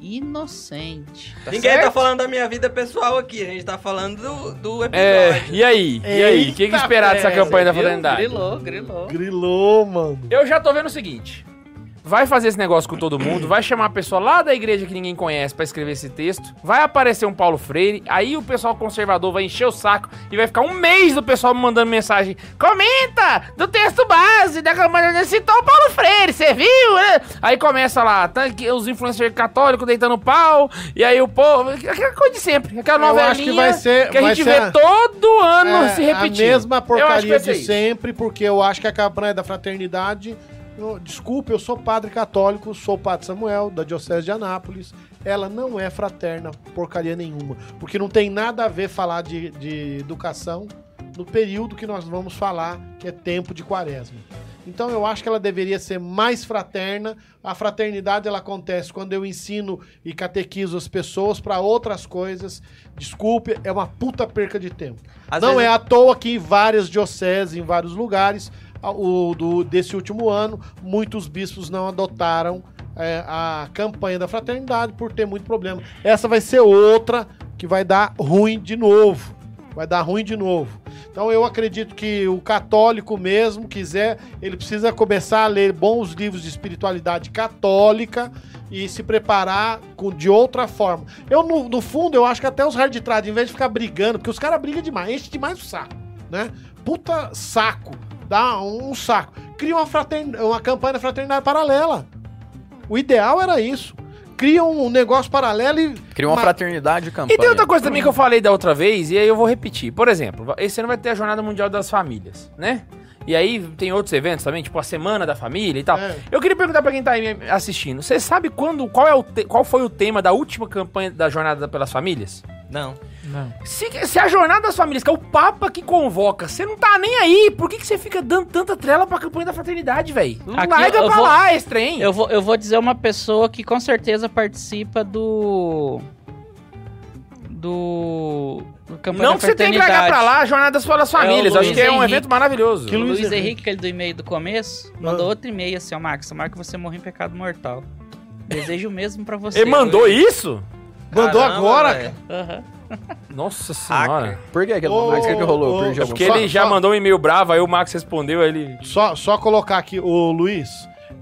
S5: inocente. tá
S7: Ninguém
S5: certo?
S7: tá falando da minha vida pessoal aqui, a gente tá falando do, do
S2: É,
S7: episódio.
S2: e aí? E aí? O que, que
S4: Eita,
S2: esperar dessa
S4: velho,
S2: campanha da
S5: Viu?
S2: fraternidade?
S5: Grilou, grilou.
S4: Grilou, mano.
S2: Eu já tô vendo o seguinte. Vai fazer esse negócio com todo mundo, vai chamar a pessoa lá da igreja que ninguém conhece pra escrever esse texto, vai aparecer um Paulo Freire, aí o pessoal conservador vai encher o saco e vai ficar um mês do pessoal me mandando mensagem. Comenta do texto base da campanha, citou o Paulo Freire, você viu? né?" Aí começa lá, tá que os influencers católicos deitando pau, e aí o povo, aquela coisa de sempre, aquela
S4: É, Eu
S2: novelinha
S4: acho que vai ser.
S2: que a
S4: vai
S2: gente
S4: ser
S2: vê todo ano
S4: é,
S2: se repetindo.
S4: A mesma
S2: Eu acho que
S4: porcaria
S2: vai ser
S4: de
S2: isso.
S4: sempre, porque eu acho que a campanha da fraternidade. eu- desculpa, eu sou padre católico, sou o padre Samuel, da Diocese de Anápolis. Ela não é fraterna, porcaria nenhuma. Porque não tem nada a ver falar de, de educação no período que nós vamos falar, que é tempo de quaresma. Então eu acho que ela deveria ser mais fraterna. A fraternidade ela acontece quando eu ensino e catequizo as pessoas para outras coisas. Desculpe, é uma puta perca de tempo.
S7: Às
S4: Não
S7: vezes-
S4: é à toa que em várias dioceses, em vários lugares, a- o, do, desse último ano, muitos bispos não adotaram é, a campanha da fraternidade por ter muito problema. Essa vai ser outra que vai dar ruim de novo. Vai dar ruim de novo. Então eu acredito que o católico mesmo quiser, ele precisa começar a ler bons livros de espiritualidade católica e se preparar com, de outra forma. Eu, no, no fundo, eu acho que até os hard de trás, em vez de ficar brigando, porque os caras brigam demais, enche demais o saco, né? Puta saco. Dá um saco. Cria uma, fratern... uma campanha da fraternidade paralela. O ideal era isso. Cria um negócio paralelo e
S8: Criou uma
S4: Mas-
S8: fraternidade de
S2: E
S8: campanha.
S2: tem outra coisa também que eu falei da outra vez, e aí eu vou repetir. Por exemplo, esse ano vai ter a Jornada Mundial das Famílias, né? E aí tem outros eventos também, tipo a Semana da Família e tal.
S4: É.
S2: Eu queria perguntar pra quem tá aí me assistindo, você sabe quando, qual, é o te- qual foi o tema da última campanha da Jornada pelas Famílias?
S7: Não.
S2: Se, se a Jornada das Famílias, que é o Papa que convoca, você não tá nem aí, por que, que você fica dando tanta trela pra campanha da fraternidade, velho?
S5: Aqui,
S2: Larga
S5: eu
S2: pra
S5: vou-
S2: lá esse trem.
S5: Eu vou, eu vou dizer uma pessoa que com certeza participa do. Do. do campanha
S2: Não
S5: da
S2: que você tenha que largar
S5: fraternidade.
S2: pra lá a Jornada pelas Famílias,
S5: Luiz
S2: acho que é um
S5: Henrique.
S2: evento maravilhoso.
S4: Que
S5: O Luiz,
S4: Luiz
S5: Henrique,
S4: Henrique,
S5: aquele do e-mail do começo, mandou
S2: Ah.
S5: outro e-mail assim, ó, Max, tomara que você morra em pecado mortal. Desejo o mesmo pra você.
S2: Ele mandou isso?
S4: Mandou
S7: Caramba,
S4: agora,
S7: velho.
S5: Aham.
S2: Nossa senhora.
S8: Por que que ele
S4: Ô,
S8: Mas o que que rolou?
S4: ô,
S8: Por que
S4: é
S8: que
S2: Porque
S8: rolou?
S2: ele
S4: Só-
S2: já
S4: só-
S2: mandou um e-mail bravo, aí o Max respondeu, aí ele.
S4: Só, só colocar aqui, ô Luiz,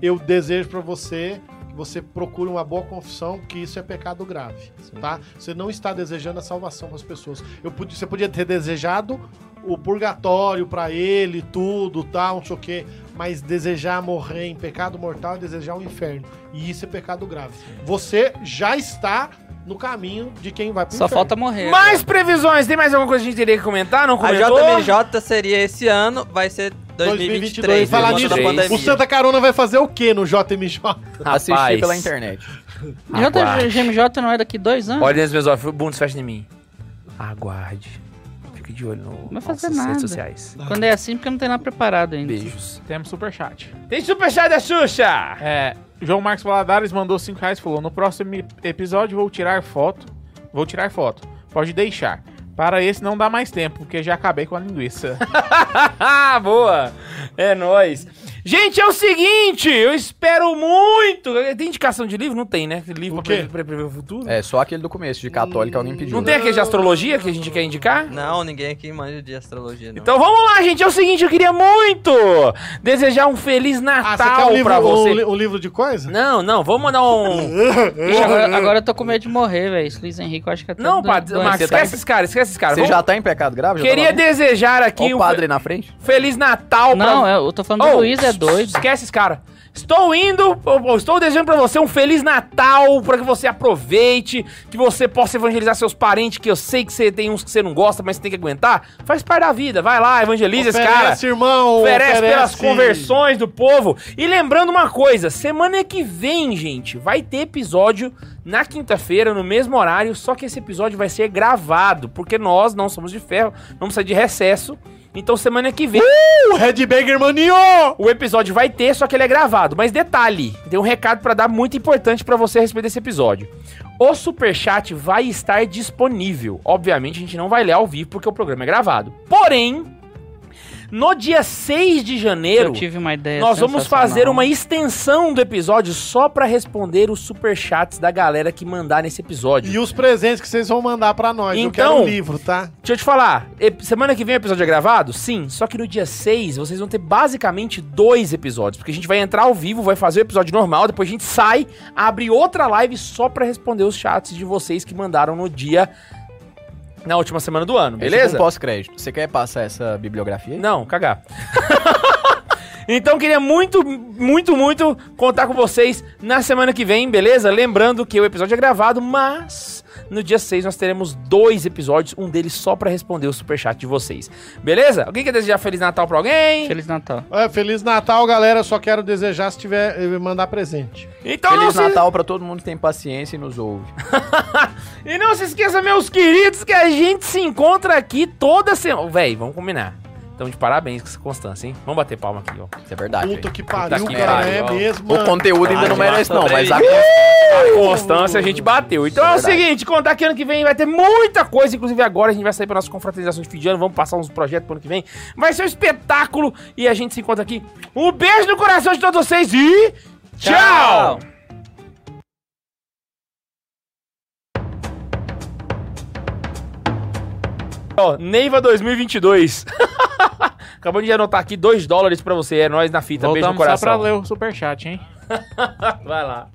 S4: eu desejo pra você que você procure uma boa confissão, que isso é pecado grave, tá? Você não está desejando a salvação das pessoas. Eu podia, você podia ter desejado o purgatório pra ele, tudo, tal, não sei o quê, mas desejar morrer em pecado mortal é desejar o inferno. E isso é pecado grave. Você já está no caminho de quem vai pro
S5: Só
S4: inferno.
S5: falta morrer.
S2: Mais previsões! Tem mais alguma coisa que a gente teria que comentar? Não
S7: A
S2: comentou?
S7: JBJ seria esse ano, vai ser 2023,
S4: 2022.
S7: por
S4: Falar
S7: conta
S4: nisso,
S7: da pandemia.
S4: o Santa Carona vai fazer o quê no JMJ?
S8: Assistir pela internet.
S5: J- GMJ não é daqui dois anos?
S2: Olha nos meus olhos, o Bundes fecha em mim. Aguarde. Fique de olho no,
S5: vai
S2: nas
S5: fazer
S2: nossas redes
S5: nada.
S2: sociais.
S5: Quando é assim, porque não tem nada preparado ainda.
S2: Beijos.
S6: Temos superchat.
S2: Tem superchat da Xuxa!
S6: É, João Marcos Valadares mandou 5 reais e falou: No próximo ep- episódio vou tirar foto. Vou tirar foto. Pode deixar. Para esse não dá mais tempo, porque já acabei com a linguiça.
S2: Ah, Boa! É nóis. Gente, é o seguinte, eu espero muito. Tem indicação de livro? Não tem, né? Livro
S4: O
S2: pra
S4: quê?
S2: pre- pra prever o futuro?
S8: É, só aquele do começo, de católica, alguém pediu. né?
S2: Não tem aquele de astrologia que a gente quer indicar?
S7: Não, ninguém aqui manja de astrologia, não.
S2: Então vamos lá, gente. É o seguinte, eu queria muito desejar um feliz
S4: Ah, você quer
S2: Natal
S4: um livro,
S2: pra você.
S4: um li- um livro tá de coisa?
S2: Não, não, vamos mandar um.
S5: Ixi, agora, agora eu tô com medo de morrer, velho. Esse Luiz Henrique, eu acho que é até
S2: não,
S5: do-
S2: padre,
S5: doença.
S2: Max,
S8: você tá
S2: esquece esses caras, esquece esses caras.
S8: Você
S2: Vamos-
S8: já tá em pecado grave? Já
S2: Queria
S8: tá
S2: desejar aqui
S8: Olha
S2: um
S8: o padre na frente.
S2: fe- feliz Natal
S5: Não,
S2: pra
S5: eu, eu tô falando do
S2: Oh,
S5: Luiz, é doido.
S2: Esquece esses caras. Estou indo, ou- ou estou desejando pra você um feliz Natal, pra que você aproveite, que você possa evangelizar seus parentes, que eu sei que você tem uns que você não gosta, mas você tem que aguentar. Faz parte da vida, vai lá, evangeliza esse cara.
S4: Oferece, irmão.
S2: oferece, pelas
S4: oferece.
S2: conversões do povo. E lembrando uma coisa, semana que vem, gente, vai ter episódio na quinta-feira, no mesmo horário, só que esse episódio vai ser gravado, porque nós não somos de ferro, vamos sair de recesso. Então semana que vem
S4: O Red Banger Maninho!
S2: o episódio vai ter, só que ele é gravado. Mas detalhe, tem um recado pra dar muito importante pra você a respeito desse episódio. O superchat vai estar disponível. Obviamente a gente não vai ler ao vivo porque o programa é gravado. Porém, no dia 6 de janeiro,
S5: Eu tive uma ideia.
S2: nós vamos
S5: É
S2: fazer
S5: sensacional.
S2: uma extensão do episódio só pra responder os superchats da galera que mandar nesse episódio.
S4: E os presentes que vocês vão mandar pra nós. Eu
S2: Então-
S4: quero um livro, tá?
S2: Deixa eu te falar, ep- semana que vem o episódio é gravado? Sim, só que no dia 6 vocês vão ter basicamente dois episódios, porque a gente vai entrar ao vivo, vai fazer o episódio normal, depois a gente sai, abre outra live só pra responder os chats de vocês que mandaram no dia na última semana do ano,
S8: Beleza?
S2: beleza?
S8: pós-crédito. Você quer passar essa bibliografia aí?
S2: Não, cagar. então queria muito, muito, muito contar com vocês na semana que vem, beleza? Lembrando que o episódio é gravado, mas no dia 6 nós teremos dois episódios, um deles só pra responder o superchat de vocês. Beleza? Alguém quer desejar Feliz Natal pra alguém?
S5: Feliz Natal.
S4: É, Feliz Natal, galera. Só quero desejar se tiver eh, mandar presente.
S2: Então
S8: Feliz
S2: não se...
S8: Natal pra todo mundo que tem paciência e nos ouve.
S2: E não se esqueça, meus queridos, que a gente se encontra aqui toda semana. Véi, vamos combinar. Então, de parabéns com essa constância, hein? Vamos bater palma aqui, ó.
S8: Isso é verdade.
S4: Puta
S8: velho.
S4: que pariu,
S8: que
S4: cara.
S8: pariu,
S4: É
S7: ó.
S4: mesmo.
S8: O conteúdo ainda
S7: Ah,
S8: não
S7: de
S8: merece, não, mas a.
S7: sobreviver.
S2: A constância a gente bateu. Então é o
S8: Verdade.
S2: seguinte, contar que ano que vem vai ter muita coisa, inclusive agora a gente vai sair para nossa confraternização de fim de ano, vamos passar uns projetos pro ano que vem. Vai ser um espetáculo e a gente se encontra aqui. Um beijo no coração de todos vocês e tchau! Ó, Neiva 2022. Acabou de anotar aqui 2 dólares pra você. É nóis na fita. Beijo no
S6: Voltamos só pra
S2: coração.
S6: ler o superchat, hein?
S2: Vai lá.